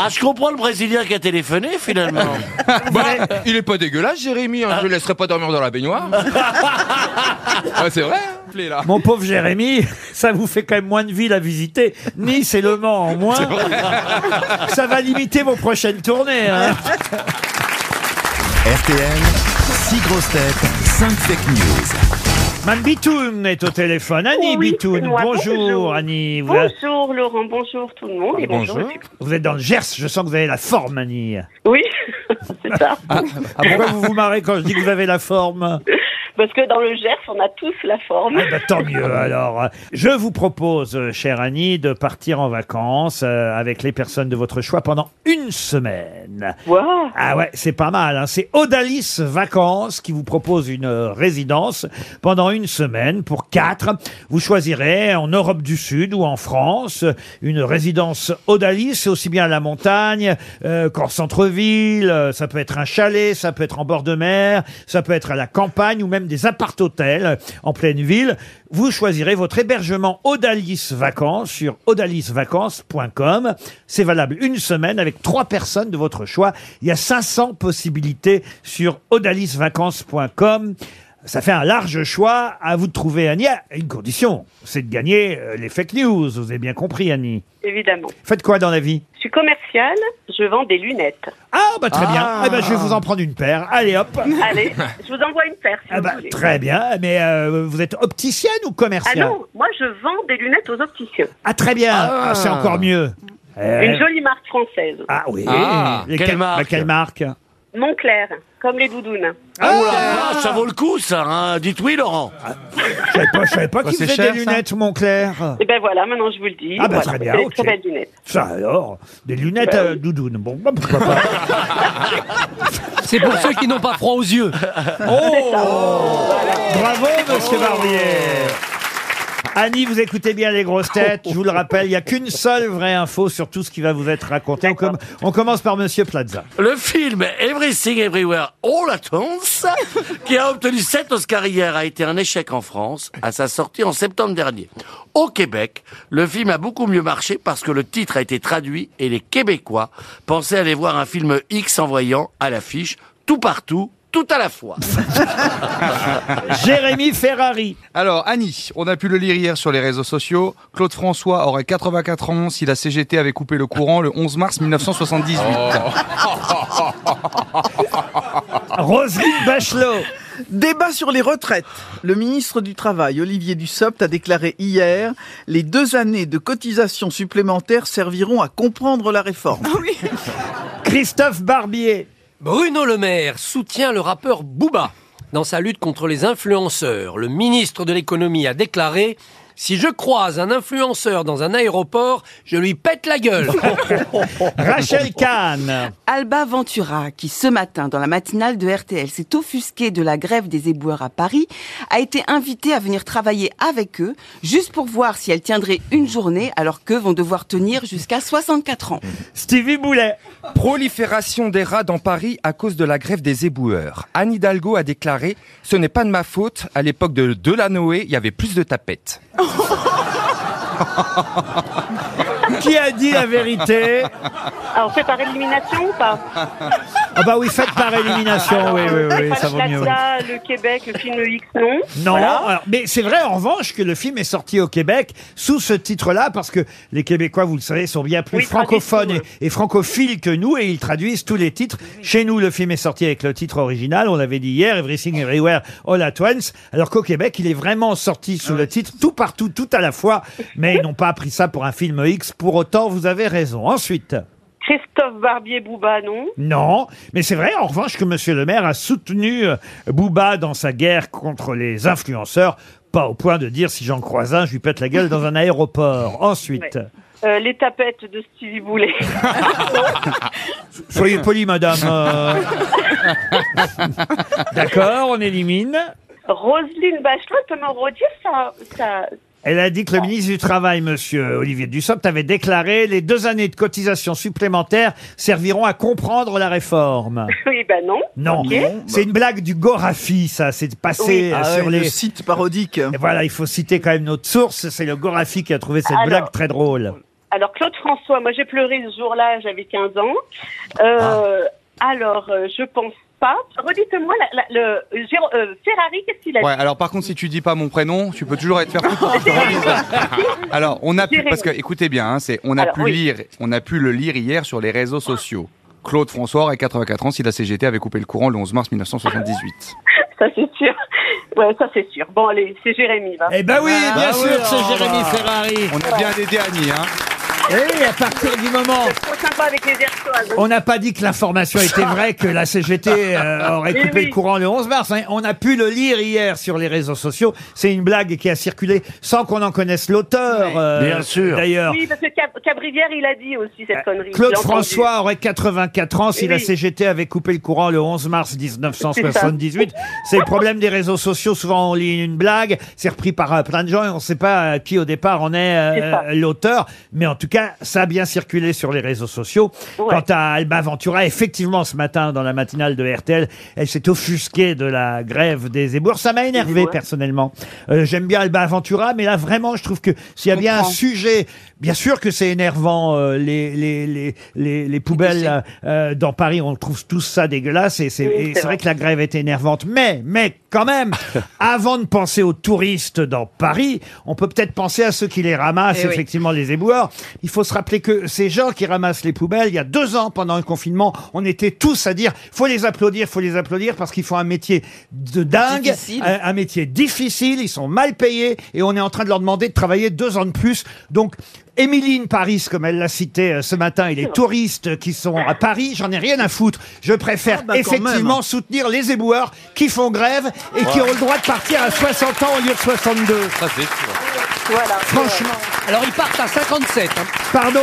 E: Ah, je comprends le Brésilien qui a téléphoné finalement.
D: [laughs] Bah, il est pas dégueulasse, Jérémy. hein. Je le laisserai pas dormir dans la baignoire. Ah, c'est vrai. hein. Appelez, là.
B: Mon pauvre Jérémy, [laughs] ça vous fait quand même moins de villes à visiter. Nice et Le Mans en moins. Ça va limiter vos prochaines
G: [laughs]
B: tournées. hein.
A: RTL, 6 grosses têtes, 5 fake news.
B: Mme Bitoun est au téléphone. Annie
K: Oui, c'est
B: Bitoun,
K: moi.
B: bonjour, Annie. Vous,
K: Bonjour Laurent, bonjour tout le monde et bonjour.
B: vous êtes dans le Gers, je sens que vous avez la forme, Annie. Ah,
K: Oui, [laughs]
B: Pourquoi vous vous marrez quand je dis que vous avez la forme
K: parce que dans le Gers, on a tous la forme.
B: Bah, tant mieux alors. Je vous propose, euh, chère Annie, de partir en vacances euh, avec les personnes de votre choix pendant une semaine. Ah ouais, c'est pas mal. hein. C'est Odalis Vacances qui vous propose une euh, résidence pendant une semaine pour quatre. Vous choisirez en Europe du Sud ou en France une résidence Odalis, c'est aussi bien à la montagne euh, qu'en centre-ville. Euh, Ça peut être un chalet, ça peut être en bord de mer, ça peut être à la campagne ou même des appart-hôtels en pleine ville. Vous choisirez votre hébergement Odalis Vacances sur odalisvacances.com. C'est valable une semaine avec trois personnes de votre choix. Il y a 500 possibilités sur odalisvacances.com. Ça fait un large choix à vous de trouver, Annie. À Une condition, c'est de gagner euh, les fake news. Vous avez bien compris, Annie.
K: Évidemment.
B: Faites quoi dans la vie
K: Je suis commerciale, je vends des lunettes.
B: Ah bah Très bien. Eh ben, je vais vous en prendre une paire. Allez, hop. [laughs]
K: Allez, je vous envoie une paire si vous voulez.
B: Eh ben, Très bien. Mais euh, vous êtes opticienne ou
K: Ah
B: commerciale
K: non, moi je vends des lunettes aux opticiens.
B: Ah, très bien. Ah, c'est encore mieux. Eh.
K: Une jolie marque française.
B: Ah oui.
E: Ah,
B: Les-
E: quelle
B: quel- bah,
E: marque
B: quelle marque
K: Montclair, comme les doudounes.
E: Ah, oh là là, ça vaut le coup ça. hein. Dites oui, Laurent.
B: Je savais pas, je savais pas
E: Bah,
B: qu'il
E: c'est
B: faisait
E: cher,
B: des
E: ça.
K: [laughs]
B: lunettes, Montclair.
K: Et ben voilà, maintenant je vous le dis.
B: Ah bah,
K: Voilà,
B: très bien,
K: c'est des
B: ok.
K: très belles lunettes.
B: Ça alors, des lunettes
K: Bah
B: à doudoune. Bon, bah, pourquoi pas.
F: [laughs] C'est pour ceux qui n'ont pas froid aux yeux.
B: Oh Bravo, monsieur Barbier. Annie, vous écoutez bien les grosses têtes. Je vous le rappelle, il n'y a qu'une seule vraie info sur tout ce qui va vous être raconté. On, com- on commence par monsieur Plaza.
E: Le film Everything Everywhere All at Once, qui a obtenu 7 Oscars hier, a été un échec en France à sa sortie en septembre dernier. Au Québec, le film a beaucoup mieux marché parce que le titre a été traduit et les Québécois pensaient aller voir un film X en voyant à l'affiche tout partout, tout à la fois.
B: [laughs] Jérémy Ferrari.
H: Alors, Annie, on a pu le lire hier sur les réseaux sociaux. Claude François aurait 84 ans si la CGT avait coupé le courant le 11 mars 1978.
K: Oh.
B: Roselyne Bachelot.
C: Débat sur les retraites. Le ministre du Travail, Olivier Dussopt, a déclaré hier les deux années de cotisation supplémentaires serviront à comprendre la réforme.
B: Christophe Barbier.
F: Bruno Le Maire soutient le rappeur Booba dans sa lutte contre les influenceurs. Le ministre de l'économie a déclaré Si je croise un influenceur dans un aéroport, je lui pète la gueule.
B: [laughs] Rachel Kahn.
I: Alba Ventura, qui ce matin, dans la matinale de RTL, s'est offusquée de la grève des éboueurs à Paris, a été invitée à venir travailler avec eux, juste pour voir si elle tiendrait une journée, alors qu'eux vont devoir tenir jusqu'à 64 ans.
B: Stevie Boulet.
D: Prolifération des rats dans Paris à cause de la grève des éboueurs. Anne Hidalgo a déclaré Ce n'est pas de ma faute. À l'époque de Delanoé, il y avait plus de tapettes.
B: [laughs] Qui a dit la vérité
K: Alors, c'est Ah, par élimination ou pas
B: Ah bah oui, faites par élimination. [laughs] Oui, oui, oui, ça vaut mieux. oui.
K: Plaza, le Québec, le film X, non
B: Non,
K: Voilà.
B: alors, mais c'est vrai en revanche que le film est sorti au Québec sous ce titre-là parce que les Québécois, vous le savez, sont bien plus
K: Oui,
B: francophones et, et francophiles que nous et ils traduisent tous les titres. Chez nous, le film est sorti avec le titre original, on l'avait dit hier, Everything Everywhere All at Once, alors qu'au Québec, il est vraiment sorti
K: Ah
B: sous le titre Tout partout, tout à la fois, mais ils n'ont pas pris ça pour un film X. Pour autant, vous avez raison. Ensuite.
K: Christophe Barbier Bouba, non
B: Non, mais c'est vrai en revanche que Monsieur le maire a soutenu euh, Booba dans sa guerre contre les influenceurs, pas au point de dire si j'en croise un, je lui pète la gueule dans
K: [laughs]
B: un aéroport. Ensuite,
K: Ouais. Euh, Les tapettes de Stevie
B: [laughs]
K: Boulet. [laughs]
B: Euh, soyez poli, madame. euh. D'accord, on élimine.
K: Roselyne Bachelot, Thomas Rodier, ça, ça,
B: Elle a dit que le ministre du Travail, monsieur Olivier Dussopt, avait déclaré les deux années de cotisation supplémentaires serviront à comprendre la réforme.
K: Oui, ben non.
B: Non,
K: Ok.
B: c'est une blague du Gorafi, ça, c'est
K: Oui.
B: passé euh,
K: Ah
B: sur
K: ouais,
B: les
K: le
B: sites parodiques. voilà, il faut citer quand même notre source, c'est le Gorafi qui a trouvé cette
K: Alors-
B: blague très drôle.
K: Alors Claude François, moi j'ai pleuré ce jour-là, j'avais 15 ans. Euh, Alors euh, je pense pas. Redites-moi la- la- le Géro- euh, Ferrari, qu'est-ce qu'il a
H: Ouais,
K: dit
H: alors par contre, si tu dis pas mon prénom, tu peux toujours être faire
K: [laughs]
H: foutre parce que je te relise. Alors, on a pu,
K: Jérémy.
H: parce que, écoutez bien, hein, c'est, on a
K: Alors,
H: pu
K: oui.
H: lire, on a pu le lire hier sur les réseaux sociaux. Claude François aurait 84 ans si la CGT avait coupé le courant le 11 mars 1978.
K: Ça c'est sûr. Ouais, ça c'est sûr. Bon allez, c'est Jérémy. Va.
H: Eh ben oui, Ah, bien bah sûr, oui,
N: c'est Jérémy Ferrari.
H: On a bien des derniers, hein.
B: Et Eh à partir du moment.
K: Trop sympa avec les hein, Airpods.
B: On n'a pas dit que
H: [laughs]
B: l'information était vraie, que la CGT euh, aurait
K: Mais
B: coupé
K: oui.
B: le courant le 11 mars. hein. On a pu le lire hier sur les réseaux sociaux. C'est une blague qui a circulé sans qu'on en connaisse l'auteur. euh,
E: Bien sûr.
B: D'ailleurs.
K: Oui, parce que Cab- Cabrivière, il a dit aussi cette connerie. Je
B: Claude
K: l'ai entendu.
B: François aurait 84 ans si
K: Oui.
B: la CGT avait coupé le courant le 11 mars 1978. C'est le problème des réseaux sociaux. Souvent, on lit une blague, c'est repris par euh, plein de gens et on ne sait pas euh, qui au départ en est euh,
N: C'est ça.
B: l'auteur. Mais en tout cas, ça a bien circulé sur les réseaux sociaux. Quant à Alba Ventura, effectivement, ce matin, dans la matinale de RTL, elle s'est offusquée de la grève des éboueurs. Ça m'a énervé, personnellement. Euh, J'aime bien Alba Ventura, mais là, vraiment, je trouve que s'il y a bien un
N: comprends.
B: sujet, bien sûr que c'est énervant, euh, les, les, les, les, les poubelles euh, dans Paris, on trouve tous ça dégueulasse, et c'est
N: Oui,
B: et
N: c'est
B: c'est
N: vrai.
B: vrai que la grève est énervante. Mais, mais
N: [laughs]
B: quand même, avant de penser aux touristes dans Paris, on peut peut-être penser à ceux qui les ramassent,
N: Eh oui.
B: effectivement, les éboueurs. Il faut se rappeler que ces gens qui ramassent les poubelles, il y a deux ans, pendant le confinement, on était tous à dire, faut les applaudir, faut les applaudir, parce qu'ils font un métier de dingue,
N: Difficile.
B: un, un métier difficile, ils sont mal payés, et on est en train de leur demander de travailler deux ans de plus. Donc, Émilie Paris, comme elle l'a cité euh, ce matin, et les touristes qui sont à Paris, j'en ai rien à foutre. Je préfère
N: Ah bah quand
B: effectivement
N: même.
B: soutenir les éboueurs qui font grève et
N: Ouais.
B: qui ont le droit de partir à 60 ans au lieu de 62. Franchement.
F: Alors ils partent à 57.
B: Pardon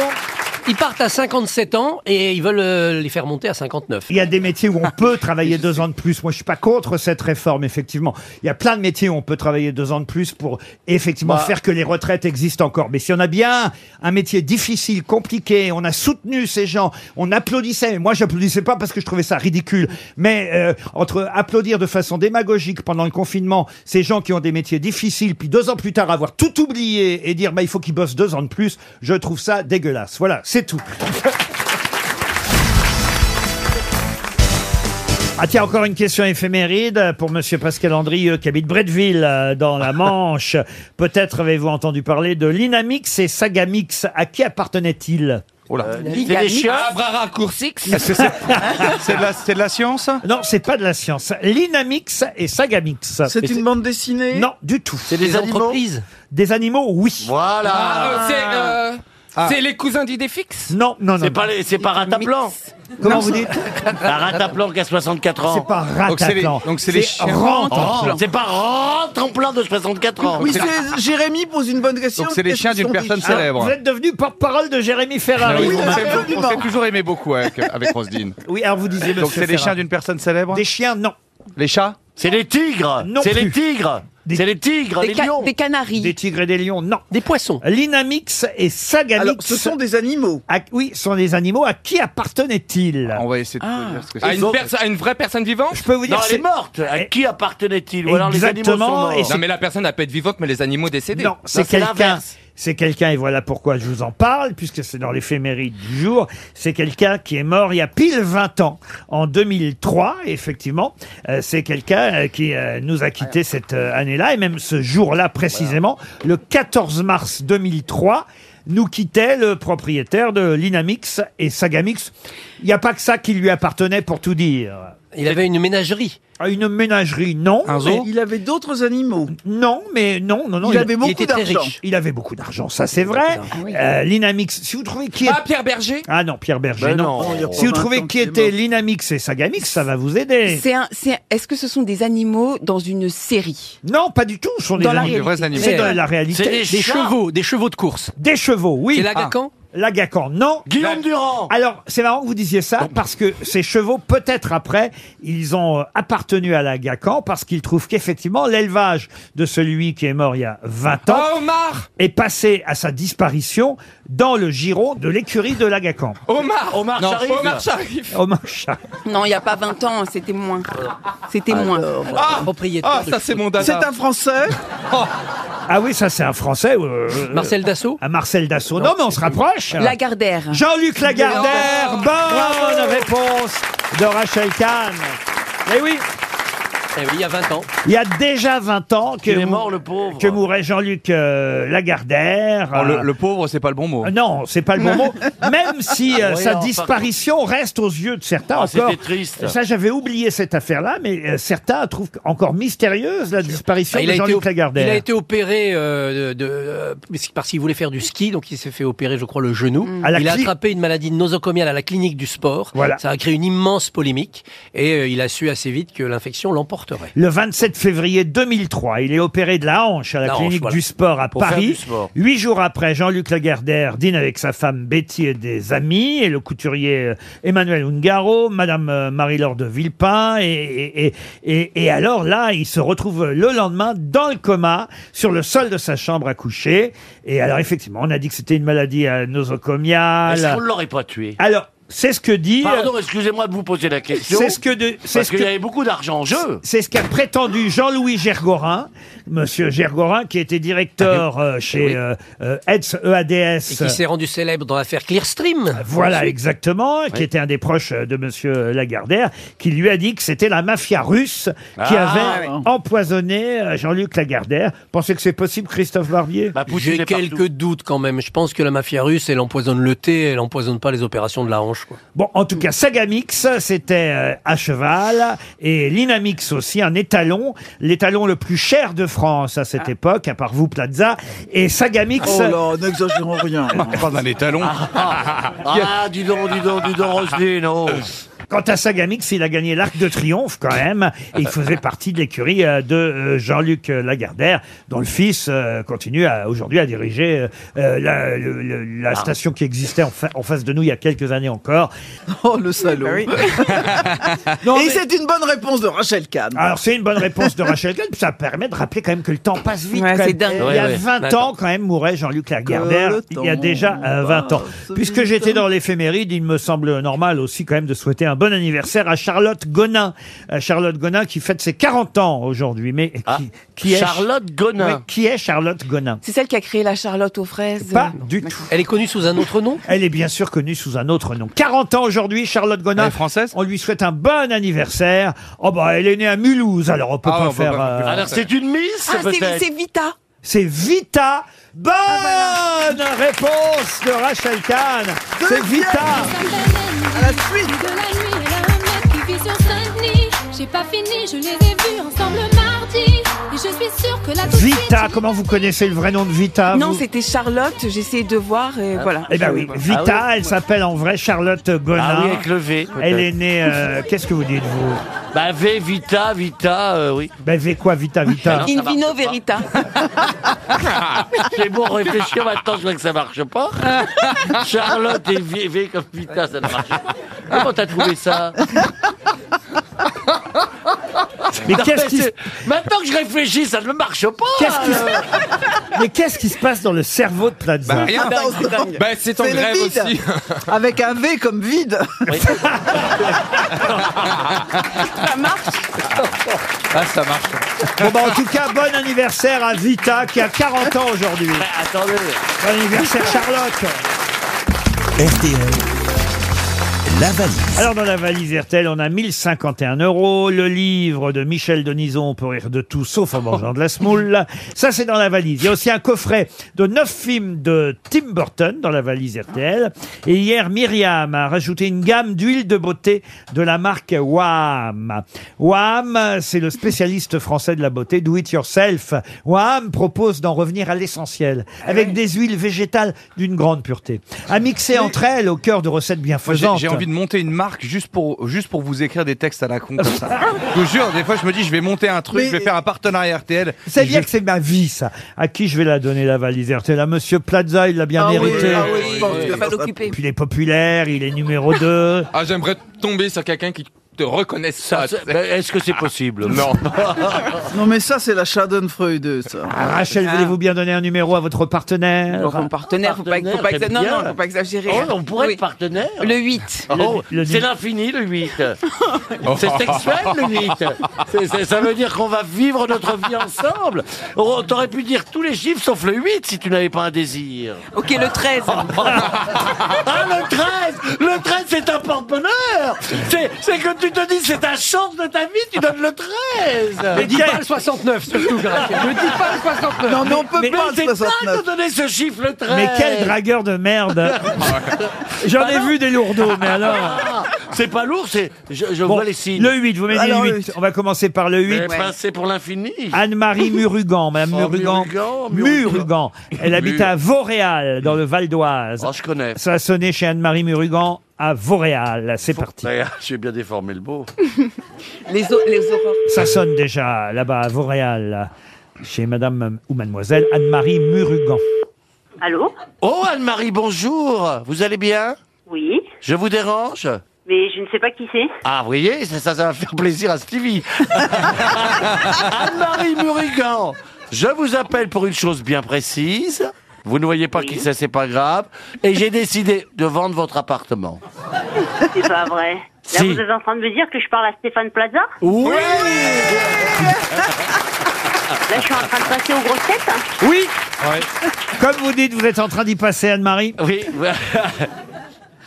F: Ils partent à 57 ans et ils veulent euh, les faire monter à 59.
B: Il y a des métiers où on peut travailler deux ans de plus. Moi, je suis pas contre cette réforme, effectivement. Il y a plein de métiers où on peut travailler deux ans de plus pour effectivement
N: Bah.
B: faire que les retraites existent encore. Mais si on a bien un métier difficile, compliqué, on a soutenu ces gens, on applaudissait. Mais Moi, j'applaudissais pas parce que je trouvais ça ridicule. Mais euh, entre applaudir de façon démagogique pendant le confinement ces gens qui ont des métiers difficiles, puis deux ans plus tard avoir tout oublié et dire bah il faut qu'ils bossent deux ans de plus, je trouve ça dégueulasse. Voilà, c'est tout. Ah tiens, encore une question éphéméride pour Monsieur Pascal Andrieux qui habite Bretteville euh, dans la Manche. Peut-être avez-vous entendu parler de l'Inamix et Sagamix. À qui appartenait-il Oh là, Ah,
D: Abrara Coursix.
B: de la, science Non, c'est pas de la science. L'Inamix et Sagamix.
C: C'est une bande dessinée
B: Non, du tout.
C: C'est des Des animaux entreprises
B: Des animaux, oui.
E: Voilà.
D: Ah, euh, c'est, euh,
B: Ah.
D: c'est les cousins d'Idéfix
B: Non, non, non.
E: C'est pas, les- c'est pas Rataplan.
B: [laughs] Comment
E: [laughs]
B: vous dites
E: Pas Rataplan qui a 64 ans. Oh,
B: C'est pas Rataplan. Donc c'est les- donc c'est les chiens. Rentreplan.
E: C'est pas Rataplan de 64 ans.
C: Oui, c'est- Jérémy pose une bonne question. Qu'est-ce qu'ils ont dit
B: Alors, vous êtes devenu porte-parole de Jérémy Ferrari.
H: Ah Oui, on s'est- on
B: absolument.
H: s'est toujours aimé beaucoup avec, avec Roselyne.
B: Oui, alors vous disiez,
H: Donc
B: monsieur
H: c'est les
B: Ferrand.
H: chiens d'une personne célèbre
B: Des chiens, non.
H: Les chats
E: C'est les tigres
B: Non
E: C'est
B: plus.
E: les tigres C'est les tigres, les lions
B: canaris. Des tigres et des lions, non. Des poissons. L'Inamix et Sagamix.
C: Alors, ce sont des animaux.
B: oui, ce sont des animaux. À qui appartenaient-ils
H: On va essayer de
B: Ah.
H: dire ce que
D: à
H: c'est.
D: une, perso- à une vraie personne vivante
B: Je peux vous dire,
D: Non,
B: c'est- Eh,
E: À qui appartenait-il
D: Ou alors les animaux sont
B: Exactement,
D: morts.
B: et c'est-
D: Non, mais la personne, elle peut être vivante, mais les animaux décédés.
B: Non, c'est quelqu'un. C'est quelqu'un, et voilà pourquoi je vous en parle, puisque c'est dans l'éphéméride du jour. C'est quelqu'un qui est mort il y a pile 20 ans, en 2003, effectivement. Euh, c'est quelqu'un euh, qui euh, nous a
F: Ah,
B: quittés cette euh, année-là, et même ce jour-là précisément, le 14 mars 2003. Nous quittait le propriétaire de l'Inamix et Sagamix. Il n'y a pas que ça qui lui appartenait pour tout dire. Ah,
F: Il avait une ménagerie.
B: Une ménagerie, non. mais-
C: Il avait d'autres animaux.
B: Non, mais non, non, non.
C: Il, avait beaucoup d'argent.
B: Il avait beaucoup d'argent, ça c'est
D: bah,
B: vrai. Euh, L'Inamix, si vous trouvez qui est...
D: Ah, Pierre Berger
B: Ah non, Pierre Berger,
D: Ben
B: non.
D: non. Oh, il y a
B: Si vous
D: pas
B: trouvez
D: vingt ans
B: qui
D: qu'il est
B: était
D: mort.
B: l'Inamix et Sagamix, ça va vous aider.
I: C'est un, c'est un- est-ce que ce sont des animaux dans une série
B: Non, pas du tout. Ce sont
I: Dans
B: des,
I: la
B: animaux.
I: réalité. Des vrais animaux.
B: C'est de la réalité.
I: C'est des Des chats. chevaux,
B: des chevaux de course. Des chevaux, oui.
I: C'est l'Agacan
B: Lagacan, non. Guillaume Durand. Alors, c'est marrant que vous disiez ça, parce que ces chevaux, peut-être après, ils ont euh, appartenu à Lagacan, parce qu'ils trouvent qu'effectivement, l'élevage de celui qui est mort il y a 20 ans
I: Oh,
B: est passé à sa disparition dans le giron de l'écurie de Lagacan.
D: Omar
I: Omar
B: Non,
I: Sharif.
B: Omar Sharif. Omar Sharif.
I: Non, il n'y a pas 20 ans, c'était moins. C'était moins.
B: Ah,
I: Ah, Propriétaire de chevaux.
B: un Français
I: Oh,
B: Ah oui, ça c'est un Français.
F: Marcel Dassault
B: ah, Marcel Dassault. Non, mais on se rapproche.
I: Lagardère.
B: Jean-Luc Lagardère. Bonne réponse de Rachel Kahn. Eh oui.
F: Eh oui, il y a 20 ans.
B: Il y a déjà 20 ans que,
F: Il est
B: mou-
F: mort,
E: le pauvre.
B: que mourait Jean-Luc euh, Lagardère.
H: Oh, le,
B: Euh,
H: le pauvre, c'est pas le bon mot.
B: Non, c'est pas
H: [laughs]
B: le bon mot. Même si euh,
H: Voyons,
B: sa
H: par
B: disparition reste aux yeux de certains
H: Ah,
B: encore.
H: c'était triste.
B: Ça, j'avais oublié cette affaire-là, mais euh, certains trouvent encore mystérieuse la disparition
F: Ah, il,
B: de
F: a été,
B: Jean-Luc
F: op- il a
B: Lagardère.
F: été opéré euh, de, de- euh, parce qu'il voulait faire du ski, donc il s'est fait opérer, je crois, le genou.
B: Mm. À la
F: Il a
B: cli-
F: attrapé une maladie nosocomiale à la clinique du sport.
B: Voilà.
F: Ça a créé une immense polémique et euh, il a su assez vite que l'infection l'emporterait.
B: Le 27 février 2003, il est opéré de la hanche à la
F: La hanche,
B: clinique
F: voilà.
B: du sport à
F: Pour faire
B: Paris.
F: du sport.
B: Huit jours après, Jean-Luc Lagardère dîne avec sa femme Betty et des amis, et le couturier euh, Emmanuel Ungaro, Madame euh, Marie-Laure de Villepin, et, et, et, et- et alors là, il se retrouve le lendemain dans le coma, sur le sol de sa chambre à coucher. Et alors effectivement, on a dit que c'était une maladie euh, nosocomiale.
E: Est-ce qu'on l'aurait pas tué
B: Alors, c'est ce que dit... euh,
E: Pardon, excusez-moi de vous poser la question.
B: C'est ce que de- c'est
E: parce
B: ce
E: qu'il
B: que-
E: y avait beaucoup d'argent en jeu.
B: C'est ce qu'a prétendu Jean-Louis Gergorin, monsieur Gergorin, qui était directeur euh, chez
F: Ah oui.
B: euh, euh, EDS. EADS.
F: Et qui s'est rendu célèbre dans l'affaire Clearstream.
B: Ah, Voilà,
F: Ensuite.
B: exactement, qui était un des proches euh, de Monsieur Lagardère, qui lui a dit que c'était la mafia russe qui
F: Ah,
B: avait
F: oui.
B: empoisonné euh, Jean-Luc Lagardère. Pensez que c'est possible, Christophe Barbier
F: J'ai quelques doutes quand même. Je pense que la mafia russe, elle empoisonne le thé, elle empoisonne pas les opérations de la hanche. Quoi.
B: Bon, en tout cas, Sagamix, c'était euh, à cheval, et l'Inamix aussi, un étalon, l'étalon le plus cher de France à cette
E: Ah.
B: époque, à part vous, Plaza, et Sagamix...
C: Oh là, n'exagérons
H: [laughs]
C: rien.
H: Pas d'un étalon.
B: [laughs]
H: [laughs]
E: Ah, dis donc, dis donc, dis donc, Roselyne, oh.
B: Quant à Sagamix, il a gagné l'Arc de Triomphe quand même. Et il faisait partie de l'écurie euh, de euh, Jean-Luc euh, Lagardère, dont le fils euh, continue à- aujourd'hui à diriger euh, euh, la, le- le-
C: Ah.
B: la station qui existait en, fa- en face de nous il y a quelques années encore.
C: Oh, le salaud.
B: [laughs]
C: Et c'est une bonne réponse de Rachel Kahn.
B: Alors c'est une bonne réponse de Rachel Kahn, puis ça permet de rappeler quand même que le temps passe vite.
C: Ouais,
B: quand
C: c'est
B: même.
C: dingue.
B: Il y a
C: Ouais, ouais.
B: 20 ans quand même mourait Jean-Luc Lagardère,
C: Que le
B: il y a
C: temps
B: déjà euh, 20 ans. Puisque j'étais dans l'éphéméride, il me semble normal aussi quand même de souhaiter un bon anniversaire à Charlotte Gonin. Euh, Charlotte Gonin qui fête ses 40 ans aujourd'hui, mais qui,
F: Ah,
B: qui est...
E: Charlotte Gonin.
B: Oui, qui est Charlotte Gonin
I: C'est celle qui a créé la Charlotte aux fraises.
B: Pas du tout.
F: Elle est connue sous un autre nom
B: Elle est bien sûr connue sous un autre nom. 40 ans aujourd'hui, Charlotte Gonin. française On lui souhaite un bon anniversaire. Oh bah, elle est née à Mulhouse, alors on peut
E: Ah,
B: pas
E: on peut
B: faire...
E: pas-
B: euh,
E: Alors, c'est une miss,
I: Ah, c'est
E: peut-être
I: c'est Vita.
B: C'est Vita. Bonne réponse de Rachel Kahn. C'est Vita.
N: À la suite De la nuit, elle a un mec qui vit sur Saint-Denis. J'ai pas fini, je les ai vus ensemble mardi. Et je suis sûre que la
B: Vita, comment vous connaissez le vrai nom de Vita
I: Non,
B: vous
I: c'était Charlotte, j'essayais de voir et voilà.
B: Eh ben oui,
C: Ah
B: Vita, elle s'appelle en vrai Charlotte Gonin.
E: Ah oui, avec le V.
B: Elle est
C: [laughs]
B: née. euh, Qu'est-ce que vous dites vous
E: Bah, V, Vita, Vita, euh, oui.
B: Ben V quoi, Vita,
I: [laughs]
B: Vita
I: In vino verita. [laughs]
E: C'est bon, réfléchir maintenant, je vois que ça marche pas. Charlotte et V, V comme Vita, ça ne marche pas. Comment t'as trouvé ça
B: Mais
E: Non,
B: qu'est-ce qui se-
E: c'est- Maintenant que je réfléchis, ça ne marche pas
B: Qu'est-ce qui se-
E: alors.
B: Mais qu'est-ce qui se passe dans le cerveau de Plaza
D: Bah, rien.
C: Attends, c'est dingue.
D: Bah, c'est en
C: le
D: grève
C: vide.
D: aussi.
C: [laughs] Avec
B: [laughs]
C: un V comme vide.
D: Ah, ça marche.
B: Bon bah en tout cas, bon anniversaire à Vita qui a 40 ans aujourd'hui.
E: Mais attendez.
B: Bon anniversaire Charlotte.
A: RTL, la valise.
B: Alors dans la valise RTL, on a 1051 euros, le livre de Michel Denison pour rire de tout sauf en mangeant de la
A: [laughs]
B: semoule. Ça c'est dans la valise. Il y a aussi un coffret de neuf films de Tim Burton dans la valise RTL. Et hier, Myriam a rajouté une gamme d'huile de beauté de la marque Wam. Wam, c'est le spécialiste français de la beauté Do It Yourself. Wam propose d'en revenir à l'essentiel
A: Ah
B: avec des huiles végétales d'une grande pureté. À mixer entre elles au cœur de recettes
H: Moi, j'ai-
B: bienfaisantes.
H: J'ai envie de monter une marque juste pour, juste pour vous écrire des textes à la con comme ça. Je vous jure, des fois je me dis je vais monter un truc,
B: Mais-
H: je vais faire un partenariat RTL.
B: C'est
H: Et
B: bien
H: je-
B: que c'est ma vie, ça. À qui je vais la donner, la valise RTL À Monsieur Plaza, il l'a bien
C: Ah oui,
B: mérité.
C: ah oui, je pense que ça sera-
B: Puis il est populaire, il est numéro
E: [laughs]
B: 2.
D: Ah, j'aimerais tomber sur quelqu'un qui te reconnaisse ça.
B: ben,
E: Est-ce que c'est
D: [laughs]
E: possible
B: [laughs]
D: Non.
C: Non, mais ça, c'est la Schadenfreude, ça.
B: Ah, Rachel, voulez-vous bien donner un numéro à votre partenaire
C: Mon
I: partenaire, faut pas, faut pas exa- non, non, faut pas exagérer.
E: Oh, on pourrait
I: Oui.
E: être partenaire.
I: Le 8.
E: Oh,
I: Le- le-
E: c'est l'infini, le
I: [laughs]
E: 8. c'est sexuel, le 8. C'est- c'est- ça veut dire qu'on va vivre notre vie ensemble. On t'aurait pu dire tous les chiffres sauf le 8 si tu n'avais pas un désir.
I: Ok, le 13.
E: [laughs] ah, le 13 Le 13, c'est un porte-bonheur c'est, c'est que tu te dis, c'est ta chance de ta vie, tu donnes le 13
F: Mais dis pas le 69,
B: [laughs]
F: surtout, Gracien. Ne dis pas le 69.
E: Non, mais on peut
B: Mais-
E: pas
B: mais-
E: le 69 de Ah donner ce chiffre, le 13
B: Mais quel dragueur de merde [laughs] J'en ai vu des lourdeaux, mais alors
E: Bah C'est pas lourd, c'est. Je, je vois les signes.
B: Le 8, vous m'avez dit
E: Alors,
B: le 8. On va commencer par le 8.
E: Mais passer pour l'infini.
B: Anne-Marie Murugan, Madame
E: Oh,
B: Murugan.
E: Murugan, Murugan.
B: Murugan. Elle habite à Vauréal, dans le Val d'Oise.
E: Oh, je connais.
B: Ça a sonné chez Anne-Marie Murugan à Vauréal. C'est parti.
E: Ouais, ah, J'ai bien déformé le beau.
I: Les, au- les aurores.
B: Ça sonne déjà là-bas à Vauréal, chez Madame ou Mademoiselle Anne-Marie Murugan.
E: Allô Oh, Anne-Marie, bonjour Vous allez bien
O: Oui,
E: Je vous dérange
O: mais je ne sais pas qui c'est.
E: Ah, vous voyez, ça, ça, ça va faire plaisir à
B: [laughs]
E: Stevie. Anne-Marie Murigan, je vous appelle pour une chose bien précise. Vous ne voyez pas qui c'est, c'est pas grave. Et j'ai décidé de vendre votre appartement.
O: C'est pas vrai. Là,
E: Si.
O: vous êtes en train de me dire que je parle à Stéphane Plaza
E: Oui
O: Là, je suis en train de passer aux grosses têtes. hein.
B: Oui [laughs] Comme vous dites, vous êtes en train d'y passer, Anne-Marie
E: Oui.
B: [laughs]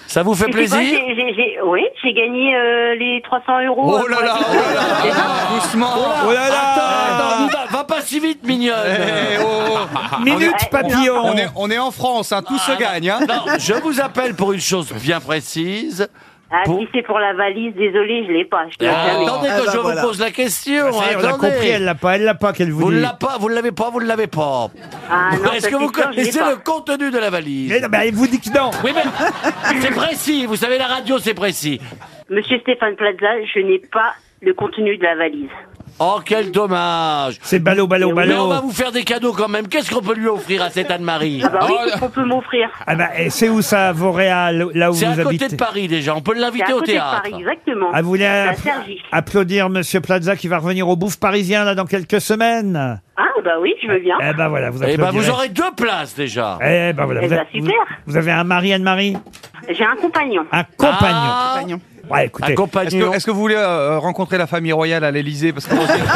E: Ça vous fait
O: Et c'est quoi,
E: plaisir
O: j'ai- j'ai- j'ai- Oui, j'ai gagné euh, les 300 euros. euh,
E: Oh là là, oh là là, doucement.
B: Oh là là.
E: Attends, attends, n'y va, va pas si vite, mignonne.
B: Eh, oh, Minute, papillon.
H: On est, on est en France, hein, tout se gagne. Hein.
E: Ah, Non, je vous appelle pour une chose bien précise.
O: Ah, si c'est pour la valise, désolé, je l'ai pas. Je l'ai jamais.
E: Ah,
O: Ah, bah,
E: attendez que je vous pose la question.
B: Ça y est, Ah, on a
E: attendez.
B: compris, elle l'a pas, elle l'a pas qu'elle vous,
E: Vous
B: dit.
E: ne l'avez pas, vous ne l'avez pas, vous ne l'avez pas.
O: Ah, non,
E: Est-ce que
O: cette histoire,
E: vous
O: je l'ai
E: connaissez
O: pas.
E: le contenu de la valise
B: Mais non, mais elle vous dit que non.
E: Oui, mais c'est précis. Vous savez, la radio, c'est précis.
O: Monsieur Stéphane Plaza, je n'ai pas le contenu de la valise.
E: Oh, quel dommage.
B: C'est ballot, ballot,
E: Mais on
B: ballot.
E: va vous faire des cadeaux quand même. Qu'est-ce qu'on peut lui offrir à cette Anne-Marie
O: Ah
E: Oh,
O: bah oui, qu'est-ce qu'on peut m'offrir
B: Ah bah, et c'est où ça, Vauréal, là où vous
E: C'est à
B: habitez
E: côté de Paris déjà. On peut
O: C'est à
E: l'inviter au
O: côté de
E: théâtre.
O: Paris, exactement.
B: Ah, vous voulez
O: C'est à
B: app-
O: Cergy.
B: applaudir Monsieur Plaza qui va revenir au bouffe parisien là dans quelques semaines.
O: Ah, bah oui, je veux bien.
B: Eh ben voilà, vous
E: Eh ben, vous
B: applaudirez.
E: aurez deux places déjà.
B: Eh ben voilà,
O: Eh
B: vous,
O: ben,
B: avez, vous-
O: super.
B: vous avez un mari Anne-Marie,
O: J'ai un compagnon.
B: un compagnon.
E: Ah.
B: Ouais, écoutez,
H: Est-ce que, est-ce que vous voulez euh, rencontrer la famille royale à l'Elysée Parce que Roselyne-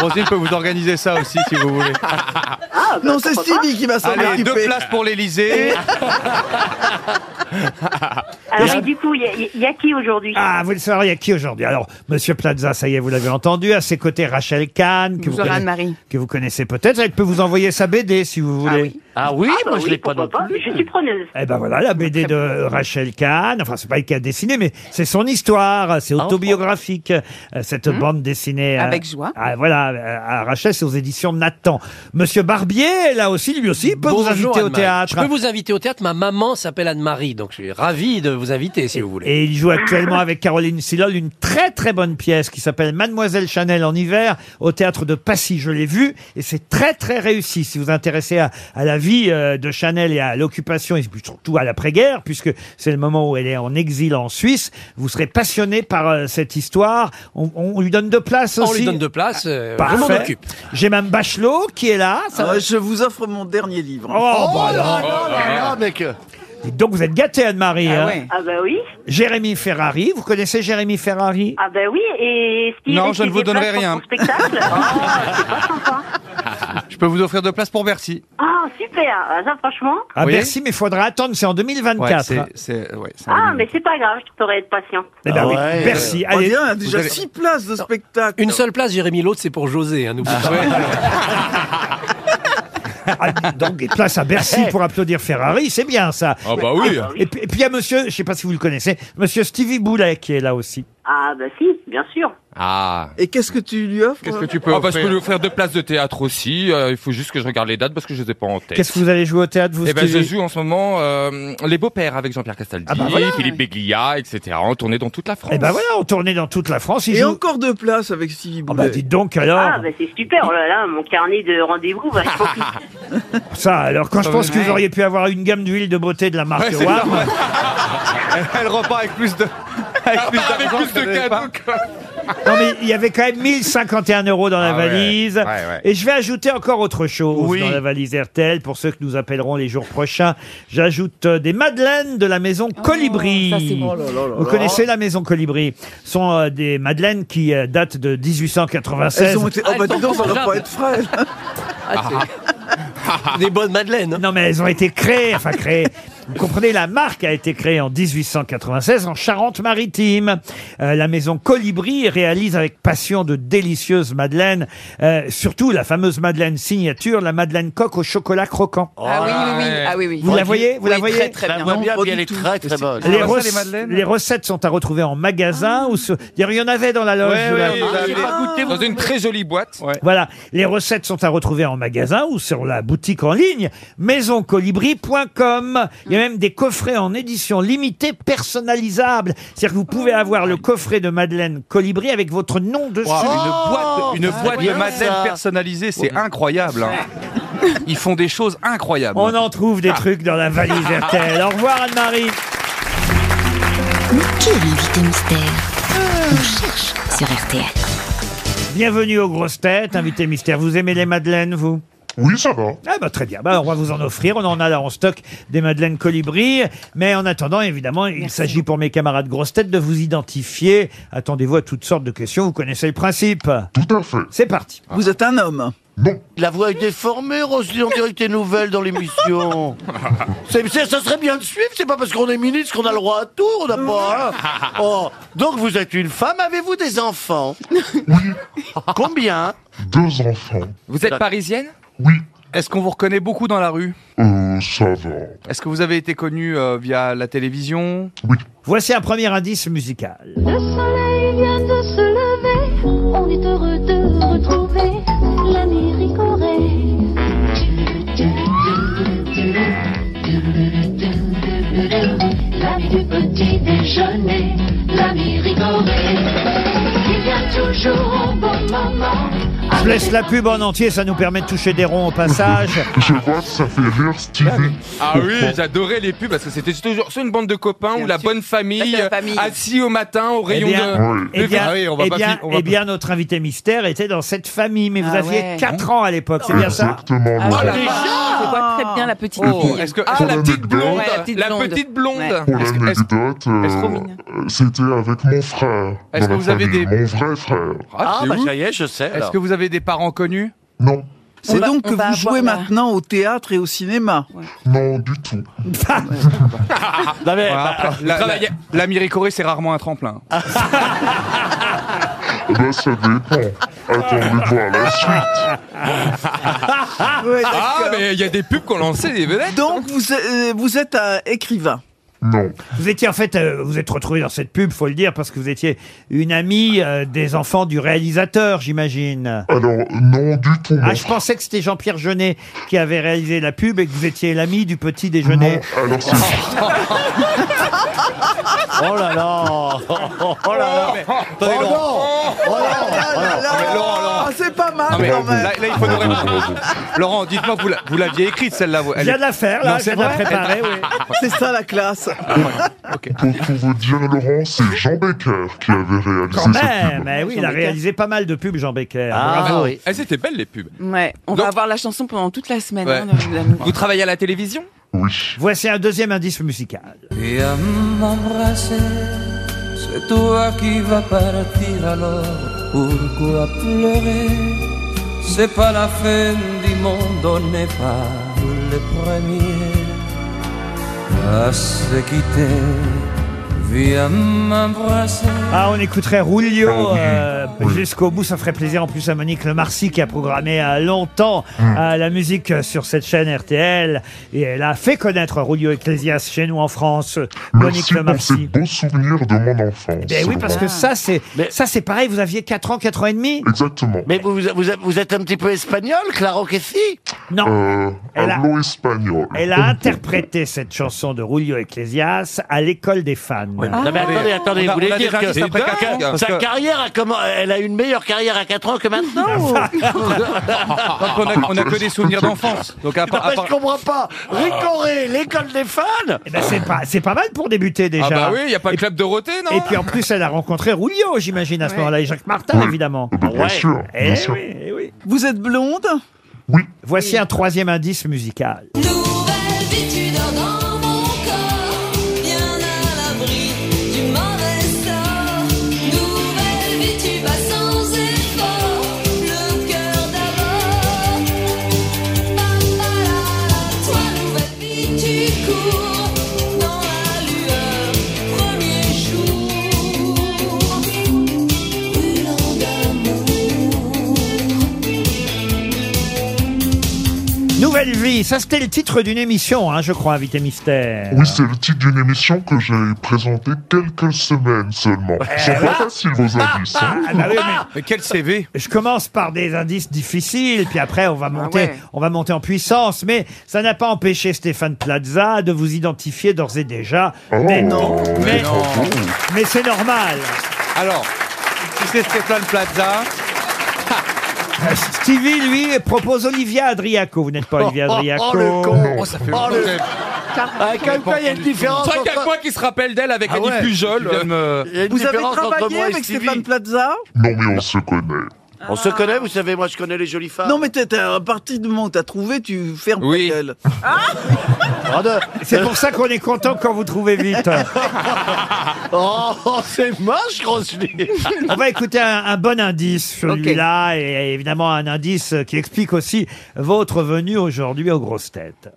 H: Roselyne peut [laughs] vous organiser ça aussi si vous voulez.
O: Ah, bah,
C: Non, c'est
O: pourquoi pas.
C: Stevie qui va s'en
H: Allez, deux
C: occuper.
H: places pour l'Elysée.
O: Alors, et Ah du coup, il y a- il y, a qui aujourd'hui
B: Ah, vous le savez, il y a qui aujourd'hui Alors, Monsieur Plaza, ça y est, vous l'avez entendu. À ses côtés, Rachel Kahn, que vous,
I: Bonjour,
B: connaissez-
I: Anne-Marie.
B: que vous connaissez peut-être. Elle peut vous envoyer sa BD si vous voulez.
E: Ah oui,
O: Ah, bah
E: moi je
O: oui,
E: l'ai pas non
O: pourquoi
E: plus.
O: Je suis preneuse.
B: Eh ben voilà, la BD de Rachel Kahn. Enfin, c'est pas elle qui a dessiné, mais c'est son histoire. C'est autobiographique, euh, cette bande dessinée. euh,
I: Hum. Avec joie.
B: Ah, voilà, euh, à Rachel, c'est aux éditions Nathan. Monsieur Barbier, là aussi, lui aussi, peut vous
F: Bonjour,
B: inviter au
F: Anne-Marie.
B: théâtre.
F: Je peux vous inviter au théâtre. Ma maman s'appelle Anne-Marie, donc je suis ravi de vous inviter si vous voulez.
B: Et il joue actuellement avec Caroline Silol une très très bonne pièce qui s'appelle Mademoiselle Chanel en hiver au théâtre de Passy. Je l'ai vue et c'est très très réussi. Si vous vous intéressez à, à la vie euh, de Chanel et à l'occupation et puis surtout à l'après-guerre, puisque c'est le moment où elle est en exil en Suisse, vous serez passionné par euh, cette histoire. On, on lui donne de place
F: On
B: aussi.
F: lui donne de place, euh, je m'en
B: Parfait.
F: occupe.
B: J'ai même Bachelot qui est là. Ça va-
C: Euh, je vous offre mon dernier livre.
B: Oh, bah
E: Ah,
B: alors.
E: non, non, non, mec.
B: Dites Donc vous êtes gâté Anne-Marie. hein.
O: Ah, bah oui.
B: Jérémy Ferrari, vous connaissez Jérémy Ferrari
O: Ah ben oui, et Steve
H: Non,
O: et
H: je ne
O: Steve
H: vous donnerai
O: Desplaces
H: rien.
O: pour
H: [laughs]
O: son spectacle Ah, c'est pas sympa.
H: Je peux vous offrir deux places pour Bercy.
O: Ah, super. Ah, ça, franchement.
B: Ah,
H: Oui.
B: merci, mais il faudra attendre, c'est en 2024.
H: Ouais, c'est, c'est- ouais, c'est un
O: Ah,
H: délire.
O: mais c'est pas grave, je pourrais être patient.
B: Eh ben
E: Ah
B: oui,
E: ouais.
B: merci.
C: euh, On
B: Allez,
C: dirait, on a déjà
F: avez-
C: six places de spectacle.
F: Une seule place, Jérémy, l'autre c'est pour José. Hein, n'oubliez pas.
B: ah, dis [laughs] donc des places à Bercy pour applaudir Ferrari, c'est bien ça.
D: Ah bah oui.
B: Et puis et puis il y a monsieur, je sais pas si vous le connaissez, monsieur Stevie Boulet qui est là aussi.
O: Ah ben si, bien sûr.
D: Ah.
C: Et qu'est-ce que tu lui offres
H: Qu'est-ce que tu peux
D: Ah, bah, je peux lui
H: offrir
D: offrir deux places de théâtre aussi. Euh, il faut juste que je regarde les dates parce que je les ai pas en tête.
B: Qu'est-ce que vous allez jouer au théâtre, vous
D: Eh ben, je
B: Stevie
D: joue en ce moment euh, Les Beaux-Pères avec Jean-Pierre Castaldi,
B: Ah bah voilà.
D: Philippe Beglia, etc. En tournée dans toute la France.
B: Eh ben voilà, on tournait dans toute la France. Il
C: Et
B: joue...
C: encore deux places avec Stevie
B: Ah bah
C: Boulet.
B: dites donc alors.
E: [laughs]
O: Ah ben c'est super. Oh là là, mon carnet de rendez-vous va être rempli.
B: Ça, alors, quand je pense que vous auriez pu avoir une gamme d'huile de beauté de la marque
H: Ouais, c'est
B: Wam.
H: normal. [laughs] Elle repart avec plus de. Avec plus, d'argent
B: plus de
H: qu'elle avait pas.
B: Non, mais il y avait quand même 1051 euros dans la
H: Ah ouais,
B: valise.
H: ouais, ouais.
B: Et je vais ajouter encore autre chose dans la valise RTL pour ceux que nous appellerons les jours prochains. J'ajoute euh, des madeleines de la maison Colibri.
P: Oh, ça, c'est bon. Oh là là là
B: Vous
P: là.
B: connaissez la maison Colibri Ce sont euh, des madeleines qui euh, datent de 1896.
C: Elles ont été- oh, bah, dis donc, ça doit pas être frais.
I: Ah,
B: Des bonnes
I: hein.
B: madeleines. Non, mais elles ont été créées, enfin créées. Vous comprenez, la marque a été créée en 1896 en Charente-Maritime. Euh, la maison Colibri réalise avec passion de délicieuses madeleines, euh, surtout la fameuse madeleine signature, la madeleine coque au chocolat croquant.
I: Ah oui, oui, oui. Ah oui, Bah,
B: bah,
I: oui.
B: Vous la voyez Vous la voyez
E: Je la vois bien, puis
I: Ah,
E: elle est très très bonne.
B: les, rec- les recettes sont à retrouver en
I: Ah.
B: magasin ou sur- D'ailleurs, il y en avait dans la loge.
D: Ouais,
B: de la-
D: ouais, vous avez- Ah,
B: Ah,
D: dans une très jolie boîte.
B: Voilà, les recettes sont à retrouver en magasin ou sur la boutique en ligne maisoncolibri.com. Il y a même des coffrets en édition limitée personnalisables. C'est-à-dire que vous pouvez avoir le coffret de Madeleine Colibri avec votre nom dessus.
H: Waouh,
B: Oh,
H: une boîte, une boîte de madeleine
B: personnalisée.
H: personnalisée, c'est incroyable. hein. Ils font des choses incroyables.
B: On en trouve des trucs dans la valise RTL. Au revoir Anne-Marie.
J: Qui est l'invité mystère On cherche sur RTL.
B: Bienvenue aux grosses têtes, invité mystère. Vous aimez les madeleines, vous oui, ça va. Ah bah très bien. Bah, on va vous en offrir. On en a là en stock des madeleines colibri. Mais en attendant, évidemment, il s'agit pour mes camarades grosses têtes de vous identifier. Attendez-vous à toutes sortes de questions. Vous connaissez le principe. Tout à fait. C'est parti. Ah. Vous êtes un homme. Bon.
E: La voix est déformée, Roselyne, on dirait que t'es nouvelle dans
B: [laughs]
E: l'émission. C'est- c'est- ça serait bien de suivre, c'est pas parce qu'on est ministre qu'on a le droit à tout, on n'a pas...
B: [laughs]
E: hein. Oh, donc vous êtes une femme, avez-vous des enfants [laughs] Combien
Q: Deux enfants.
H: Vous êtes parisienne
Q: Oui.
H: Est-ce qu'on vous reconnaît beaucoup dans la rue
Q: Euh, ça va.
H: Est-ce que vous avez été connu euh, via la télévision
B: Voici un premier indice musical.
N: Le soleil vient de se lever, on est heureux de retrouver l'Amérique au L'ami du petit déjeuner, l'Amérique au Il vient toujours au bon moment.
B: Je laisse Ah, la pub en entier. Ça nous permet de toucher des ronds au passage.
Q: Je vois que ça fait rire Stevie.
D: Ah oui,
Q: Pourquoi
D: j'adorais les pubs parce que c'était toujours soit une bande de copains ou la bonne famille, euh,
B: La famille.
D: assis au matin au
B: Eh
D: rayon
B: bien,
D: de.
B: eh bien,
D: Ah oui, on va
B: eh
D: pas
B: bien-
D: fi- on va
B: eh
D: pas-
B: bien, notre invité mystère était dans cette famille, mais vous
D: Ah
B: aviez
D: ouais.
B: 4 ans à l'époque, c'est bien ça
Q: Exactement,
B: Ah,
Q: Laurent.
B: la
I: Je vois très bien la petite
Q: Oh,
I: fille.
Q: est-ce que- ah, Pour la petite l'anecdote- blonde,
I: Ouais,
D: la petite blonde.
Q: Pour l'anecdote,
I: est-ce qu'on-
Q: euh, c'était avec mon frère.
H: Est-ce
Q: dans
H: que
Q: la
H: vous avez
Q: famille,
H: des-
Q: Mon vrai frère.
H: Ah,
B: bah,
Q: bah,
H: c'est ouf.
E: je sais.
H: Est-ce que vous avez des parents connus
Q: Non.
C: C'est donc que vous jouez maintenant au théâtre et au cinéma.
Q: Non, du tout.
H: Non,
B: [laughs]
H: mais,
Q: bah, vous travaillez-
H: c'est rarement un tremplin.
Q: Bah, ça dépend. Attendez voir la suite.
D: ah, mais il y a des pubs qu'on lançait, des vedettes.
C: Donc vous, euh, vous êtes un écrivain.
Q: Non.
B: Vous étiez en fait, euh, vous êtes retrouvé dans cette pub, faut le dire, parce que vous étiez une amie euh, des enfants du réalisateur, j'imagine.
Q: Alors, non, du tout.
H: [laughs]
B: Ah, je pensais que c'était Jean-Pierre Jeunet qui avait réalisé la pub et que vous étiez l'ami du petit déjeuner.
Q: alors c'est...
E: Oh là là Oh là là
H: Attendez, Laurent. Mais Laurent, Laurent.
C: Ah, c'est pas mal
H: Non, mais
C: quand même.
H: là, là, il faut nous répondre. Laurent, dites-moi, que vous la- vous l'aviez écrite celle-là. vous- elle
C: Je viens
H: est-
C: de la faire, là,
H: Non,
C: je
H: c'est
C: viens de la
H: vrai
C: préparer,
H: Elle-
C: [laughs] C'est ça la classe.
Q: Pour tout vous dire, Laurent, c'est Jean Becker qui avait
D: [laughs]
Q: réalisé
B: Quand
Q: cette
B: même,
Q: pub.
B: eh oui, il a réalisé pas mal de pubs, Jean Becker.
D: Ah,
B: Bravo.
D: Elles étaient belles les pubs.
I: Ouais, on va avoir la chanson pendant toute la semaine.
D: Ouais.
I: hein, dans la-
D: Vous travaillez à la télévision
B: Voici un deuxième indice musical.
R: Y a m'embrasser, c'est toi qui vas partir alors. Pourquoi pleurer C'est pas la fin du monde, on n'est pas les premiers à se quitter. Viens m'embrasser.
B: Ah, on écouterait Rulio
Q: Ah
B: euh, jusqu'au bout. Ça ferait plaisir en plus à Monique Lemarcy qui a programmé euh, longtemps
Q: Mm.
B: euh, la musique euh, sur cette chaîne RTL. Et elle a fait connaître Rulio Ecclesias chez nous en France. euh, Monique
Q: Merci pour ces
B: Lemarcy.
Q: beaux souvenirs de mon enfance.
B: Ben oui, parce que
Q: Laurent.
B: ça, c'est ça c'est pareil. Vous aviez 4 ans, 4 ans et demi
Q: Exactement.
E: Mais vous, vous, vous êtes un petit peu espagnol, Claro que si
B: Non.
Q: Euh,
B: Elle a-
Q: un mot espagnol.
B: Elle a interprété cette chanson de Julio Ecclesias à l'école des fans.
E: Non mais attendez,
D: Ah.
E: attendez, vous voulez dire que, que sa carrière a comment elle a une meilleure carrière à 4 ans que maintenant
B: [laughs]
E: ou-
H: Donc on a, on a que des souvenirs d'enfance. Donc à
E: Non,
H: part, à
E: mais
H: part-
E: je comprends pas. Ricoré, l'école des fans.
B: Ben, c'est pas, c'est pas mal pour débuter déjà.
D: Ah bah oui, il n'y a pas le
B: Et-
D: club Dorothée, non
B: Et puis en plus, elle a rencontré Rulio, j'imagine, à ce moment-là, et Jacques Martin, évidemment.
Q: ben, bien sûr,
B: Eh
Q: bien sûr.
B: oui, eh oui. Vous êtes blonde
Q: Oui.
B: Voici un troisième indice musical.
N: Vie, tu dors dans mon corps, bien à l'abri du mauvais sort. Nouvelle vie, tu vas sans effort, le cœur d'abord. Papala, toi, nouvelle vie, tu cours dans la lueur, premier jour, brûlant
B: Nouvelle vie, ça c'était le titre d'une émission, hein, je crois, Invité Mystère.
Q: Oui, c'est le titre d'une émission que j'ai présentée quelques semaines seulement. Ce sont pas faciles vos indices. hein.
B: Ah bah oui, mais, quel CV Je commence par des indices difficiles, puis après on va monter,
Q: ouais.
B: on va monter en puissance. Mais ça n'a pas empêché Stéphane Plaza de vous identifier d'ores et déjà. mais non, Oh. mais, mais c'est normal.
H: Alors, si c'est Stéphane Plaza,
B: Euh, Stevie lui propose Olivia Adriaco. Vous n'êtes pas Olivia Adriaco.
D: Oh, le con. Oh, ça fait longtemps que-
E: Ah, quand même pas, il y a une différence.
D: Cinq à
E: entre-
D: quoi qui se rappelle d'elle avec
E: Ah
D: Annie
E: ouais,
D: Pujol
E: tu viens de
D: euh,
E: Il y a une
C: Vous avez
E: différence entre
C: travaillé
E: moi et
C: avec
E: Stevie.
C: Stéphane Plaza
Q: Non, mais on se connaît.
E: On se connaît, vous savez, moi je connais les jolies
B: [laughs]
E: femmes.
C: Non, mais t'es- t'es- à partir du moment où t'as trouvé, tu fermes ta gueule.
B: C'est pour ça qu'on est content quand vous
C: [laughs]
B: trouvez vite. Ah.
E: Oh, c'est moche, grosse
B: [laughs] On va écouter un, un bon indice celui-là et évidemment un indice qui explique aussi votre venue aujourd'hui aux grosses têtes.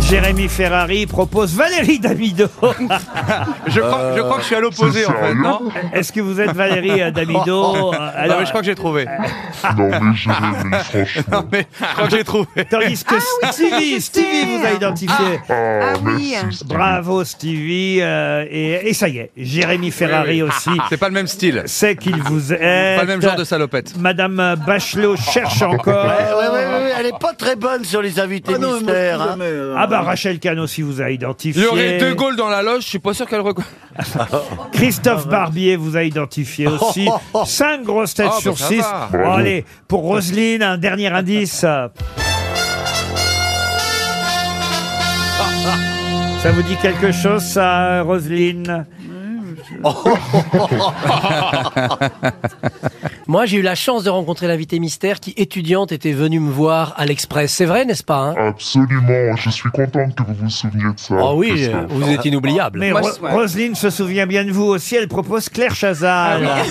B: Jérémy Ferrari propose Valérie Damido.
H: [laughs]
B: Euh,
H: je crois, je crois que je suis à l'opposé en fait, non
B: Est-ce que vous êtes Valérie euh, Damido
H: [laughs] Non, mais je crois que j'ai trouvé.
Q: Non, mais je
H: [laughs]
Q: l'ai vu, franchement.
H: Je crois que j'ai trouvé.
B: Tandis
C: Ah
H: Ah
B: que Stevie, Stevie vous a identifié.
Q: Ah, oui.
B: Bravo Stevie. euh, et, et ça y est, Jérémy Ferrari
H: Oui, oui.
B: aussi.
H: C'est pas le même style.
B: C'est qu'il vous est.
H: Pas le même genre de salopette. Ah,
B: Madame Bachelot cherche encore.
E: Ouais, ouais, ouais, ouais, ouais, elle est pas très bonne sur les invités
C: Ah non, mais moi,
E: mystères.
C: je
E: hein.
B: Ah bah Rachel Kahn aussi vous a
D: Il
B: identifié.
D: y aurait De Gaulle dans la loge, je suis pas sûr qu'elle
E: [laughs]
D: reconnaît.
B: Christophe
D: Ah,
B: Barbier vous a
D: [laughs]
B: identifié aussi.
D: Oh, oh, oh.
B: Cinq grosses têtes
D: Ah, bah,
B: sur
D: ça
B: six.
D: va.
B: Bon,
D: Bravo.
B: allez, pour Roselyne, un
D: [laughs]
B: dernier indice. Ça vous dit quelque chose, ça, Roselyne
F: [laughs] Moi, j'ai eu la chance de rencontrer l'invité mystère qui, étudiante, était venue me voir à l'Express. C'est vrai, n'est-ce pas hein
Q: Absolument, je suis contente que vous vous souveniez de ça.
F: Ah oui,
Q: Christophe.
F: vous êtes
D: Ah, bah,
F: inoubliable.
B: Mais Ro- Roselyne se souvient bien de vous aussi, elle propose Claire Chazal.
D: Ah,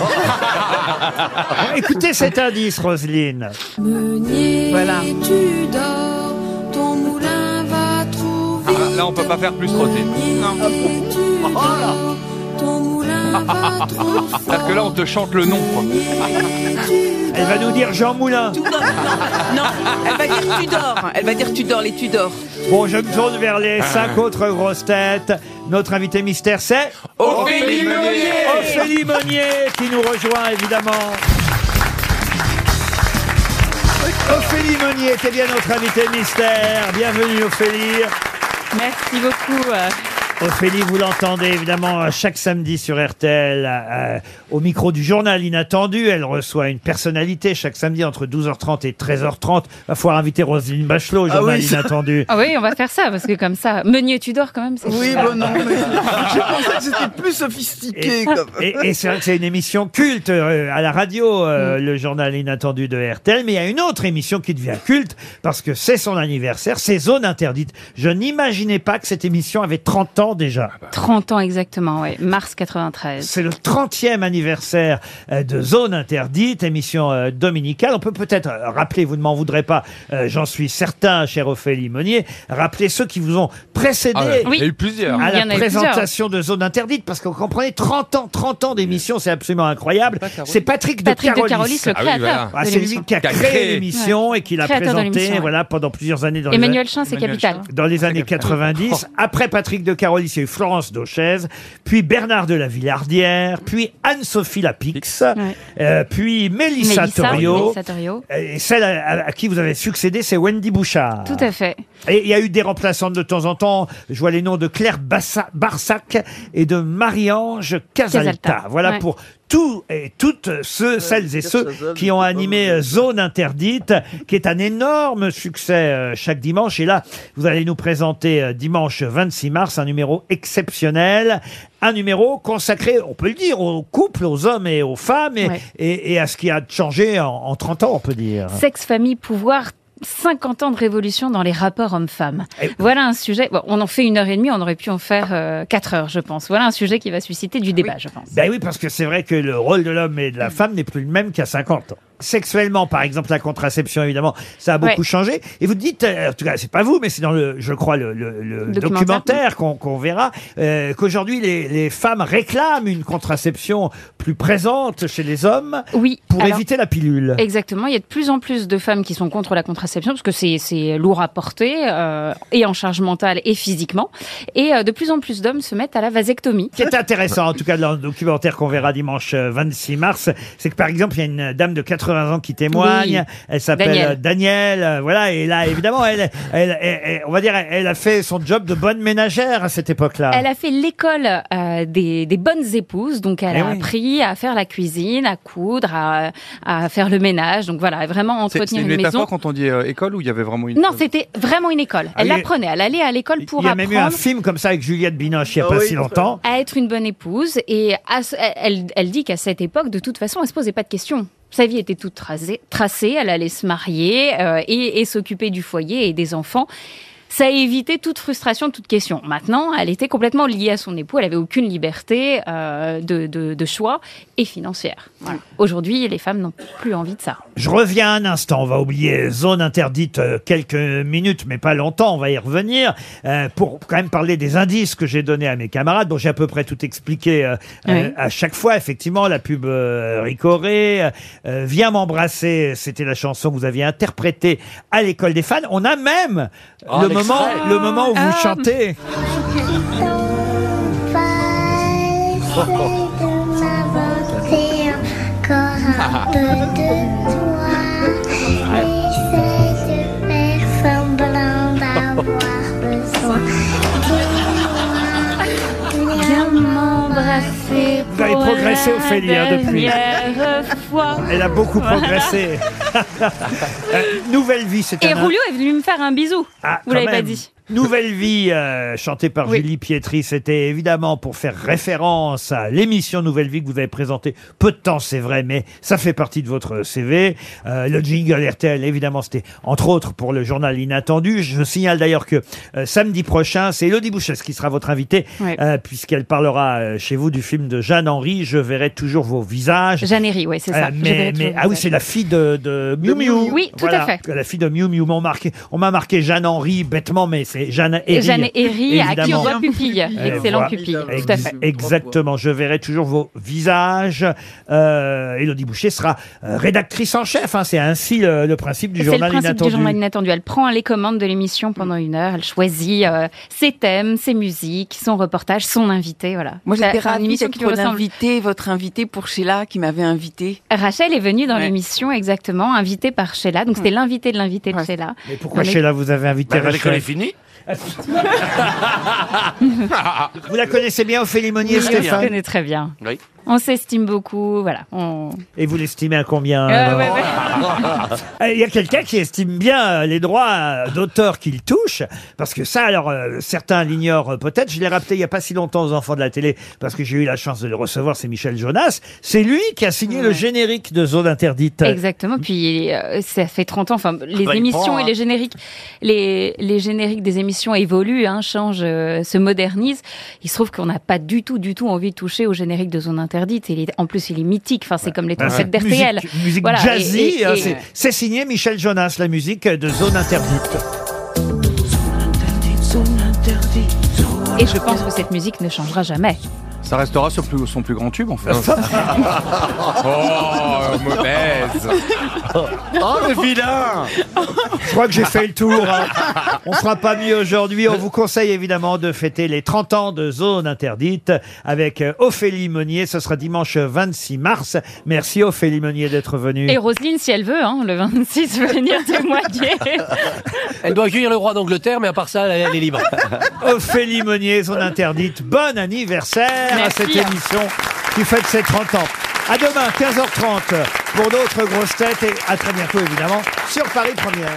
B: Écoutez cet indice, Roselyne.
N: Meunier,
B: Voilà.
N: tu dors, ton moulin va trop
H: Ah, là, on peut pas faire
P: [laughs]
H: plus trotter.
N: vite, tu dors, ton moulin va trop vite,
H: C'est-à-dire que là, on te chante le nom. quoi.
B: Elle va nous dire Jean Moulin.
I: [laughs] Non, elle va dire Tudor. Elle va dire Tudor, les Tudors.
B: Bon, je me tourne vers les
D: Ah.
B: cinq autres grosses têtes. Notre invité mystère, c'est
N: Ophélie Meunier.
B: Ophélie Meunier qui nous rejoint évidemment. Ophélie Meunier était bien notre invitée mystère. Bienvenue Ophélie.
P: Merci beaucoup. euh,
B: Ophélie, vous l'entendez évidemment euh, chaque samedi sur RTL euh, au micro du journal Inattendu. Elle reçoit une personnalité chaque samedi entre 12h30 et 13h30. Va falloir inviter Roselyne Bachelot au
P: Ah
B: journal
P: oui, ça-
B: Inattendu.
P: Ah oui, on va faire ça, parce que comme ça, Meunier, tu dors quand même. c'est
C: Oui,
P: super.
C: bon, non,
P: [laughs]
C: mais je pensais que c'était plus sophistiqué.
B: Et,
C: comme-
B: et- et c'est vrai que c'est une émission culte euh, à la radio, euh, le journal inattendu de RTL. Mais il y a une autre émission qui devient culte parce que c'est son anniversaire, c'est Zone Interdite. Je n'imaginais pas que cette émission avait 30 ans ans déjà.
P: 30 ans exactement, oui. Mars 93.
B: C'est le 30e anniversaire euh, de Zone Interdite, émission euh, dominicale. On peut peut-être euh, rappeler, vous ne m'en voudrez pas, euh, j'en suis certain, cher Ophélie Meunier, rappeler ceux qui vous ont précédé
D: Ah ouais, il y en a eu plusieurs. Il
B: à
D: y
B: la
D: en a eu
B: présentation de Zone Interdite, parce que vous comprenez, 30 ans, 30 ans d'émission, c'est absolument incroyable. C'est Patrick,
P: Patrick de
B: de Carolis.
P: Carolis, le Ah oui, créateur voilà.
B: Ah,
P: de
B: c'est lui
P: l'émission.
B: qui a
P: Qui a
B: créé
P: créé.
B: l'émission
P: Ouais.
B: et qui l'a
P: Créateur de
B: présentée
P: l'émission, ouais.
B: voilà, pendant plusieurs années. Dans les
P: Emmanuel
B: années-
P: Chin, c'est capital.
B: dans les années 90. Après Patrick de Carolis, il y a eu Florence Dauchez, puis Bernard de la Villardière, puis Anne-Sophie Lapix, euh, puis Mélissa, Ah.
P: Mélissa,
B: Torio.
P: Mélissa Torio.
B: Et celle à, à- à qui vous avez succédé, c'est Wendy Bouchard.
P: Tout à fait.
B: Et il y a eu des remplaçantes de temps en temps. Je vois les noms de Claire Bassa- Barsac et de Marie-Ange Casalta.
P: Casalta,
B: Voilà
P: ouais.
B: pour tous et toutes ceux, celles et ceux qui ont animé euh, Zone Interdite, qui est un énorme succès euh, chaque dimanche. Et là, vous allez nous présenter euh, dimanche 26 mars un numéro exceptionnel. Un numéro consacré, on peut le dire, aux couples, aux hommes et aux femmes, et,
P: Ouais.
B: et- et à ce qui a changé en, en 30 ans, on peut dire.
P: Sexe, famille, pouvoir. 50 ans de révolution dans les rapports hommes-femmes.
B: Eh
P: Voilà un sujet. bon, on en fait une heure et demie, on aurait pu en faire euh, quatre heures, je pense. Voilà un sujet qui va susciter du débat, je pense.
B: Ben oui, parce que c'est vrai que le rôle de l'homme et de
P: Mm.
B: la femme n'est plus le même qu'à 50 ans. Sexuellement, par exemple, la contraception, évidemment, ça a beaucoup
P: Ouais.
B: changé. Et vous dites, euh, en tout cas, c'est pas vous, mais c'est dans le, je crois, le, le- le documentaire,
P: Documentaire.
B: qu'on qu'on verra, euh, qu'aujourd'hui, les, les femmes réclament une contraception plus présente chez les hommes
P: oui,
B: pour
P: alors-
B: éviter la pilule.
P: Exactement, il y a de plus en plus de femmes qui sont contre la contraception parce que c'est- c'est lourd à porter, euh, et en charge mentale et physiquement. Et euh, de plus en plus d'hommes se mettent à la vasectomie.
B: Ce qui est intéressant, en tout cas, dans le documentaire qu'on verra dimanche euh, 26 mars, c'est que, par exemple, il y a une dame de 80 ans qui témoigne.
P: Oui.
B: Elle s'appelle
P: Danielle.
B: euh, Danielle. euh, Voilà. Et là, évidemment, elle, elle- elle- elle- on va dire, elle a fait son job de bonne ménagère à cette époque-là.
P: Elle a fait l'école euh, des, des bonnes épouses, donc elle
B: Eh
P: a
B: oui.
P: appris à faire la cuisine, à coudre, à, à faire le ménage, donc voilà, vraiment
H: C'est c'est
P: entretenir
H: une
P: une, maison.
H: métaphore quand on dit euh, école où il y avait vraiment une.
P: Non, c'était vraiment une école.
H: Ah,
P: Elle
H: il y a-
P: apprenait, elle allait à l'école pour
B: Il y a
P: apprendre.
B: même eu un film comme ça avec Juliette Binoche
P: Ah
B: il n'y a pas si longtemps.
P: À être une bonne épouse. Et à ce- elle, elle dit qu'à cette époque, de toute façon, elle se posait pas de questions. Sa vie était toute tracée, tracée elle allait se marier euh, et, et s'occuper du foyer et des enfants. Ça a évité toute frustration, toute question. Maintenant, elle était complètement liée à son époux, elle avait aucune liberté euh, de, de- de choix et financière. Voilà. Aujourd'hui, les femmes n'ont plus envie de ça.
B: Je reviens un instant, on va oublier zone interdite euh, quelques minutes, mais pas longtemps, on va y revenir, euh, pour quand même parler des indices que j'ai donnés à mes camarades, dont j'ai à peu près tout expliqué euh,
P: Oui.
B: euh, à chaque fois, effectivement, la pub euh, Ricoré, euh, euh, Viens m'embrasser, c'était la chanson que vous aviez interprétée à l'école des fans, on a même euh,
N: Oh,
B: le,
N: l'extrait.
B: moment, le moment où vous
P: Ah.
B: chantez.
N: Encore un peu de toi, essaye de faire semblant d'avoir besoin de moi. Viens m'embrasser.
B: Vous avez progressé, Ophélie, hein, depuis. Elle a beaucoup
P: Voilà. [laughs]
B: progressé. Euh, Nouvelle vie, c'est
P: Et
B: un...
P: Roulio est venu me faire un bisou.
B: Ah,
P: Vous
B: quand
P: l'avez pas
B: même.
P: dit.
B: Nouvelle vie, euh, chantée par
P: Oui.
B: Julie Pietri, c'était évidemment pour faire référence à l'émission Nouvelle vie que vous avez présentée peu de temps, c'est vrai, mais ça fait partie de votre CV. Euh, le jingle RTL, évidemment, c'était entre autres pour le journal Inattendu. Je signale d'ailleurs que euh, samedi prochain, c'est Elodie Bouchesse qui sera votre invitée,
P: Oui.
B: euh, puisqu'elle parlera euh, chez vous du film de Jeanne Henry, Je verrai toujours vos visages.
P: Jeanne Herry, oui, c'est ça.
B: Euh,
P: Je verrai
B: mais,
P: toujours
B: mais-
P: vos
B: ah oui,
P: visages.
B: c'est la fille de, de Miu Miu.
P: Oui, tout à fait.
B: La fille de Miu Miu m'a marqué. On m'a marqué Jeanne Henri bêtement, mais c'est Jeanne Herry.
P: Jeanne Herry, à qui on
B: évidemment.
P: doit pupille.
B: Euh,
P: Excellent
B: voilà.
P: pupille, tout à fait.
B: Exactement. Je verrai toujours vos visages. Euh, Elodie Boucher sera euh, rédactrice en chef. hein. C'est ainsi le, le principe du
P: C'est le
B: journal
P: principe
B: inattendu.
P: du journal inattendu. Elle prend les commandes de l'émission pendant une heure, elle choisit euh, ses thèmes, ses musiques, son reportage, son invité, voilà.
I: Moi, j'étais
P: C'est une
I: ravie
P: émission
I: d'être
P: qui lui ressemble.
I: l'invité, votre invité pour Sheila qui m'avait invité.
P: Rachel est venue dans
I: Ouais.
P: l'émission, exactement, invitée par Sheila. Donc, c'était l'invité de l'invité de Sheila.
B: Mais Pourquoi chez là vous avez invité
E: Bah, parce
B: Rachel
E: qu'elle est finie.
B: [laughs] Vous la connaissez bien, Ophélie Monnier,
P: Oui, je
B: Stéphane
P: la connais très bien.
E: Oui.
P: On s'estime beaucoup, voilà. On...
B: Et vous l'estimez à combien
P: Euh,
B: alors
P: ouais, ouais.
B: Euh, Il y a quelqu'un qui estime bien euh, les droits euh, d'auteur qu'il touche, parce que ça, alors, euh, certains l'ignorent euh, peut-être. Je l'ai rappelé il n'y a pas si longtemps aux enfants de la télé, parce que j'ai eu la chance de le recevoir, c'est Michel Jonas. C'est lui qui a signé le générique de Zone Interdite.
P: Exactement. Puis euh, ça fait 30 ans. Enfin, les
B: bah, il
P: émissions
B: prend,
P: et
B: hein.
P: les génériques, les, les génériques des émissions évoluent, hein, changent, euh, se modernisent. Il se trouve qu'on n'a pas du tout, du tout envie de toucher au générique de Zone Interdite. Il est, en plus, il est mythique. Enfin, c'est comme les
B: Bah,
P: trompettes
B: musique-
P: d'RTL.
B: Musique
P: Voilà, et-
B: jazzy,
P: et-
B: hein,
P: et-
B: c'est- c'est signé Michel Jonas, la musique de Zone Interdite.
P: et je pense que cette musique ne changera jamais.
H: Ça restera sur plus- son plus grand tube,
P: [laughs]
H: en fait. [laughs]
D: Oh, mauvaise.
E: Oh, le vilain
B: Je crois que j'ai fait le tour. hein. On fera pas mieux aujourd'hui. On vous conseille évidemment de fêter les 30 ans de Zone Interdite avec euh, Ophélie Meunier. Ce sera dimanche 26 mars. Merci Ophélie Meunier d'être venue.
P: Et Roselyne, si elle veut, hein, le 26, venir témoigner.
F: Elle doit accueillir le roi d'Angleterre, mais à part ça, elle, elle est libre.
B: [laughs] Ophélie Meunier, Zone Interdite. Bon anniversaire
F: Merci.
B: à cette émission qui fête ses 30 ans. À demain, 15h30 pour d'autres grosses têtes et à très bientôt évidemment sur Paris Première.